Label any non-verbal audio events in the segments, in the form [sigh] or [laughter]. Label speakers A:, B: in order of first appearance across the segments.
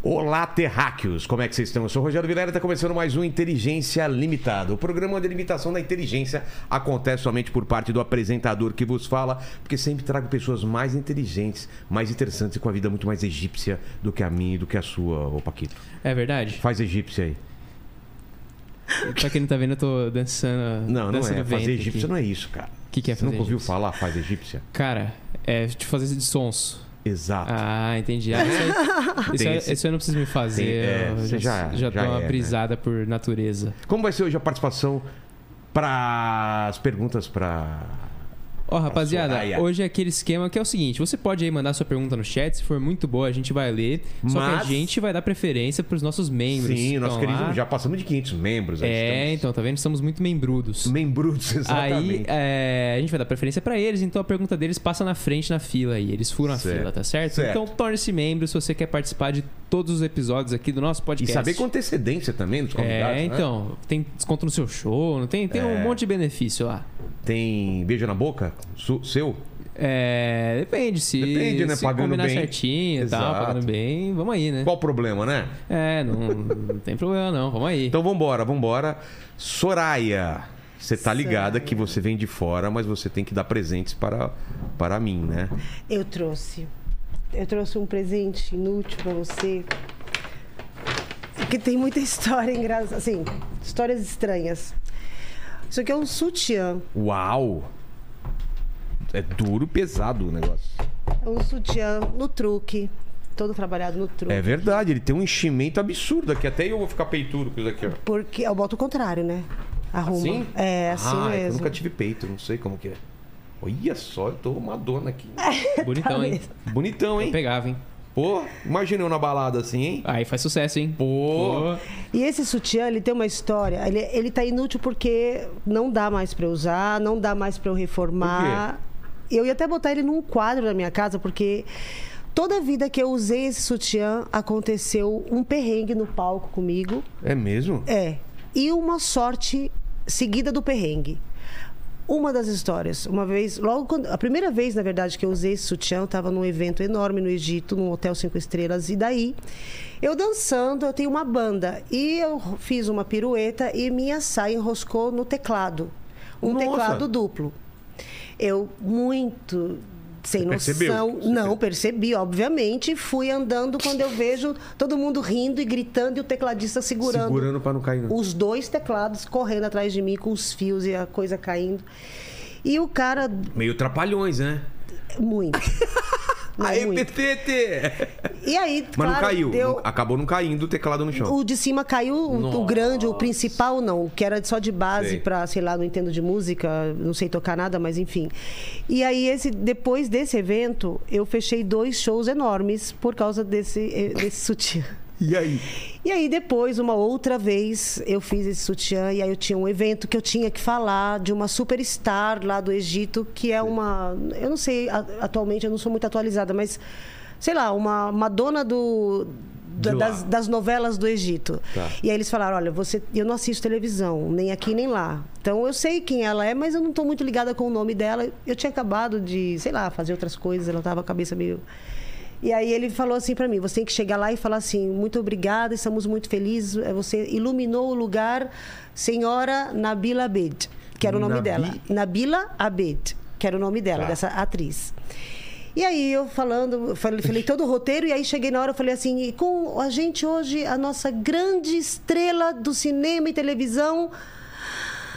A: Olá, terráqueos! Como é que vocês estão? Eu sou o Rogério Vilera e está começando mais um Inteligência Limitada. O programa de limitação da inteligência acontece somente por parte do apresentador que vos fala, porque sempre trago pessoas mais inteligentes, mais interessantes e com a vida muito mais egípcia do que a minha e do que a sua, ô Paquito.
B: É verdade.
A: Faz egípcia aí.
B: Pra quem não tá vendo, eu tô dançando.
A: Não, não
B: dança
A: é.
B: do ventre
A: Fazer egípcia
B: aqui.
A: não é isso, cara.
B: O que, que é
A: Você
B: fazer
A: nunca ouviu
B: egípcio?
A: falar faz egípcia?
B: Cara, é de fazer de sons.
A: Exato.
B: Ah, entendi. Ah,
A: [laughs]
B: isso, aí, isso,
A: Tem
B: aí,
A: esse-
B: isso aí eu não preciso me fazer.
A: Tem- é,
B: eu
A: você já-
B: já
A: já
B: dou uma
A: é, né?
B: brisada por natureza.
A: Como vai ser hoje a participação para as perguntas para.
B: Ó, rapaziada,
A: Soraya.
B: hoje é aquele esquema que é o seguinte: você pode aí mandar sua pergunta no chat, se for muito boa, a gente vai ler. Só que a
A: Mas-
B: gente vai dar preferência pros nossos membros.
A: Sim,
B: que
A: nós
B: estão lá.
A: querido, já passamos de 500 membros. aí
B: É,
A: estamos-
B: então, tá vendo? Estamos muito membrudos.
A: Membrudos,
B: Aí
A: exatamente.
B: é, a gente vai dar preferência pra eles, então a pergunta deles passa na frente na fila aí. Eles furam
A: Certo.
B: a fila, tá certo?
A: Certo.
B: Então torne-se membro se você quer participar de todos os episódios aqui do nosso
A: e
B: podcast.
A: saber com antecedência também dos convidados.
B: É,
A: né? É.
B: então, tem desconto no seu show, não tem, tem um monte de benefício lá.
A: Tem beijo na boca? Su- seu?
B: É, depende se,
A: Depende, né?
B: se
A: Pagando
B: combinar
A: bem.
B: certinho e tal,
A: Exato.
B: pagando bem, vamos aí, né?
A: Qual o problema, né?
B: É, não, não tem problema não, vamos aí.
A: Então vambora, vambora. Soraya, você tá ligada que você vem de fora, mas você tem que dar presentes para, para mim, né?
C: Eu trouxe. Eu trouxe um presente inútil pra você. Que tem muita [laughs] história engraçada. Assim, histórias estranhas. Isso aqui é um sutiã.
A: Uau! É duro, pesado o negócio.
C: É um sutiã no truque. Todo trabalhado no truque.
A: É verdade, ele tem um enchimento absurdo aqui. Até eu vou ficar peitudo com isso aqui, ó.
C: Porque eu boto o contrário, né? Arruma.
A: Assim?
C: É, assim
A: ah, é que Eu
C: mesmo.
A: nunca tive peito, não sei como que é. Olha só, eu tô uma dona aqui.
C: É.
B: Bonitão, hein?
A: Bonitão, hein?
B: Pegava, hein?
A: Pô, imagina eu na balada assim, hein?
B: Aí faz sucesso, hein?
A: Pô.
C: E esse sutiã, ele tem uma história. Ele, ele tá inútil porque não dá mais pra eu usar, não dá mais pra eu reformar. Eu ia até botar ele num quadro na minha casa, porque toda a vida que eu usei esse sutiã, aconteceu um perrengue no palco comigo.
A: É mesmo?
C: É. E uma sorte seguida do perrengue. Uma das histórias, uma vez, logo quando. A primeira vez, na verdade, que eu usei esse sutiã, eu estava num evento enorme no Egito, num hotel cinco estrelas, e daí, eu dançando, eu tenho uma banda, e eu fiz uma pirueta e minha saia enroscou no teclado. Um
A: Nossa!
C: teclado duplo. Eu, muito sem
A: Você
C: noção.
A: percebeu? Você
C: Não, percebi, obviamente, e fui andando quando eu vejo todo mundo rindo e gritando e o tecladista segurando
A: Segurando pra não cair. não.
C: os dois teclados correndo atrás de mim com os fios e a coisa caindo. E o cara,
A: Meio trapalhões, né? [laughs]
C: muito. Mas
A: Aê,
C: muito.
A: PTT!
C: E aí,
A: Mas
C: claro,
A: não caiu.
C: deu-
A: Acabou não caindo o teclado no chão.
C: O de cima caiu, o- o grande, o principal não, o que era só de
A: Sei.
C: base pra sei lá, não entendo de música, não sei tocar nada, mas enfim. E aí, esse, depois desse evento, eu fechei dois shows enormes por causa desse, eh, desse sutiã.
A: E aí?
C: E aí depois, uma outra vez, eu fiz esse sutiã e aí eu tinha um evento que eu tinha que falar de uma superstar lá do Egito, que é uma, eu não sei, a- atualmente eu não sou muito atualizada, mas sei lá, uma, uma dona do da-
A: De lá.
C: das, das novelas do Egito.
A: Tá.
C: E aí eles falaram, olha, você, eu não assisto televisão, nem aqui nem lá. Então eu sei quem ela é, mas eu não estou muito ligada com o nome dela. Eu tinha acabado de, sei lá, fazer outras coisas, ela tava com a cabeça meio. E aí ele falou assim para mim, você tem que chegar lá e falar assim, muito obrigada, estamos muito felizes, eh, você iluminou o lugar, senhora Nabila Abed, que era o nome
A: Nabi-
C: dela. Nabila Abed, que era o nome dela,
A: Tá.
C: dessa atriz. E aí eu falando, falei, falei todo o roteiro, e aí cheguei na hora, eu falei assim, e com a gente hoje, a nossa grande estrela do cinema e televisão,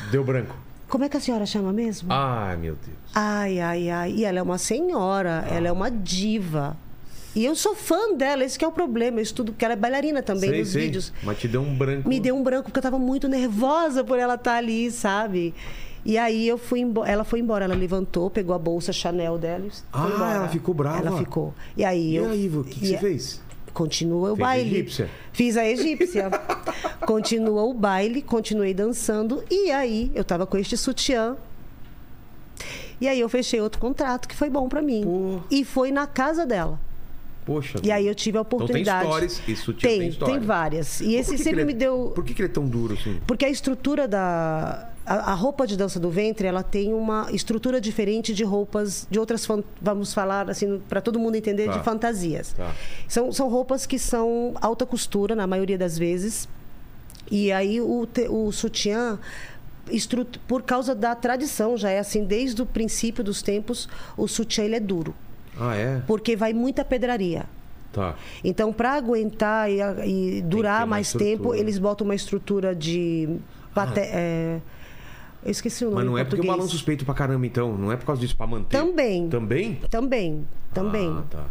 A: Deu branco.
C: como é que a senhora chama mesmo?
A: Ai, meu Deus.
C: Ai, ai, ai. E ela é uma senhora,
A: Ah.
C: ela é uma diva. E eu sou fã dela, esse que é o problema. Eu estudo, porque ela é bailarina também
A: sei,
C: nos
A: sei.
C: vídeos.
A: Mas te deu um branco.
C: Me deu um branco, porque eu tava muito nervosa por ela estar ali, sabe? E aí eu fui embora. Ela foi embora, ela levantou, pegou a bolsa Chanel dela. e foi
A: Ah,
C: embora.
A: ela ficou brava?
C: Ela ficou. E aí
A: E
C: um eu.
A: aí, Ivo, o que, que
C: e é-
A: você
C: a-
A: fez?
C: Continua o
A: Fez a
C: baile.
A: egípcia.
C: Fiz
A: [laughs]
C: a egípcia. Continua o baile, continuei dançando. E aí, eu tava com este sutiã. E aí eu fechei outro contrato que foi bom pra mim.
A: Pô.
C: E foi na casa dela.
A: Poxa.
C: E aí eu tive a oportunidade.
A: Então tem stories, isso tinha tem
C: tem, tem
A: história.
C: várias. E
A: Por
C: esse
A: que que ele
C: sempre
A: é-
C: me deu
A: Por que, que ele é tão duro assim?
C: porque a estrutura da a, a roupa de dança do ventre, ela tem uma estrutura diferente de roupas, de outras, fan- vamos falar assim, para todo mundo entender,
A: Tá.
C: de fantasias.
A: Tá.
C: São, são roupas que são alta costura, na maioria das vezes. E aí o, te- o sutiã, estru- por causa da tradição, já é assim, desde o princípio dos tempos, o sutiã ele é duro.
A: Ah, é?
C: Porque vai muita pedraria.
A: Tá.
C: Então, para aguentar e, a- e durar
A: uma
C: mais
A: estrutura. Ah.
C: tempo, eles botam uma estrutura de. pate- é, eu esqueci o nome.
A: Mas não
C: em
A: é porque o
C: português.
A: balão suspeito pra caramba, então. Não é por causa disso pra manter.
C: Também.
A: Também?
C: Também, também.
A: Ah, tá.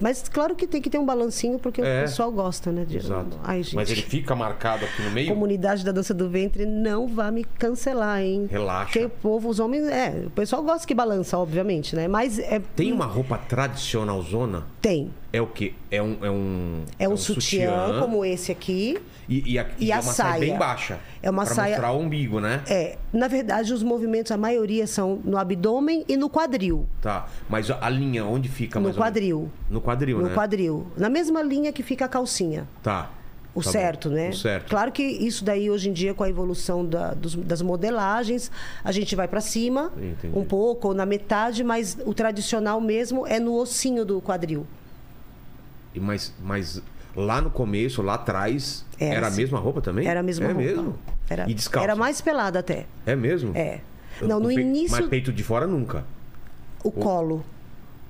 C: Mas claro que tem que ter um balancinho, porque
A: É.
C: o pessoal gosta, né? de-
A: Exato.
C: Ai, gente.
A: Mas ele fica marcado aqui no meio?
C: Comunidade da dança do ventre não vá me cancelar, hein?
A: Relaxa.
C: Porque o povo, os homens. É, o pessoal gosta que balança, obviamente, né? Mas é.
A: Tem uma roupa tradicional zona?
C: Tem.
A: É o quê? É um. É um,
C: É um, sutiã, como esse aqui.
A: E, e, a,
C: e
A: é
C: a
A: uma saia.
C: saia.
A: bem baixa.
C: É uma
A: pra
C: saia-
A: mostrar o umbigo, né?
C: É, na verdade, os movimentos, a maioria são no abdômen e no quadril.
A: Tá. Mas a linha, onde fica
C: No
A: mais ou menos?
C: quadril.
A: No quadril,
C: No
A: né?
C: quadril. Na mesma linha que fica a calcinha.
A: Tá.
C: O
A: Tá bom.
C: certo, né?
A: O certo.
C: Claro que isso daí, hoje em dia, com a evolução da- dos- das modelagens, a gente vai para cima
A: Entendi.
C: um pouco, ou na metade, mas o tradicional mesmo é no ossinho do quadril.
A: E Mas, mas lá no começo, lá atrás, era,
C: Era
A: a
C: assim.
A: mesma roupa também?
C: Era a mesma
A: é
C: roupa.
A: Mesmo?
C: Era,
A: E descalço?
C: era mais pelada até.
A: É mesmo?
C: É. Não,
A: O
C: no
A: pe-
C: início,
A: Mas peito de fora nunca.
C: o colo.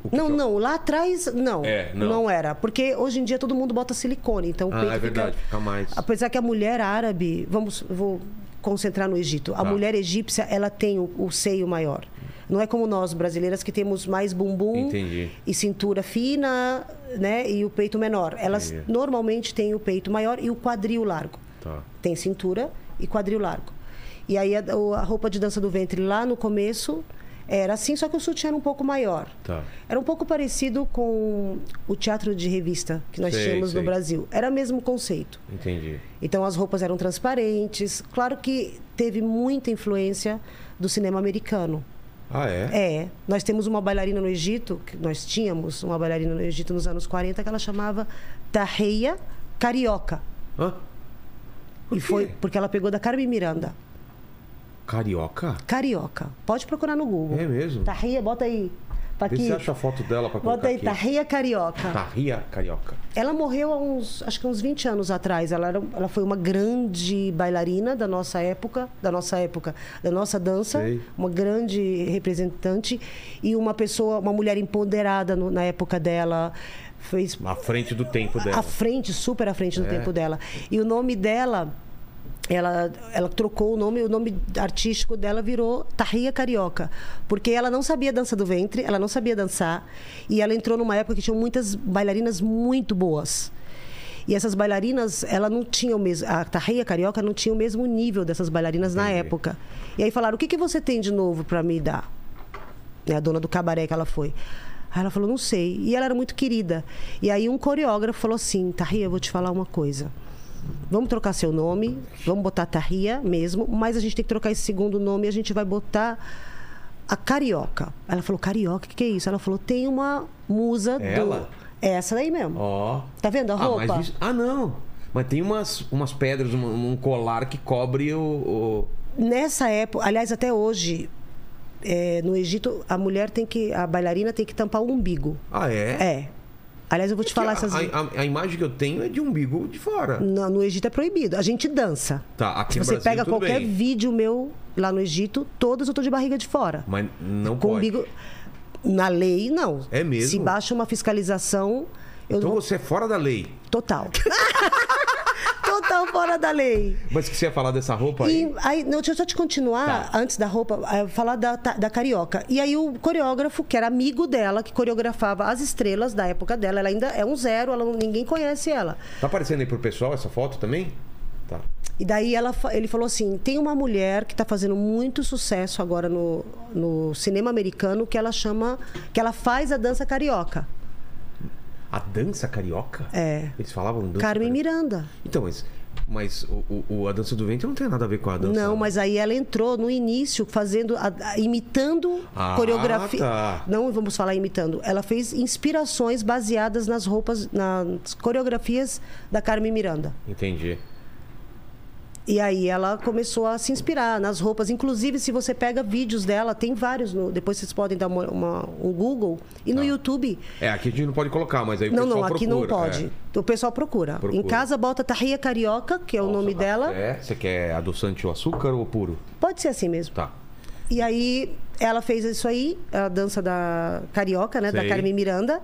A: O que
C: Não,
A: que é?
C: não, lá atrás não.
A: É, não.
C: não. era. Porque hoje em dia todo mundo bota silicone, então o
A: Ah,
C: peito
A: é verdade,
C: fica...
A: fica mais.
C: Apesar que a mulher árabe, vamos, vou concentrar no Egito. A
A: Tá.
C: mulher egípcia, ela tem o, o seio maior. Não é como nós brasileiras que temos mais bumbum
A: Entendi.
C: e cintura fina, né, e o peito menor. Elas
A: Entendi.
C: normalmente têm o peito maior e o quadril largo.
A: Tá.
C: Tem cintura e quadril largo. E aí a, o- a roupa de dança do ventre lá no começo era assim, só que o sutiã era um pouco maior.
A: Tá.
C: Era um pouco parecido com o teatro de revista que nós
A: Sei,
C: tínhamos
A: sei.
C: no Brasil. Era o mesmo conceito.
A: Entendi.
C: Então as roupas eram transparentes. Claro que teve muita influência do cinema americano.
A: Ah, é?
C: É, nós temos uma bailarina no Egito, que nós tínhamos uma bailarina no Egito nos anos 40 que ela chamava Tarreia Carioca.
A: Hã?
C: E
A: quê?
C: foi porque ela pegou da Carmen Miranda.
A: Carioca?
C: Carioca. Pode procurar no Google.
A: É mesmo?
C: Tarreia, bota aí.
A: Vê se
C: Paquito.
A: você acha a foto dela pra colocar
C: Bota aí,
A: aqui.
C: Tarreia Carioca.
A: Tarria Carioca.
C: Ela morreu há uns, acho que uns 20 anos atrás. Ela, era, ela foi uma grande bailarina da nossa época, da nossa época, da nossa dança,
A: Sei.
C: uma grande representante e uma pessoa, uma mulher empoderada no- na época dela, fez
A: À frente do tempo dela.
C: à frente, super à frente do
A: É.
C: tempo dela. E o nome dela, ela, ela trocou o nome, o nome artístico dela virou Tarria Carioca. Porque ela não sabia dança do ventre, ela não sabia dançar. E ela entrou numa época que tinham muitas bailarinas muito boas. E essas bailarinas, ela não tinha o mesmo. A Tarreia Carioca não tinha o mesmo nível dessas bailarinas na
A: Entendi.
C: época. E aí falaram: o que, que você tem de novo para me dar? né, a dona do cabaré que ela foi. Aí ela falou, não sei. E ela era muito querida. E aí um coreógrafo falou assim, Tarria, eu vou te falar uma coisa. Vamos trocar seu nome, vamos botar Tarria mesmo, mas a gente tem que trocar esse segundo nome e a gente vai botar a Carioca. Ela falou, Carioca, o que, que é isso? Ela falou, tem uma musa
A: Ela?
C: do... É Essa daí mesmo.
A: Ó.
C: Tá vendo a
A: Ah,
C: roupa?
A: mas isso... ah, não. Mas tem umas, umas pedras, um, um colar que cobre o. o-
C: Nessa época, aliás, até hoje, é, no Egito, a mulher tem que... A bailarina tem que tampar o umbigo.
A: Ah, é?
C: É. Aliás, eu vou te falar
A: a,
C: essas...
A: a, a imagem que eu tenho é de umbigo de fora.
C: No, no Egito é proibido. A gente dança.
A: Tá, aqui
C: Se
A: no
C: você
A: Brasil,
C: pega
A: tudo
C: qualquer
A: bem.
C: vídeo meu lá no Egito, todos eu tô de barriga de fora.
A: Mas não
C: Com
A: pode.
C: umbigo. Na lei, não.
A: É mesmo?
C: Se baixa uma fiscalização, eu
A: Então
C: vou.
A: você é fora da lei.
C: Total. [laughs] Total fora da lei.
A: Mas que você ia falar dessa roupa aí?
C: E aí, não, deixa eu só te continuar,
A: Tá.
C: antes da roupa, eh, falar da, ta- da carioca. E aí o coreógrafo, que era amigo dela, que coreografava as estrelas da época dela, ela ainda é um zero, ela, não- ninguém conhece ela.
A: Tá aparecendo aí pro pessoal essa foto também? Tá.
C: E daí ela, fa- ele falou assim: tem uma mulher que está fazendo muito sucesso agora no, no cinema americano que ela chama. que ela faz a dança carioca.
A: A dança carioca?
C: É.
A: Eles falavam dança
C: Carmen
A: carioca.
C: Miranda.
A: Então, mas, mas o, o- o- a dança do ventre não tem nada a ver com a dança.
C: Não, mas aí ela entrou no início fazendo, a- a- imitando
A: Ah,
C: coreografia.
A: tá.
C: Não vamos falar imitando. Ela fez inspirações baseadas nas roupas, nas coreografias da Carmen Miranda.
A: Entendi.
C: E aí ela começou a se inspirar nas roupas. Inclusive, se você pega vídeos dela, tem vários. no- depois vocês podem dar uma, uma- um Google. E no
A: Tá.
C: YouTube.
A: É, aqui a gente não pode colocar, mas aí o
C: Não,
A: pessoal
C: não, aqui não
A: procura, é.
C: pode. O pessoal procura.
A: Procura.
C: Em casa bota Tahia Carioca, que é o nome dela.
A: É. é, você quer adoçante ou açúcar ou puro?
C: Pode ser assim mesmo.
A: Tá.
C: E aí ela fez isso aí, a dança da carioca, né? Da
A: Sei.
C: Carmen Miranda.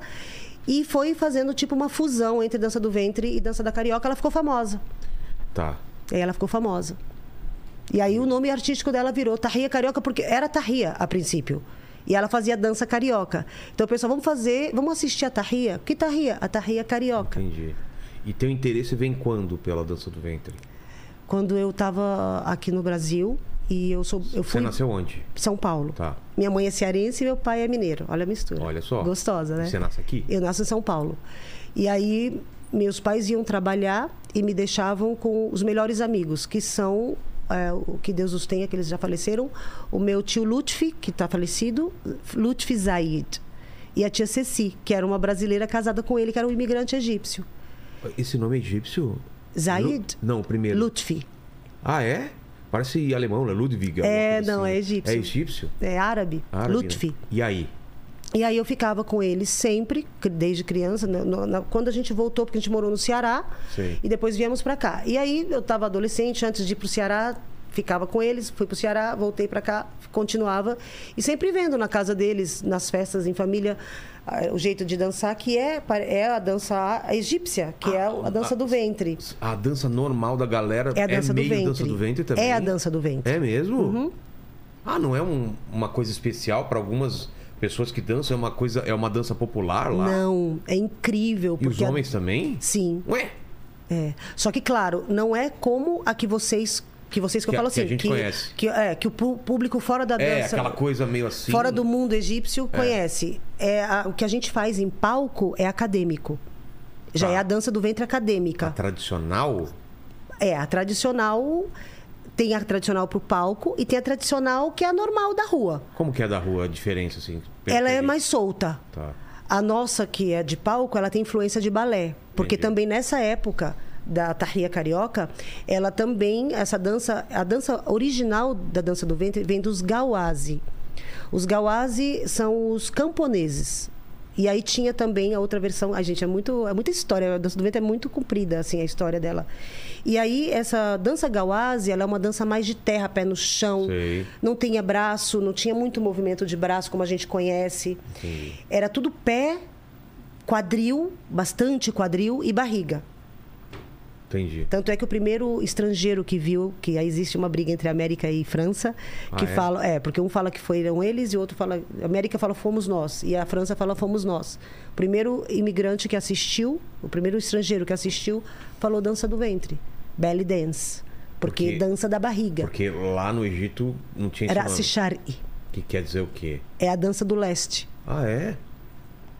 C: E foi fazendo tipo uma fusão entre dança do ventre e dança da carioca. Ela ficou famosa.
A: Tá.
C: E aí ela ficou famosa. E aí o nome artístico dela virou Tarria Carioca, porque era Tarria a princípio. E ela fazia dança carioca. Então, pessoal, vamos fazer, vamos assistir a Tarria. Que Tarria? A Tarria Carioca.
A: Entendi. E teu interesse vem quando pela dança do ventre?
C: Quando eu estava aqui no Brasil e eu sou eu
A: Você
C: fui
A: nasceu onde?
C: São Paulo.
A: Tá.
C: Minha mãe é cearense e meu pai é mineiro. Olha a mistura.
A: Olha só.
C: Gostosa, né?
A: Você nasce aqui?
C: Eu nasci em São Paulo. E aí, meus pais iam trabalhar e me deixavam com os melhores amigos, que são, é, o que Deus os tenha, que eles já faleceram, o meu tio Lutfi, que está falecido, Lutfi Zaid. E a tia Ceci, que era uma brasileira casada com ele, que era um imigrante egípcio.
A: Esse nome é egípcio?
C: Zaid?
A: Lu- Não, o primeiro.
C: Lutfi.
A: Ah, é? Parece alemão, né? Ludwig. alguma
C: É,
A: coisa
C: não,
A: assim.
C: é egípcio.
A: É egípcio?
C: É árabe.
A: Árabe, né?
C: Lutfi.
A: E aí?
C: E aí eu ficava com ele sempre, cri- desde criança. né, no- na- quando a gente voltou, porque a gente morou no Ceará,
A: Sim.
C: e depois viemos para cá. E aí eu estava adolescente, antes de ir para o Ceará, ficava com eles, fui para o Ceará, voltei para cá, continuava. E sempre vendo na casa deles, nas festas em família, ah, o jeito de dançar, que é, pa- é a dança egípcia, que é a dança do ventre.
A: A dança normal da galera
C: É a dança do
A: meio
C: ventre.
A: dança do ventre também?
C: É a dança do ventre. Uhum.
A: É mesmo? Ah, não é um- uma coisa especial para algumas pessoas que dançam? É uma coisa, é uma dança popular lá?
C: Não, é incrível.
A: E os
C: porque a-
A: homens também?
C: Sim,
A: Ué?
C: É. Só que, claro, não é como a que vocês. Que vocês que,
A: Que a-
C: eu falo
A: que a
C: assim.
A: gente conhece.
C: que- é, que o pu- público fora da
A: É,
C: dança.
A: aquela coisa meio assim.
C: Fora do mundo egípcio conhece. É, a- o que a gente faz em palco é acadêmico. Já
A: Tá. Ah,
C: é a dança do ventre acadêmica.
A: Tradicional? tá.
C: É, a tradicional. Tem a tradicional pro palco e tem a tradicional que é a normal da rua.
A: Como que é da rua a diferença, assim?
C: Ela é
A: Perfeito.
C: mais solta.
A: Tá.
C: A nossa, que é de palco, ela tem influência de balé. Porque
A: Entendi.
C: também nessa época da tarria carioca, ela também, essa dança, a dança original da dança do ventre vem dos gauazi. Os gauazi são os camponeses. E aí tinha também a outra versão. A gente é muito, é muita história. A dança do ventre é muito comprida assim a história dela. E aí essa dança gauazi, ela é uma dança mais de terra, pé no chão.
A: Sei.
C: Não tinha braço, não tinha muito movimento de braço como a gente conhece.
A: Entendi.
C: Era tudo pé, quadril, bastante quadril e barriga.
A: Entendi.
C: Tanto é que o primeiro estrangeiro que viu que aí existe uma briga entre América e França, que
A: Ah, é?
C: fala, é, porque um fala que foram eles e o outro fala, a América fala fomos nós e a França fala fomos nós. O primeiro imigrante que assistiu, o primeiro estrangeiro que assistiu, falou dança do ventre, belly dance, porque
A: Porque-
C: dança da barriga.
A: Porque lá no Egito não tinha
C: Então, Era
A: esse nome.
C: Sishari,
A: Que quer dizer o quê?
C: é a dança do leste.
A: Ah, é?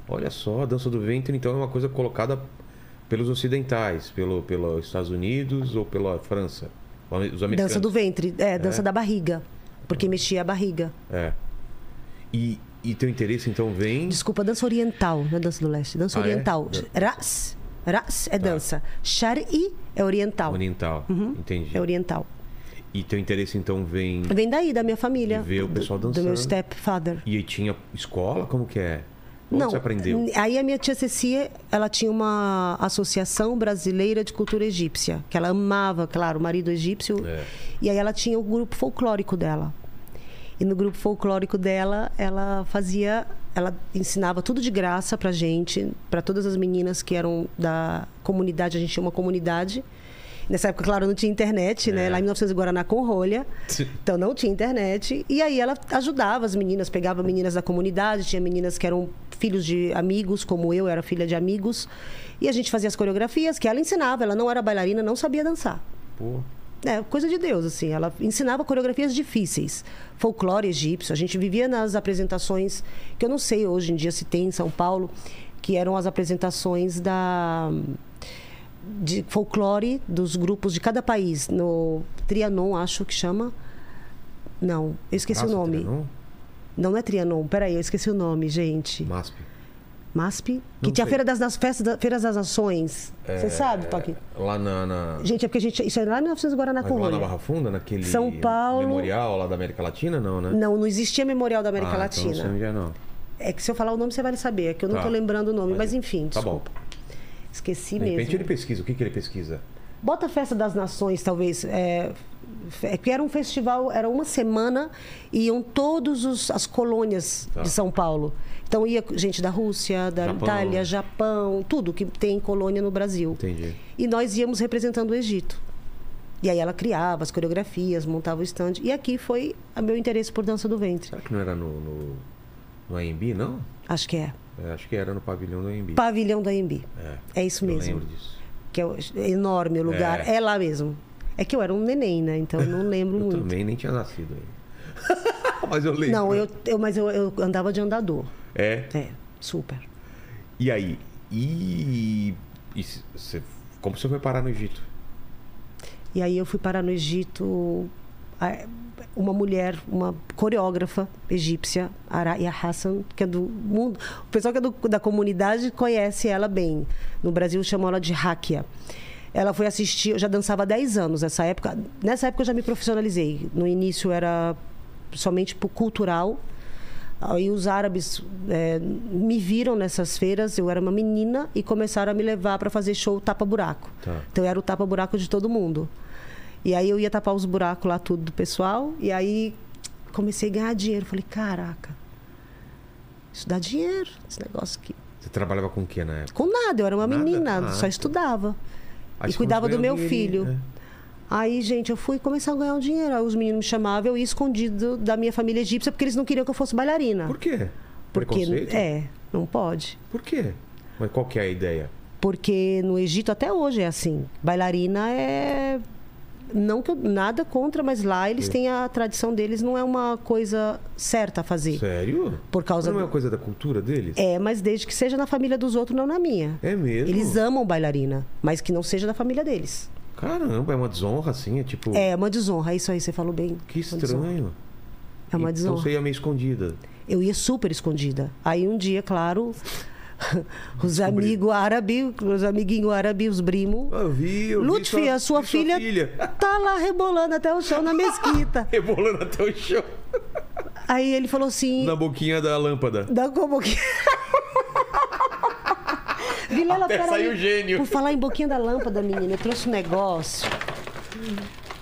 A: Olha só, a dança do ventre, então, é uma coisa colocada pelos ocidentais, pelo, pelos Estados Unidos ou pela França. Os americanos.
C: Dança do ventre, é, dança da barriga,
A: Uhum.
C: porque mexia a barriga.
A: É. E, e teu interesse, então, vem...
C: Desculpa, dança oriental, não é dança do leste. Dança
A: Ah, é? Tá.
C: oriental. Ras. Ras é dança. Shari é oriental.
A: Oriental. Entendi.
C: É oriental.
A: E teu interesse, então, vem...
C: Vem daí, da minha família.
A: E vê o
C: do-
A: pessoal
C: Do meu
A: dançando.
C: stepfather.
A: E aí tinha escola? Como que é? Onde
C: Não,
A: você aprendeu?
C: n- aí a minha tia Ceci, ela tinha uma associação brasileira de cultura egípcia, que ela amava, claro, o marido egípcio.
A: É.
C: E aí ela tinha o grupo folclórico dela. E no grupo folclórico dela, ela fazia, ela ensinava tudo de graça pra gente, pra todas as meninas que eram da comunidade, a gente tinha uma comunidade. Nessa época, claro, não tinha internet, né?
A: É.
C: Lá em 1900 Guaraná com rolha.
A: Sim.
C: Então não tinha internet. E aí ela ajudava as meninas, pegava meninas da comunidade, tinha meninas que eram filhos de amigos, como eu era filha de amigos. E a gente fazia as coreografias que ela ensinava. Ela não era bailarina, não sabia dançar.
A: Pô,
C: É, coisa de Deus, assim. Ela ensinava coreografias difíceis. Folclore egípcio. A gente vivia nas apresentações, que eu não sei hoje em dia se tem em São Paulo, que eram as apresentações da de folclore dos grupos de cada país. No Trianon, acho que chama. Não, eu esqueci
A: Praça
C: o nome. é
A: Trianon?
C: Não, não é Trianon. Peraí, eu esqueci o nome, gente.
A: MASP.
C: MASP, que
A: Não sei.
C: tinha a
A: É.
C: Feira das, nas Festas da- Feiras das Nações. Você sabe, Toque?
A: Lá na. na...
C: Gente, é porque a gente. Isso é lá em 1900 Guaraná
A: Mas lá na
C: Colônia.
A: Barra Funda, naquele
C: São Paulo.
A: memorial lá da América Latina, não, né?
C: Não, não existia Memorial da América
A: Ah,
C: Latina.
A: Então, não sei onde é, não.
C: É que se eu falar o nome, você vai saber. É que eu não
A: Tá.
C: tô lembrando o nome, mas,
A: Mas-
C: enfim,
A: Tá
C: desculpa.
A: bom.
C: Esqueci
A: De repente
C: mesmo.
A: ele pesquisa. O que, que ele pesquisa?
C: Bota a Festa das Nações, talvez. É, é que era um festival, era uma semana, e iam todas as colônias
A: Tá.
C: de São Paulo. Então ia gente da Rússia, da
A: Japão.
C: Itália, Japão, tudo que tem colônia no Brasil.
A: Entendi.
C: E nós íamos representando o Egito. E aí ela criava as coreografias, montava o stand. E aqui foi o meu interesse por dança do ventre.
A: Será que não era no. no... No AMB, não?
C: Acho que é.
A: É, acho que era no pavilhão do AMB.
C: Pavilhão da Embi.
A: É,
C: É isso
A: eu
C: mesmo.
A: lembro disso.
C: Que é o- é enorme o lugar.
A: É.
C: É. lá mesmo. É que eu era um neném, né? Então eu não lembro
A: [laughs] Eu
C: muito.
A: também nem tinha nascido ainda. [laughs] Mas eu lembro.
C: Não, eu, eu- mas eu, eu andava de andador.
A: É.
C: É, super.
A: E aí? E. e se- você- Como você foi parar no Egito?
C: E aí eu fui parar no Egito. a- Uma mulher, uma coreógrafa egípcia, Araya Hassan, que é do mundo. O pessoal que é do- da comunidade conhece ela bem. No Brasil chamam ela de Hakia. Ela foi assistir, eu já dançava há 10 anos nessa época. Nessa época eu já me profissionalizei. No início era somente por cultural. Aí os árabes eh, me viram nessas feiras, eu era uma menina, e começaram a me levar para fazer show tapa-buraco.
A: Tá.
C: Então eu era o tapa-buraco de todo mundo. E aí eu ia tapar os buracos lá, tudo do pessoal, e aí comecei a ganhar dinheiro. Falei, caraca, isso dá dinheiro, esse negócio aqui.
A: Você trabalhava com o que na época?
C: Com nada, eu era uma
A: Nada?
C: menina,
A: Ah,
C: só
A: tá.
C: estudava.
A: Aí
C: e
A: você né?
C: cuidava do
A: começou a ganhar
C: meu
A: dinheirinho,
C: filho. Aí, gente, eu fui começar a ganhar um dinheiro. Aí os meninos me chamavam, eu ia escondido da minha família egípcia, porque eles não queriam que eu fosse
A: é.
C: bailarina.
A: Por quê?
C: Tá. Porque,
A: Preconceito?
C: é, não pode.
A: Por quê? Mas qual que é a ideia?
C: Porque no Egito até hoje é assim. Bailarina é. Não que eu, nada contra, mas lá eles têm a tradição deles, não é uma coisa certa a fazer.
A: Sério?
C: Por causa
A: Mas Não é
C: do-
A: uma coisa da cultura deles?
C: É, mas desde que seja na família dos outros, não na minha.
A: É mesmo?
C: Eles amam bailarina, mas que não seja da família deles.
A: Caramba, é uma desonra assim, é tipo...
C: É uma desonra, isso aí você falou bem.
A: Que
C: Uma desonra.
A: estranho.
C: É uma
A: Então
C: desonra.
A: você ia meio escondida.
C: Eu ia super escondida. Aí um dia, claro, [laughs] os amigos árabes, os amiguinhos árabes, os primos.
A: Ah, Eu vi, eu vi
C: Lutfi, a sua
A: vi
C: filha, tá lá rebolando até o chão na mesquita.
A: [laughs] Rebolando até o chão.
C: Aí ele falou assim.
A: Na boquinha da lâmpada.
C: Dá como que.
A: [laughs]
C: Vilela,
A: Até
C: peraí.
A: saiu é gênio.
C: Por falar em boquinha da lâmpada, menina, eu trouxe um negócio.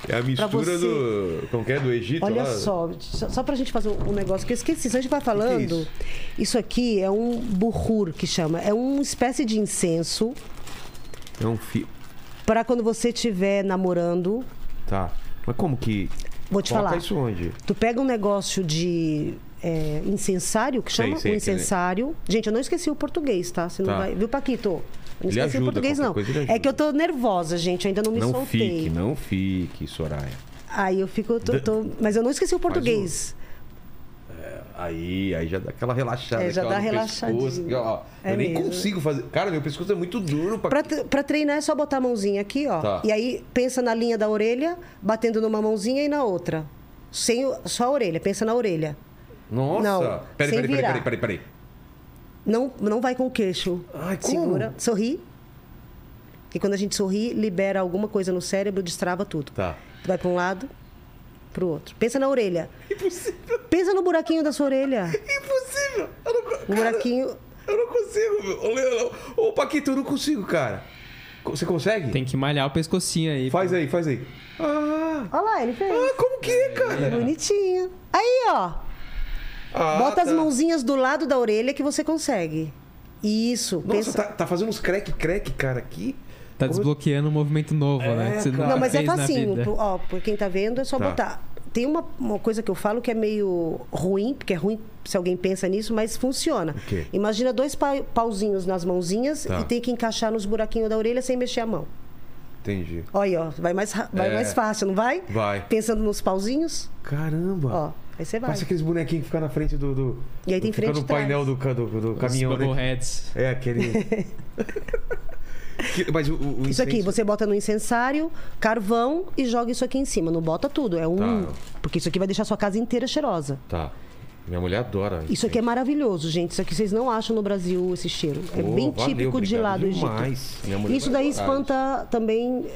A: É a mistura
C: você.
A: do... Como que é? Do Egito
C: Olha
A: lá?
C: só, só, só pra gente fazer um um negócio que eu esqueci. Se a gente vai
A: Que que é
C: falando,
A: isso?
C: isso aqui é um burrur que chama. É uma espécie de incenso
A: É um fio.
C: pra quando você estiver namorando.
A: Tá. Mas como que...
C: Vou te
A: Coloca
C: falar.
A: isso onde?
C: Tu pega um negócio de é, incensário, que
A: Sei,
C: chama
A: sei, aquele-
C: um incensário. Gente, eu não esqueci o português, tá? Você não
A: Tá.
C: vai... Viu, Paquito? Eu Não
A: Ele
C: esqueci
A: ajuda,
C: o português,
A: qualquer
C: não.
A: coisa ele ajuda.
C: É que eu tô nervosa, gente. eu Ainda não me
A: não
C: soltei.
A: fique, não fique, Soraya.
C: Aí eu fico... tô- tô- Mas eu não esqueci o português.
A: Aí, aí já dá aquela relaxada.
C: É, já
A: aquela
C: dá
A: no
C: relaxadinha.
A: pescoço, ó.
C: É
A: eu nem
C: mesmo.
A: consigo fazer. Cara, meu pescoço é muito duro. Pra...
C: Pra, tre- pra treinar é só botar a mãozinha aqui, ó.
A: Tá.
C: E aí pensa na linha da orelha, batendo numa mãozinha e na outra. Sem, o- só a orelha, pensa na orelha.
A: Nossa!
C: Não,
A: peraí,
C: sem
A: peraí, peraí,
C: virar.
A: peraí, peraí, peraí.
C: Não, não vai com o queixo.
A: Ai, como?
C: Segura, sorri. E quando a gente sorri, libera alguma coisa no cérebro, destrava tudo.
A: Tá.
C: Tu vai pra um lado, pro outro. Pensa na orelha. Pensa no buraquinho da sua orelha.
A: Impossível! Eu não, co-
C: O
A: cara,
C: buraquinho.
A: eu não consigo, meu. Ô, Leandro, ô, Paquito, eu não consigo, cara. Co- Você consegue?
B: Tem que malhar o pescocinho aí.
A: Faz aí, faz aí. Ah,
C: Olha lá, ele fez.
A: ah como que é, cara?
C: Bonitinho. Aí, ó.
A: Ah,
C: Bota as
A: tá.
C: mãozinhas do lado da orelha que você consegue. Isso.
A: Nossa,
C: pensa...
A: tá, tá fazendo uns crack-crack, cara, aqui.
B: Tá
A: Como-
B: desbloqueando um movimento novo, né?
A: É,
B: Que você
A: cara.
B: nunca
C: Não, mas é
B: fez na
C: facinho.
B: vida.
C: pro- Ó, por quem tá vendo, é só
A: Tá.
C: botar. Tem uma, uma coisa que eu falo que é meio ruim, porque é ruim se alguém pensa nisso, mas funciona.
A: quê?
C: Imagina dois pau- pauzinhos nas mãozinhas
A: Tá.
C: e tem que encaixar nos buraquinhos da orelha sem mexer a mão.
A: Entendi.
C: Olha, aí, ó, vai mais, ra- vai
A: É.
C: mais fácil, não vai?
A: Vai.
C: Pensando nos pauzinhos,
A: Caramba.
C: ó, aí você vai.
A: Parece aqueles bonequinhos que ficam na frente do. do
C: E aí tem
A: fica
C: frente
A: no
C: e trás.
A: painel do, ca- do, do
B: Os
A: caminhão. né?
B: bubbleheads.
A: É
C: [laughs]
A: aquele. Que- mas o, o- o
C: Isso aqui,
A: incenso-
C: você bota no incensário, carvão e joga isso aqui em cima. Não bota tudo, é um.
A: Tá.
C: Porque isso aqui vai deixar a sua casa inteira cheirosa.
A: Tá. Minha mulher adora.
C: Isso aqui é maravilhoso, gente. Isso aqui vocês não acham no Brasil esse cheiro. É
A: Pô,
C: bem
A: valeu,
C: típico de lá
A: obrigado
C: do Egito.
A: demais. Minha mulher
C: Isso
A: vai
C: daí
A: adorar
C: espanta também.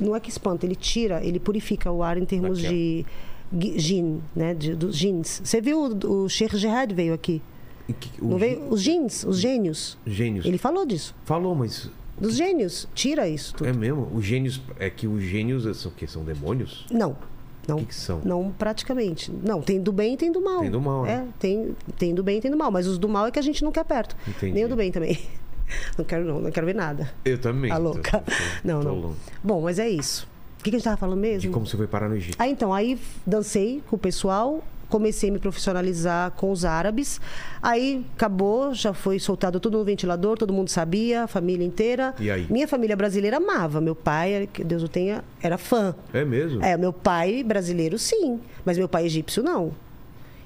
C: Não é que espanta, ele tira, ele purifica o ar em termos
A: Daquela.
C: de gui- gin, né? De, dos jeans. Você viu o, o Sheikh Gerard veio aqui?
A: E que- o
C: Não
A: gê-
C: veio? Os jeans, os gênios.
A: Gênios.
C: Ele falou disso.
A: Falou, mas
C: Dos gênios. Tira isso tudo.
A: é mesmo. Os gênios. É que os gênios são o quê? São demônios?
C: Não. Não,
A: Que que são?
C: não praticamente. Não, tem do bem e tem do mal.
A: Tem do mal,
C: É,
A: né?
C: tem, tem do bem e tem do mal. Mas os do mal é que a gente não quer perto.
A: Entendi.
C: Nem o do bem também. [laughs] Não quero, não, não quero ver nada.
A: Eu também.
C: A
A: tô-
C: Tá louca.
A: tô- tô
C: Não, não.
A: louco.
C: Bom, mas é isso. O que, que a gente tava falando mesmo?
A: De como você foi parar no Egito.
C: Ah, então, aí dancei com o pessoal, comecei a me profissionalizar com os árabes. Aí acabou, já foi soltado tudo no ventilador, todo mundo sabia, a família inteira.
A: E aí?
C: Minha família brasileira amava. Meu pai, que Deus o tenha, era fã.
A: É mesmo?
C: É, meu pai brasileiro sim, mas meu pai egípcio não.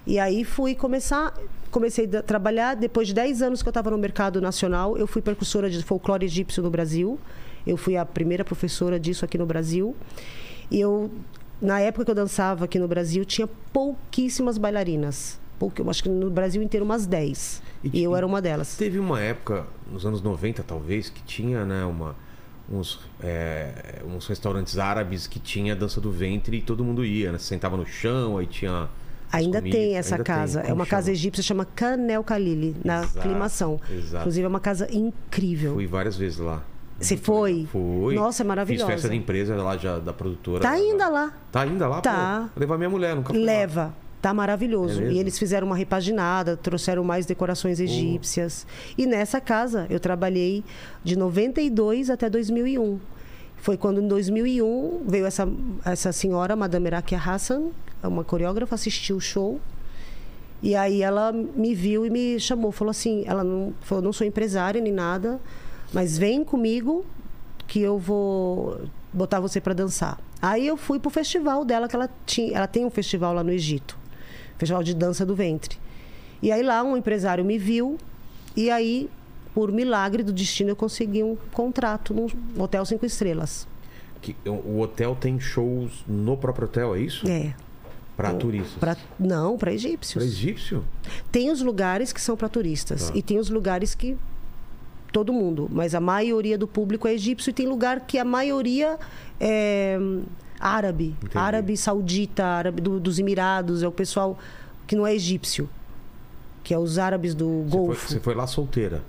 C: E aí fui começar, comecei a trabalhar, depois de 10 anos que eu estava no mercado nacional, eu fui precursora de folclore egípcio no Brasil. Eu fui a primeira professora disso aqui no Brasil. E eu na época que eu dançava aqui no Brasil, tinha pouquíssimas bailarinas. Pouca, eu acho que no Brasil inteiro umas 10.
A: E
C: E, eu
A: que-
C: era uma delas.
A: Teve uma época, nos anos 90 talvez, que tinha né, uma, uns, é, uns restaurantes árabes que tinha dança do ventre e todo mundo ia, né? Sentava no chão, aí tinha. as
C: Ainda
A: comidas.
C: tem essa
A: Ainda tem.
C: casa. É
A: Como
C: uma casa
A: chama?
C: egípcia, chama Canel Khalili, na
A: Exato,
C: aclimação.
A: exato.
C: Inclusive, é uma casa incrível.
A: Fui várias vezes lá.
C: Você foi?
A: Foi.
C: Nossa, é maravilhosa.
A: Fiz festa da empresa lá já, da produtora.
C: Tá
A: lá,
C: ainda
A: lá.
C: lá.
A: Tá ainda lá?
C: Tá.
A: Pô, levar minha mulher, nunca fui lá.
C: Leva. Tá maravilhoso.
A: É mesmo? Oh.
C: e eles fizeram uma repaginada, trouxeram mais decorações egípcias. E nessa casa eu trabalhei de 92 até 2001. Foi quando em 2001 veio essa, essa senhora, Madame Rakia Hassan, é uma coreógrafa, assistiu o show. E aí ela me viu e me chamou, falou assim, ela não falou, não sou empresária nem nada, mas vem comigo que eu vou botar você para dançar. Aí eu fui pro festival dela que ela tinha, ela tem um festival lá no Egito, festival de dança do ventre. E aí lá um empresário me viu e aí por milagre do destino eu consegui um contrato num hotel cinco estrelas.
A: Que, o hotel tem shows no próprio hotel, é isso?
C: É.
A: Pra turistas.
C: Pra, não, para egípcios.
A: Pra egípcio?
C: Tem os lugares que são para turistas
A: Tá.
C: e tem os lugares que todo mundo, mas a maioria do público é egípcio e tem lugar que a maioria é árabe,
A: Entendi.
C: árabe saudita, árabe do- dos Emirados, é o pessoal que não é egípcio, que é os árabes do
A: Você foi,
C: Golfo.
A: você foi lá solteira.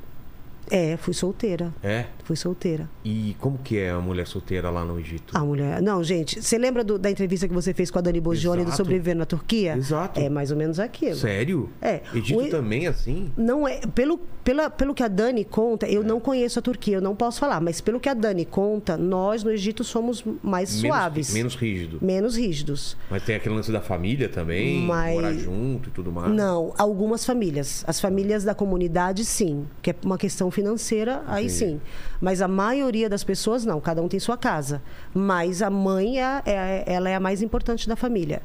C: É, fui solteira,
A: É?
C: fui solteira.
A: E como que é a mulher solteira lá no Egito?
C: A mulher, não, gente, você lembra do- da entrevista que você fez com a Dani Boggioni do
A: Exato.
C: sobreviver na Turquia?
A: Exato.
C: É mais ou menos aquilo.
A: Sério?
C: É.
A: Egito
C: O-
A: também, assim?
C: Não é, pelo, pela, pelo que a Dani conta, eu não conheço a Turquia, eu não posso falar, mas pelo que a Dani conta, nós no Egito somos mais
A: Menos-
C: suaves, menos,
A: Menos rígido.
C: rígidos.
A: Mas tem aquele lance da família também,
C: Mas-
A: morar junto e tudo mais.
C: Não, algumas famílias, as famílias da comunidade sim, que é uma questão financeira, aí sim. Mas a maioria das pessoas não, cada um tem sua casa. Mas a mãe é, a- é a- ela é a mais importante da família.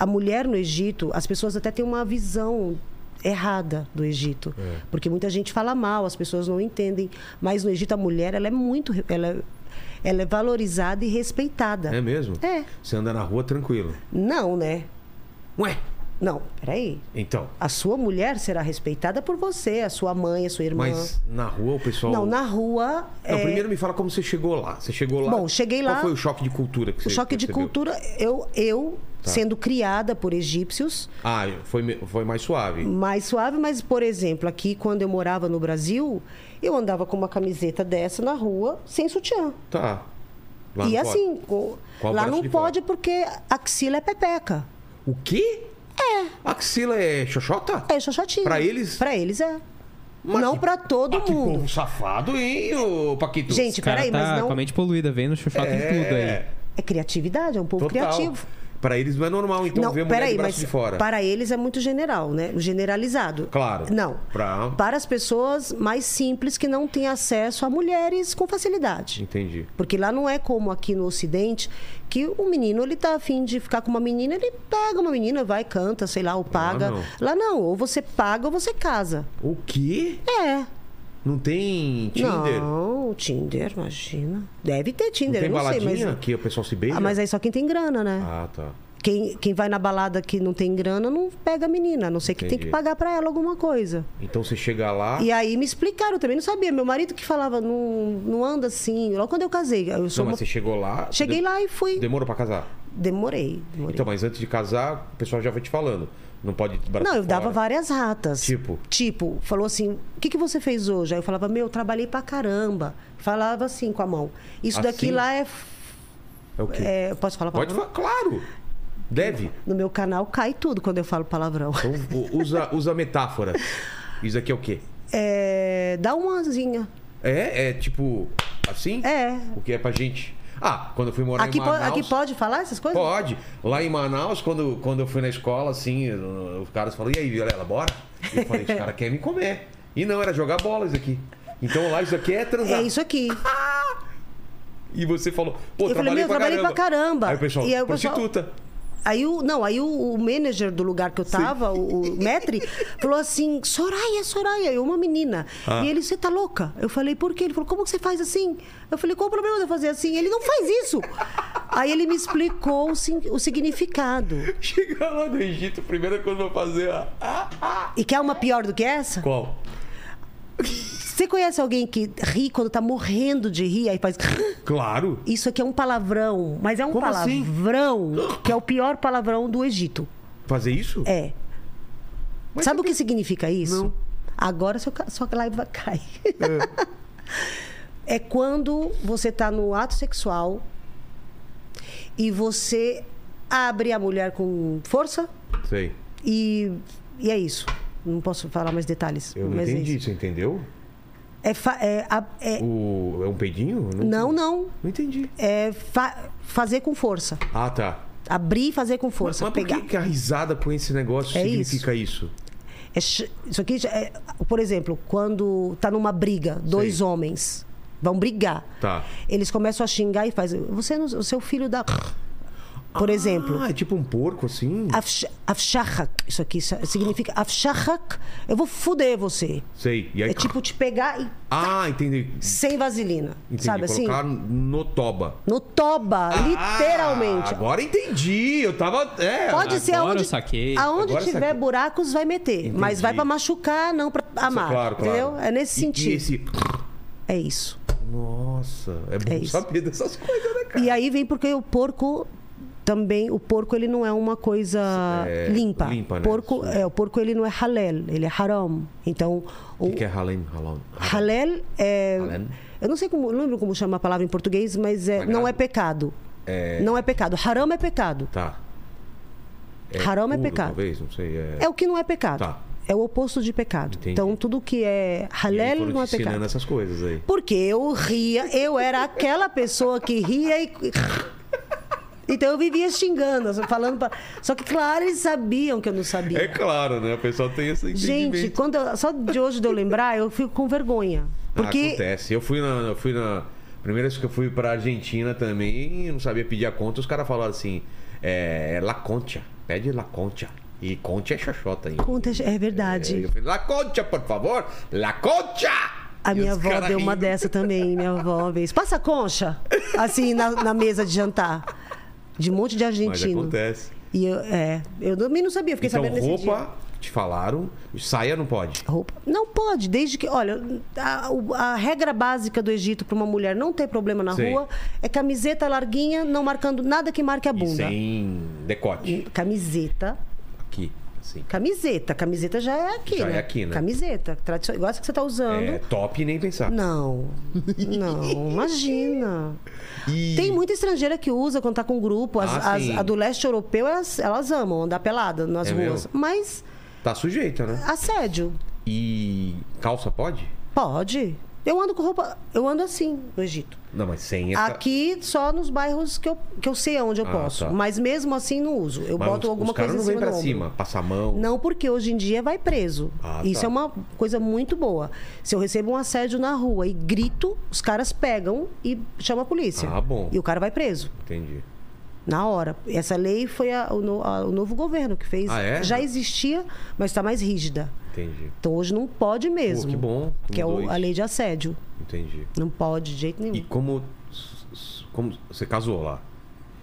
C: A mulher no Egito, as pessoas até têm uma visão errada do Egito,
A: É.
C: porque muita gente fala mal, as pessoas não entendem, mas no Egito a mulher ela é muito re- ela, ela é valorizada e respeitada.
A: É mesmo?
C: É.
A: Você anda na rua tranquilo.
C: Não, né?
A: Ué,
C: Não, peraí.
A: então.
C: A sua mulher será respeitada por você, a sua mãe, a sua irmã.
A: Mas na rua o pessoal.
C: Não, na rua.
A: Não,
C: é,
A: primeiro me fala como você chegou lá. Você chegou lá.
C: Bom, cheguei lá-
A: Qual foi o choque de cultura que você
C: O choque de
A: percebeu? Tá.
C: cultura, eu, eu sendo criada por egípcios,
A: Ah, foi, me- foi mais suave.
C: mais suave, mas, por exemplo, aqui quando eu morava no Brasil, eu andava com uma camiseta dessa na rua, sem sutiã.
A: Tá. Lá
C: e
A: não pode.
C: assim, co-
A: Com a
C: lá
A: parte
C: não
A: de
C: pode porque axila é pepeca.
A: O quê? É. Axila é xoxota?
C: É xoxotinho.
A: Pra eles?
C: Pra eles é.
A: Mas
C: não
A: que-
C: pra todo
A: Ah, que
C: mundo.
A: povo safado, hein, ô Paquito? É,
B: Esse
C: Gente,
B: cara
C: Tipo, peraí,
B: tá
C: mas não.
B: com a mente poluída, vendo xoxota em tudo aí.
C: É criatividade, é um povo
A: Total.
C: criativo.
A: Pra eles não é normal, então,
C: não,
A: ver a mulher
C: peraí,
A: de braço
C: mas
A: de fora.
C: para eles é muito general, né? Generalizado.
A: Claro.
C: Não.
A: Pra-
C: Para as pessoas mais simples que não têm acesso a mulheres com facilidade.
A: Entendi.
C: Porque lá não é como aqui no Ocidente, que o menino ele tá afim de ficar com uma menina, ele pega uma menina, vai, canta, sei lá, ou paga.
A: Ah, não.
C: Lá não, ou você paga ou você casa.
A: O quê?
C: É.
A: Não tem Tinder?
C: Não, Tinder, imagina. Deve ter
A: Não
C: Tinder,
A: tem
C: eu não sei,
A: baladinha
C: mas. é-
A: que o pessoal se beija?
C: Ah, mas aí só quem tem grana, né?
A: Ah, tá.
C: Quem, quem vai na balada que não tem grana não pega a menina, a não sei que tem
A: Entendi.
C: que pagar pra ela alguma coisa.
A: Então você chega lá.
C: E é aí me explicaram eu também, não sabia. Meu marido que falava, não, não anda assim. Logo quando eu casei, eu
A: Não,
C: sou
A: mas
C: uma-
A: você chegou lá.
C: Cheguei
A: de-
C: lá e fui.
A: Demorou pra casar.
C: Demorei. demorei.
A: Então, mas antes de casar, o pessoal já foi te falando. Não pode.
C: Não, eu dava várias ratas.
A: Tipo?
C: Tipo, falou assim: o que, que você fez hoje? Aí eu falava: meu, eu trabalhei pra caramba. Falava assim com a mão. Isso daqui
A: Assim?
C: lá é.
A: É o quê?
C: é, eu posso falar
A: Pode
C: palavrão?
A: falar, claro. Deve.
C: No meu canal cai tudo quando eu falo palavrão.
A: Então u- usa, usa metáfora. Isso aqui é o quê?
C: É, dá uma asinha.
A: É, é tipo assim?
C: É.
A: O que é pra gente? Ah, quando eu fui morar
C: Aqui,
A: em
C: po-
A: Manaus.
C: aqui pode falar essas coisas?
A: Pode. Lá em Manaus, quando, quando eu fui na escola, assim, eu- os caras falaram, e aí, Vilela, bora? E eu falei, os caras querem me comer. E não, era jogar bola isso aqui. Então lá isso aqui é transar.
C: É isso aqui.
A: E você falou, pô,
C: Eu falei,
A: trabalhei,
C: meu,
A: pra,
C: trabalhei
A: caramba.
C: pra caramba.
A: Aí o pessoal,
C: E aí o pessoal-
A: prostituta.
C: Aí o, não, aí o, o manager do lugar que eu tava, o, o Metri, falou assim: Soraya, Soraya, eu uma menina.
A: Ah.
C: E ele, você tá louca? Eu falei, por quê? Ele falou, como que você faz assim? Eu falei, qual o problema de eu fazer assim? Ele não faz isso. aí ele me explicou o, sin- o significado. [laughs]
A: Chega lá no Egito, a primeira coisa que eu vou fazer, ó. Ah,
C: E quer uma pior do que essa?
A: qual?
C: Você conhece alguém que ri quando tá morrendo de rir, aí faz. [laughs]
A: Claro.
C: Isso aqui é um palavrão, mas é um
A: Como assim?
C: palavrão que é o pior palavrão do Egito.
A: Fazer isso?
C: É.
A: Mas
C: Sabe o que significa isso?
A: Não.
C: Agora seu ca- sua live [laughs] vai cair. É. quando você está no ato sexual e você abre a mulher com força
A: Sei.
C: e, e é isso. Não posso falar mais detalhes.
A: Eu não
C: mas
A: entendi,
C: É, isso.
A: você entendeu?
C: É fa- é a- é-
A: O... É um peidinho?
C: não, não.
A: Não entendi.
C: É fa- fazer com força.
A: Ah, tá.
C: Abrir e fazer com
A: Mas
C: força.
A: por
C: pegar.
A: que, que a risada com esse negócio
C: É
A: significa isso?
C: É ch- isso aqui, já é- por exemplo, quando tá numa briga, dois
A: Sei.
C: homens vão brigar.
A: Tá.
C: Eles começam a xingar e fazem. Você não, o seu filho da. Por exemplo.
A: Ah, é tipo um porco assim?
C: afsh- Afshachak. Isso aqui sa- significa afshachak. Eu vou foder você.
A: Sei. E aí...
C: É tipo te pegar e
A: Ah, entendi.
C: sem vaselina.
A: Entendi.
C: Sabe assim?
A: Colocar no toba.
C: No toba,
A: Ah,
C: literalmente.
A: agora entendi. Eu tava. É,
C: Pode ser
B: agora
C: aonde,
B: eu saquei.
C: aonde
A: Agora eu
C: tiver
A: saquei.
C: buracos, vai meter. Mas vai pra machucar, não pra amar.
A: Claro, claro.
C: Entendeu? É nesse
A: E-
C: sentido.
A: E, esse...
C: É isso.
A: Nossa, é bom
C: É isso.
A: saber dessas coisas, né, cara?
C: E aí vem porque o porco também, o porco ele não é uma coisa
A: É,
C: limpa.
A: limpa, né?
C: porco, é, o porco ele não é halal, ele é haram. Então, o
A: O que, que é Halen? Halal?
C: halal é
A: Halal?
C: Eu não sei como, não lembro como chama a palavra em português, mas é, não
A: Sagrado.
C: é pecado. Não é pecado. Haram é pecado.
A: Tá.
C: haram é
A: puro,
C: pecado.
A: Talvez, não sei. É...
C: É o que não é pecado.
A: Tá.
C: É o oposto de pecado.
A: Entendi.
C: Então, tudo que é
A: E aí
C: halal
A: foram
C: não é
A: te ensinando
C: pecado.
A: essas coisas aí.
C: Porque eu ria, eu era aquela pessoa que ria e. Então eu vivia xingando, só falando pra... Só que, claro, eles sabiam que eu não sabia.
A: É claro, né? O pessoal tem esse entendimento.
C: Gente, quando eu- só de hoje de eu lembrar, eu fico com vergonha.
A: Ah,
C: Porque.
A: acontece. Eu fui na, eu fui na primeira vez que eu fui pra Argentina também, eu não sabia pedir a conta, os caras falaram assim, é, é La Concha, pede La Concha. E Concha é xoxota aí.
C: Conta- é verdade.
A: Eu falei, La Concha, por favor, La Concha!
C: A
A: E
C: minha
A: os
C: avó
A: caras
C: deu uma
A: rindo.
C: dessa também, minha avó uma vez. Passa a concha, assim, na, na mesa de jantar. De um monte de
A: Mas
C: argentino.
A: acontece.
C: E eu, é, eu também não sabia, fiquei
A: Então,
C: sabendo nesse dia.
A: roupa, te falaram, saia não pode.
C: Roupa. Não pode, desde que. Olha, a, o- a regra básica do Egito para uma mulher não ter problema na
A: Sim.
C: rua é camiseta larguinha, não marcando nada que marque a
A: E
C: bunda.
A: sem decote.
C: Camiseta.
A: Aqui, assim.
C: Camiseta. Camiseta já é aqui,
A: Já
C: né?
A: é aqui, né?
C: Camiseta. Tradicional. Igual essa que você tá usando.
A: É, top nem pensar.
C: Não. Não, imagina.
A: E-
C: Tem muita estrangeira que usa quando tá com grupo. As-
A: Ah,
C: as-
A: sim.
C: a do leste europeu, elas, elas amam andar pelada nas
A: É
C: ruas.
A: mesmo?
C: Mas
A: Tá sujeito, né?
C: assédio.
A: E calça pode?
C: Pode. Eu ando com roupa. Eu ando assim no Egito.
A: Não, mas sem essa...
C: Aqui só nos bairros que eu, que eu sei onde eu
A: Então- Ah,
C: posso.
A: tá.
C: Mas mesmo assim não uso. Eu
A: Mas
C: boto
A: os-
C: alguma
A: os caras
C: coisa em
A: não
C: cima
A: vêm
C: do
A: pra
C: ombro.
A: cima, passa a mão.
C: Não, porque hoje em dia vai preso.
A: Ah,
C: Isso
A: tá.
C: é uma coisa muito boa. Se eu recebo um assédio na rua e grito, os caras pegam e chamam a polícia.
A: Ah, bom.
C: E o cara vai preso.
A: Entendi.
C: Na hora. Essa lei foi a- o, no- a- o novo governo que fez.
A: Ah, é?
C: Já existia, mas está mais rígida.
A: Entendi.
C: Então hoje não pode mesmo.
A: Pô, que bom.
C: Que é o-
A: Mudou
C: a
A: isso.
C: lei de assédio.
A: Entendi.
C: Hum. Não pode de jeito nenhum.
A: E como, s- s- como. Você casou lá?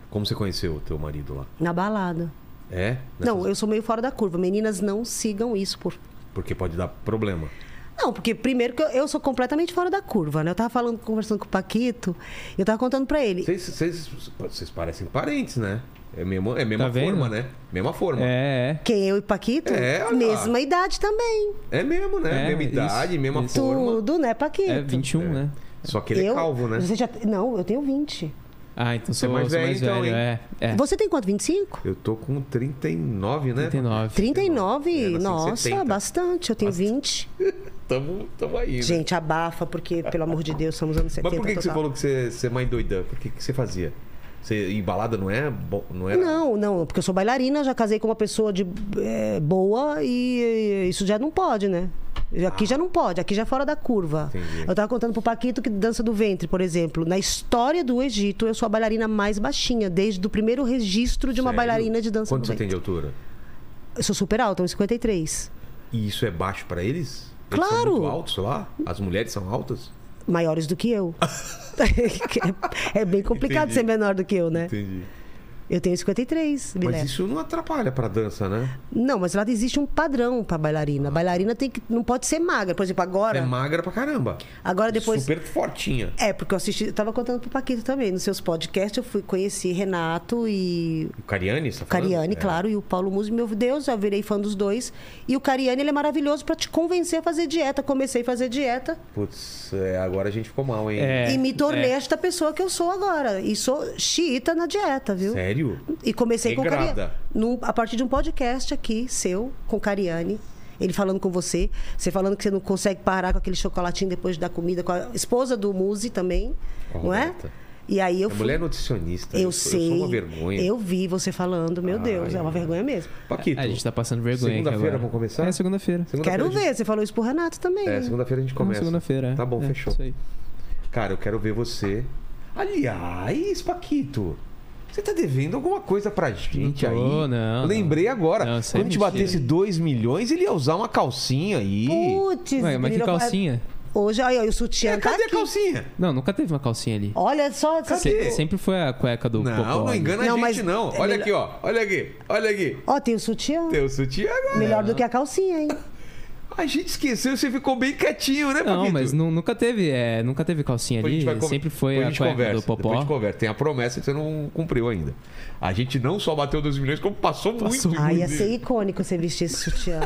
A: Como você conheceu o teu marido lá?
C: na balada.
A: É?
C: Não, eu sou meio fora da curva. Meninas, não sigam isso por.
A: Porque pode dar problema.
C: Não, porque primeiro que eu, eu sou completamente fora da curva, né? Eu tava falando, conversando com o Paquito, eu tava contando pra ele.
A: Vocês- Vocês vocês parecem parentes, né? É mesmo, é mesma
B: Tá vendo?
A: forma, né? Mesma forma. É,
B: É, é.
C: Quem eu e Paquito?
A: É, olha lá.
C: mesma idade também.
A: mesmo, né?
B: É,
A: mesma
B: isso,
A: idade, mesma
B: isso.
A: forma.
C: Tudo, né, Paquito?
B: É 21,
A: É.
B: né?
A: Só que ele é
C: Eu-
A: calvo, né?
C: Você já, não, eu tenho 20.
B: Ah, então
A: Você é
B: sou
A: mais
B: mais,
A: velho,
B: mais
A: então,
B: velho.
A: hein?
B: é, é.
C: Você tem quanto? 25?
A: Eu tô com 39, né?
B: 39.
C: 39?
A: É, nasci em
C: Nossa,
A: 70.
C: bastante. Eu tenho
A: Bastante.
C: 20.
A: Tamo, tamo aí, né?
C: Gente, abafa, porque, pelo amor de Deus, somos anos 70.
A: Mas por que, que você
C: total.
A: falou que você, você é mãe doidã? Por que, que você fazia? Você, e balada não é? bo- Não era?
C: Não, não, porque eu sou bailarina, já casei com uma pessoa de é, boa e, e isso já não pode, né? Aqui já não pode, aqui já é fora da curva.
A: Entendi.
C: Eu tava contando pro Paquito que dança do ventre, por exemplo. Na história do Egito, eu sou a bailarina mais baixinha, desde o primeiro registro de uma
A: Sério?
C: bailarina de dança
A: Quanto
C: do
A: você tem
C: ventre.
A: de altura?
C: Eu sou super alta, 1,53.
A: E isso é baixo pra eles? Eles
C: Claro!
A: São muito altos lá? As mulheres são altas?
C: Maiores do que eu. [laughs] é bem complicado
A: Entendi.
C: ser menor do que eu, né?
A: Entendi.
C: Eu tenho 53, Bilé.
A: Mas isso não atrapalha pra dança, né?
C: Não, mas lá existe um padrão pra bailarina. A bailarina tem que, não pode ser magra. Por exemplo, agora.
A: Ah. É magra pra caramba.
C: Agora depois.
A: Super fortinha.
C: É, porque eu assisti, eu tava contando pro Paquito também, nos seus podcasts, eu fui conheci Renato e
A: O Cariani, você tá
C: o Cariani,
A: falando? É.
C: claro, e o Paulo Musi, meu Deus, eu virei fã dos dois. E o Cariani, ele é maravilhoso pra te convencer a fazer dieta. Comecei a fazer dieta
A: Putz, é, agora a gente ficou mal, hein?
B: É,
C: e me
B: é.
C: tornei esta pessoa que eu sou agora. E sou xiita na dieta, viu?
A: Sério?
C: E comecei com o
A: Regrada.
C: Cariani. Num- a partir de um podcast aqui, seu, com o Cariani. Ele falando com você, você falando que você não consegue parar com aquele chocolatinho depois da comida, com a esposa do Muzi também,
A: Com a
C: não é?
A: Roberta.
C: E aí
A: A
C: eu fui.
A: mulher é nutricionista.
C: eu,
A: sou-
C: sei.
A: Eu sou uma vergonha.
C: Eu vi você falando, meu
A: Ai,
C: Deus, é uma
A: ai.
C: vergonha mesmo.
A: Paquito. tá
B: A gente tá passando vergonha aqui
A: Ah, Segunda-feira
B: agora.
A: vamos começar?
B: É, segunda-feira.
A: segunda-feira
C: Quero
A: a gente-
C: ver, você falou isso pro Renato também.
A: É,
C: né?
A: segunda-feira a gente
B: Vamos
A: começa.
B: segunda-feira. é.
A: Tá bom,
B: É,
A: fechou.
B: Isso aí.
A: Cara, eu quero ver você. Aliás, Paquito, você tá devendo alguma coisa pra gente
B: Não tô,
A: aí?
B: não,
A: Lembrei agora.
B: Não, isso é
A: Quando te
B: mentira.
A: batesse 2 milhões, ele ia usar uma calcinha aí.
C: Putz,
B: Ué, mas que
C: menino,
B: calcinha?
C: Hoje, olha, o
A: É,
C: sutiã tá
A: cadê a
C: aqui.
A: calcinha?
B: Não, nunca teve uma calcinha ali.
C: Olha só, tá
A: Cadê?
C: aqui.
B: Se- sempre foi a cueca do
A: Não,
B: Popó.
A: não
B: ali.
A: engana
C: Não,
A: a
C: mas
A: gente, não.
C: é
A: Olha
C: melhor-
A: aqui, ó. Olha aqui, olha aqui.
C: Ó, tem o sutiã.
A: Teu sutiã agora.
C: Melhor do que a calcinha, hein?
A: A gente esqueceu, você ficou bem quietinho, né, Paquito?
B: Não, mas nu- nunca teve, é, nunca teve calcinha
A: Depois a
B: ali.
A: gente vai con-
B: Sempre foi
A: depois
B: a cueca do
A: Depois a gente
B: Popó.
A: conversa. Tem a promessa que você não cumpriu ainda. A gente não só bateu 2 milhões, como passou,
B: Passou
A: muito.
C: Ah, ia
A: inclusive.
C: ser icônico você vestir esse sutiã.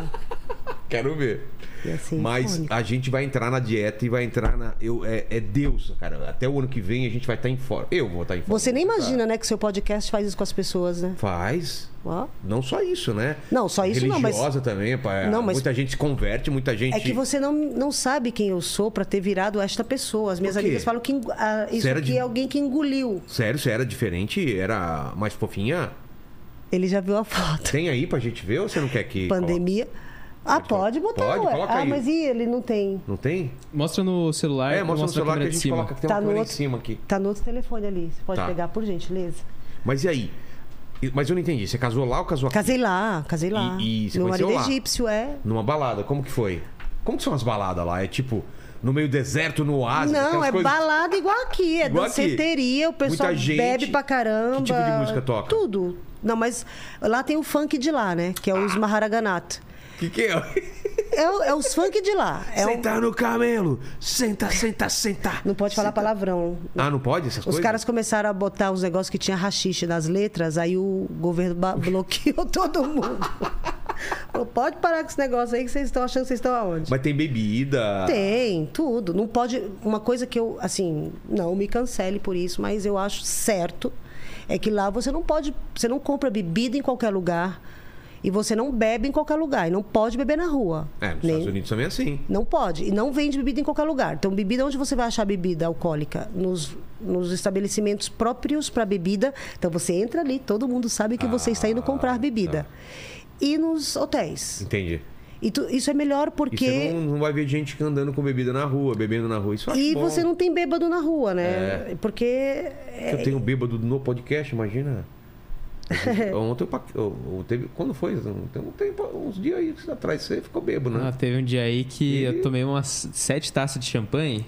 A: Quero ver.
C: Ia ser
A: Mas
C: icônico.
A: a gente vai entrar na dieta e vai entrar na. Eu, é, é Deus, cara. Até o ano que vem a gente vai estar em forma. Eu vou estar em forma.
C: Você nem imagina, né, que seu podcast faz isso com as pessoas, né?
A: Faz.
C: Ó.
A: Não só isso, né?
C: Não, só isso não, mas-
A: Religiosa também, pá.
C: Não, mas-
A: Muita gente se converte, muita gente.
C: É que você não, não sabe quem eu sou pra ter virado esta pessoa. As minhas
A: Por quê?
C: amigas falam que engo- ah, isso
A: Você era
C: aqui
A: de-
C: é alguém que engoliu.
A: Sério, você era diferente? Era mais fofinha?
C: Ele já viu a foto.
A: Tem aí pra gente ver ou você não quer que.
C: [laughs] Pandemia. Ah, pode botar.
A: Pode,
C: ué.
A: coloca
C: ah,
A: aí.
C: mas e ele não tem?
A: Não tem?
B: Mostra no celular,
A: É, mostra no celular
B: a
A: que
B: câmera
A: a
B: de
A: gente
B: cima.
A: coloca que tem
C: Tá
A: uma
C: no
A: câmera
C: outro-
A: em cima aqui.
C: Tá no outro telefone ali. Você pode
A: Tá.
C: pegar, por gentileza.
A: Mas e aí? E- Mas eu não entendi. Você casou lá ou casou aqui?
C: Casei lá, casei lá.
A: E- e você
C: Meu marido é
A: conheceu lá?
C: egípcio, é.
A: Numa balada, como que foi? Como que são as baladas lá? É tipo, no meio do deserto, no oásis?
C: Não,
A: aquelas
C: é
A: coisas-
C: balada igual aqui, é
A: Igual aqui.
C: danceteria, o pessoal
A: Muita gente.
C: bebe pra caramba.
A: Que tipo de música toca?
C: Tudo. Não, mas lá tem o funk de lá, né? Que é
A: Ah.
C: os Maharaganato.
A: Que que é?
C: É, o- é os funk
A: [laughs]
C: de lá. É o-
A: Senta no camelo. Senta, senta, senta.
C: Não pode falar palavrão.
A: Ah, não pode essas
C: Os
A: coisas?
C: caras começaram a botar uns negócios que tinha rachixe nas letras, aí o governo ba- bloqueou [laughs] todo
A: [laughs]
C: mundo. Falou, pode parar com esse negócio aí que vocês estão achando que vocês estão aonde?
A: Mas tem bebida.
C: Tem, tudo. Não pode. Uma coisa que eu, assim, não me cancele por isso, mas eu acho certo é que lá você não pode. Você não compra bebida em qualquer lugar e você não bebe em qualquer lugar. E não pode beber na rua.
A: É, nos
C: Nem-
A: Estados Unidos também é assim.
C: Não pode. E não vende bebida em qualquer lugar. Então, bebida, onde você vai achar bebida alcoólica? Nos, nos estabelecimentos próprios para bebida. Então, você entra ali, todo mundo sabe que você está indo
A: Ah,
C: comprar bebida.
A: tá.
C: E nos hotéis.
A: Entendi.
C: E tu- isso é melhor
A: E
C: porque.
A: você não, não vai ver gente andando com bebida na rua, bebendo na rua. Isso eu acho
C: E
A: bom.
C: você não tem bêbado na rua, né? Porque. é,
A: Eu tenho bêbado no podcast,
C: [laughs]
A: imagina. Ontem eu, pa- eu, eu teve, quando foi? Tem um tempo, uns dias aí atrás você ficou bêbado, né?
B: Ah, teve um dia aí que
A: E- [laughs]
B: eu tomei umas sete taças de champanhe.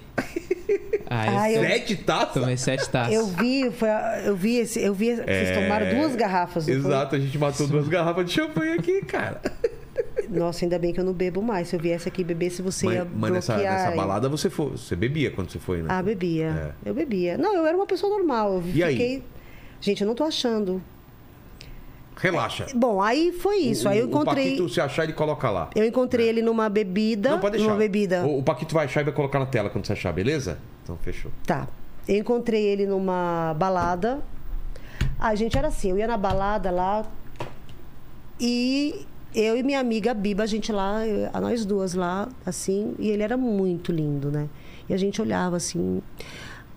B: Ah, eu,
A: Sete taças?
B: tomei sete taças.
C: Eu vi, foi, a- eu vi esse, eu vi, vocês tomaram duas garrafas. não foi?
A: É. Exato, a gente matou duas garrafas de champanhe aqui, cara.
C: Nossa, ainda bem que eu não bebo mais. Se eu viesse aqui beber, se você ia
A: Mas, mas nessa,
C: é bloquear.
A: nessa
C: eu-
A: balada você foi, você bebia quando você foi, né?
C: Ah, bebia. Eu bebia. Não, eu era uma pessoa normal. Eu
A: E aí?
C: fiquei. Gente, eu não tô achando.
A: Relaxa.
C: Bom, aí foi É, isso. aí eu
A: O- O
C: encontrei.
A: Paquito, se achar, ele coloca lá.
C: Eu encontrei ele numa bebida.
A: Não, pode deixar.
C: Numa bebida.
A: O, o Paquito vai achar e vai colocar na tela quando você achar, beleza? Então, fechou.
C: Tá. Eu encontrei ele numa balada. A gente era assim, eu ia na balada lá e eu e minha amiga Biba, a gente lá, eu- a nós duas lá, assim, e ele era muito lindo, né? E a gente olhava assim,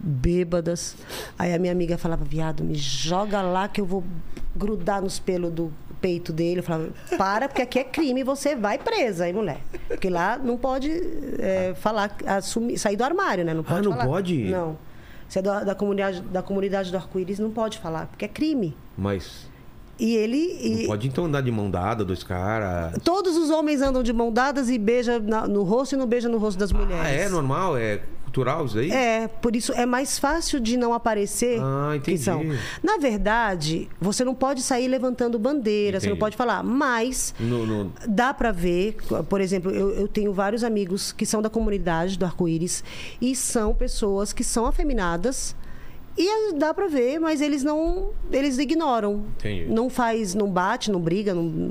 C: bêbadas. Aí a minha amiga falava, viado, me joga lá que eu vou grudar nos pelos do peito dele. Eu falava, para, porque aqui é crime, você vai presa, aí, mulher. Porque lá não pode é, falar, assumir, sair do armário, né? Não pode
D: não
C: falar.
D: pode?
C: Não. Você é da, da comunidade, da comunidade do arco-íris, não pode falar, porque é crime.
A: Mas
C: E ele. e-
A: não pode então andar de mão dada, dois caras.
C: Todos os homens andam de mão dadas e beija na- no rosto e não beija no rosto das mulheres.
A: Ah, é normal? É cultural isso aí?
C: É, por isso é mais fácil de não aparecer.
A: Ah,
C: que
A: entendi.
C: são. Na verdade, você não pode sair levantando bandeira, você não
A: Entendi.
C: pode falar, mas
A: No- no-
C: dá pra ver, por exemplo, eu, eu tenho vários amigos que são da comunidade do arco-íris e são pessoas que são afeminadas. E dá pra ver, mas eles não. Eles ignoram.
A: Entendi.
C: Não faz, não bate, não briga, não-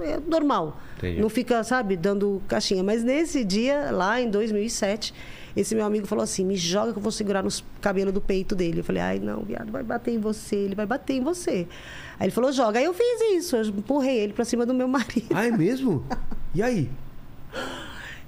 C: é normal.
A: Entendi.
C: Não fica, sabe, dando caixinha. Mas nesse dia, lá em 2007, esse meu amigo falou assim: me joga que eu vou segurar nos cabelos do peito dele. Eu falei: ai, não, viado, vai bater em você, ele vai bater em você. Aí ele falou: joga. Aí eu fiz isso, eu empurrei ele pra cima do meu [laughs] marido.
D: Ah, é mesmo? E aí?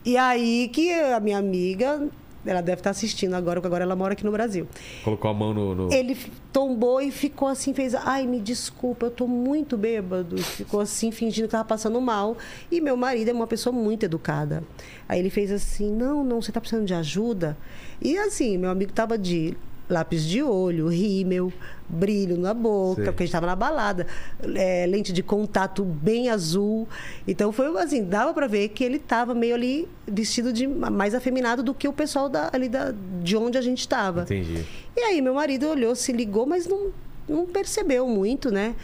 C: E aí que a minha amiga, ela deve estar assistindo agora, porque agora ela mora aqui no Brasil.
A: Colocou a mão no. no-
C: Ele f- tombou e ficou assim, fez, ai, me desculpa, eu tô muito bêbado. E Ficou assim, fingindo que tava passando mal. E meu marido é uma pessoa muito educada. Aí ele fez assim, não, não, você tá precisando de ajuda? E assim, meu amigo tava de lápis de olho, rímel, brilho na boca,
A: Sei.
C: porque a gente tava na balada, é, lente de contato bem azul. Então foi assim, dava pra ver que ele tava meio ali vestido de mais afeminado do que o pessoal da- ali da, de onde a gente tava.
A: Entendi.
C: E aí meu marido olhou, se ligou, mas não, não percebeu muito, né?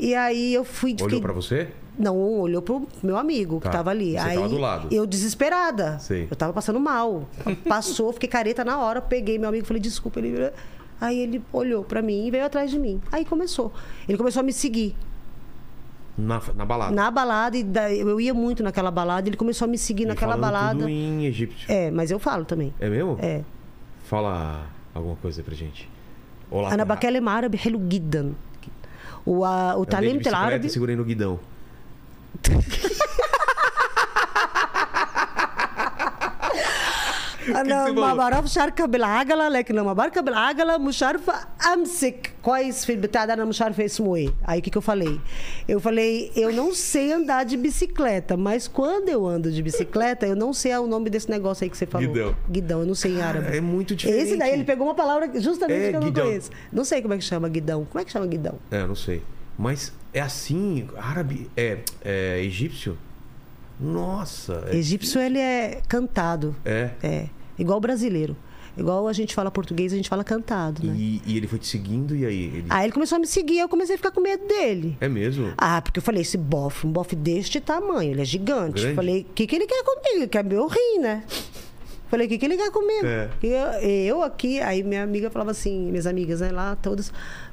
C: E aí eu fui.
A: Olhou
C: fiquei-
A: pra você?
C: Não, olhou pro meu amigo que
A: Tá.
C: tava ali.
A: Você
C: aí
A: tava do lado.
C: eu desesperada.
A: Sei.
C: Eu tava passando mal. Passou, fiquei careta na hora, peguei meu amigo, falei desculpa, ele Aí ele olhou pra mim e veio atrás de mim. Aí começou. Ele começou a me seguir
A: Na, na balada.
C: na balada e daí- eu ia muito naquela balada, ele começou a me seguir
A: E
C: naquela
A: falando
C: balada.
A: Tudo em egípcio.
C: É, mas eu falo também.
A: É mesmo?
C: É.
A: Fala alguma coisa pra gente. Olá, tá.
C: Ana
A: terra.
C: Bakelem Árabe Helugidan. O, a,
A: Eu
C: o
A: andei de
C: Talem tá Tel
A: bicicleta
C: Árabe.
A: e Segurei no guidão.
C: انا
A: كسبوا.
C: ما بعرفش اركب العجله لكن لما بركب العجله مش عارفه امسك كويس في البتاع ده انا مش عارفه اسمه ايه aí o que que eu falei eu falei eu não sei andar de bicicleta mas quando eu ando de bicicleta eu não sei o nome desse negócio aí que você falou
A: Guidão.
C: guidão eu não sei em árabe
A: é muito diferente.
C: esse daí ele pegou uma palavra justamente
A: É,
C: que eu não
A: guidão.
C: conheço não sei como é que chama guidão como é que chama guidão
A: É, eu não sei. Mas é assim, árabe. É, é egípcio? Nossa. é-
C: egípcio ele é cantado
A: É.
C: é igual brasileiro igual a gente fala português a gente fala cantado né
A: E, e ele foi te seguindo e aí? Ele...
C: Aí ele começou a me seguir, eu comecei a ficar com medo dele.
A: É mesmo?
C: Ah, porque eu falei, esse bofe, um bofe deste tamanho, ele é gigante.
A: Grande.
C: Falei, o que, que ele quer comigo? Ele quer meu rim, né? Falei, o que, que ele quer comigo?
A: É.
C: E Eu, eu aqui, aí minha amiga falava assim, minhas amigas, né, lá todas,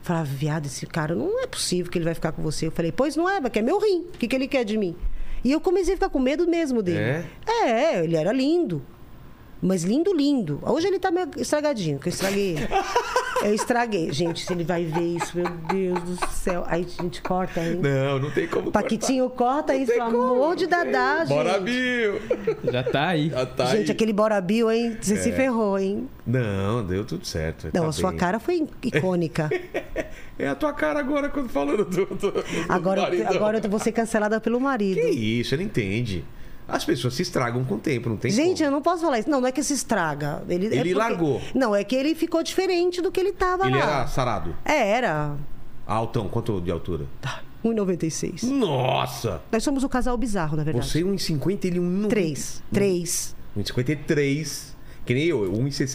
C: falava, viado, esse cara não é possível que ele vai ficar com você. Eu falei, pois não é, mas quer meu rim, o que, que ele quer de mim? E eu comecei a ficar com medo mesmo dele.
A: É?
C: é ele era lindo. Mas lindo, lindo. Hoje ele tá meio estragadinho, que eu estraguei.
A: [laughs]
C: ele. Eu estraguei. Gente, se ele vai ver isso, meu Deus do céu. Aí a gente corta, hein?
A: Não, não tem como.
C: Paquitinho, corta isso, pelo amor de Dadá, gente.
A: Bora, Bill!
B: Já tá aí.
A: Já tá
C: Gente,
A: aí.
C: aquele Bora Bill, hein? Você
A: É.
C: se ferrou, hein?
A: Não, deu tudo certo.
C: Não,
A: tá
C: a sua
A: bem.
C: cara
A: [laughs]
C: foi icônica.
A: É a tua cara agora quando falando do. do- do
C: Agora,
A: maridão.
C: agora eu vou ser cancelada pelo marido.
A: Que isso, ele entende. As pessoas se estragam com o tempo, não tem
C: Gente,
A: como.
C: eu não posso falar isso. Não, não é que se estraga. Ele, é
A: Ele largou.
C: Não, é que ele ficou diferente do que ele tava
A: Ele
C: lá.
A: era sarado.
C: É, era.
A: Altão, quanto de altura?
C: Tá
A: Hum.
C: 1,96.
A: Nossa! é um
C: Nós somos um o casal bizarro, na verdade.
A: Você 1,50 ele 1,93.
C: Três. Três.
A: 1,53. Que nem eu,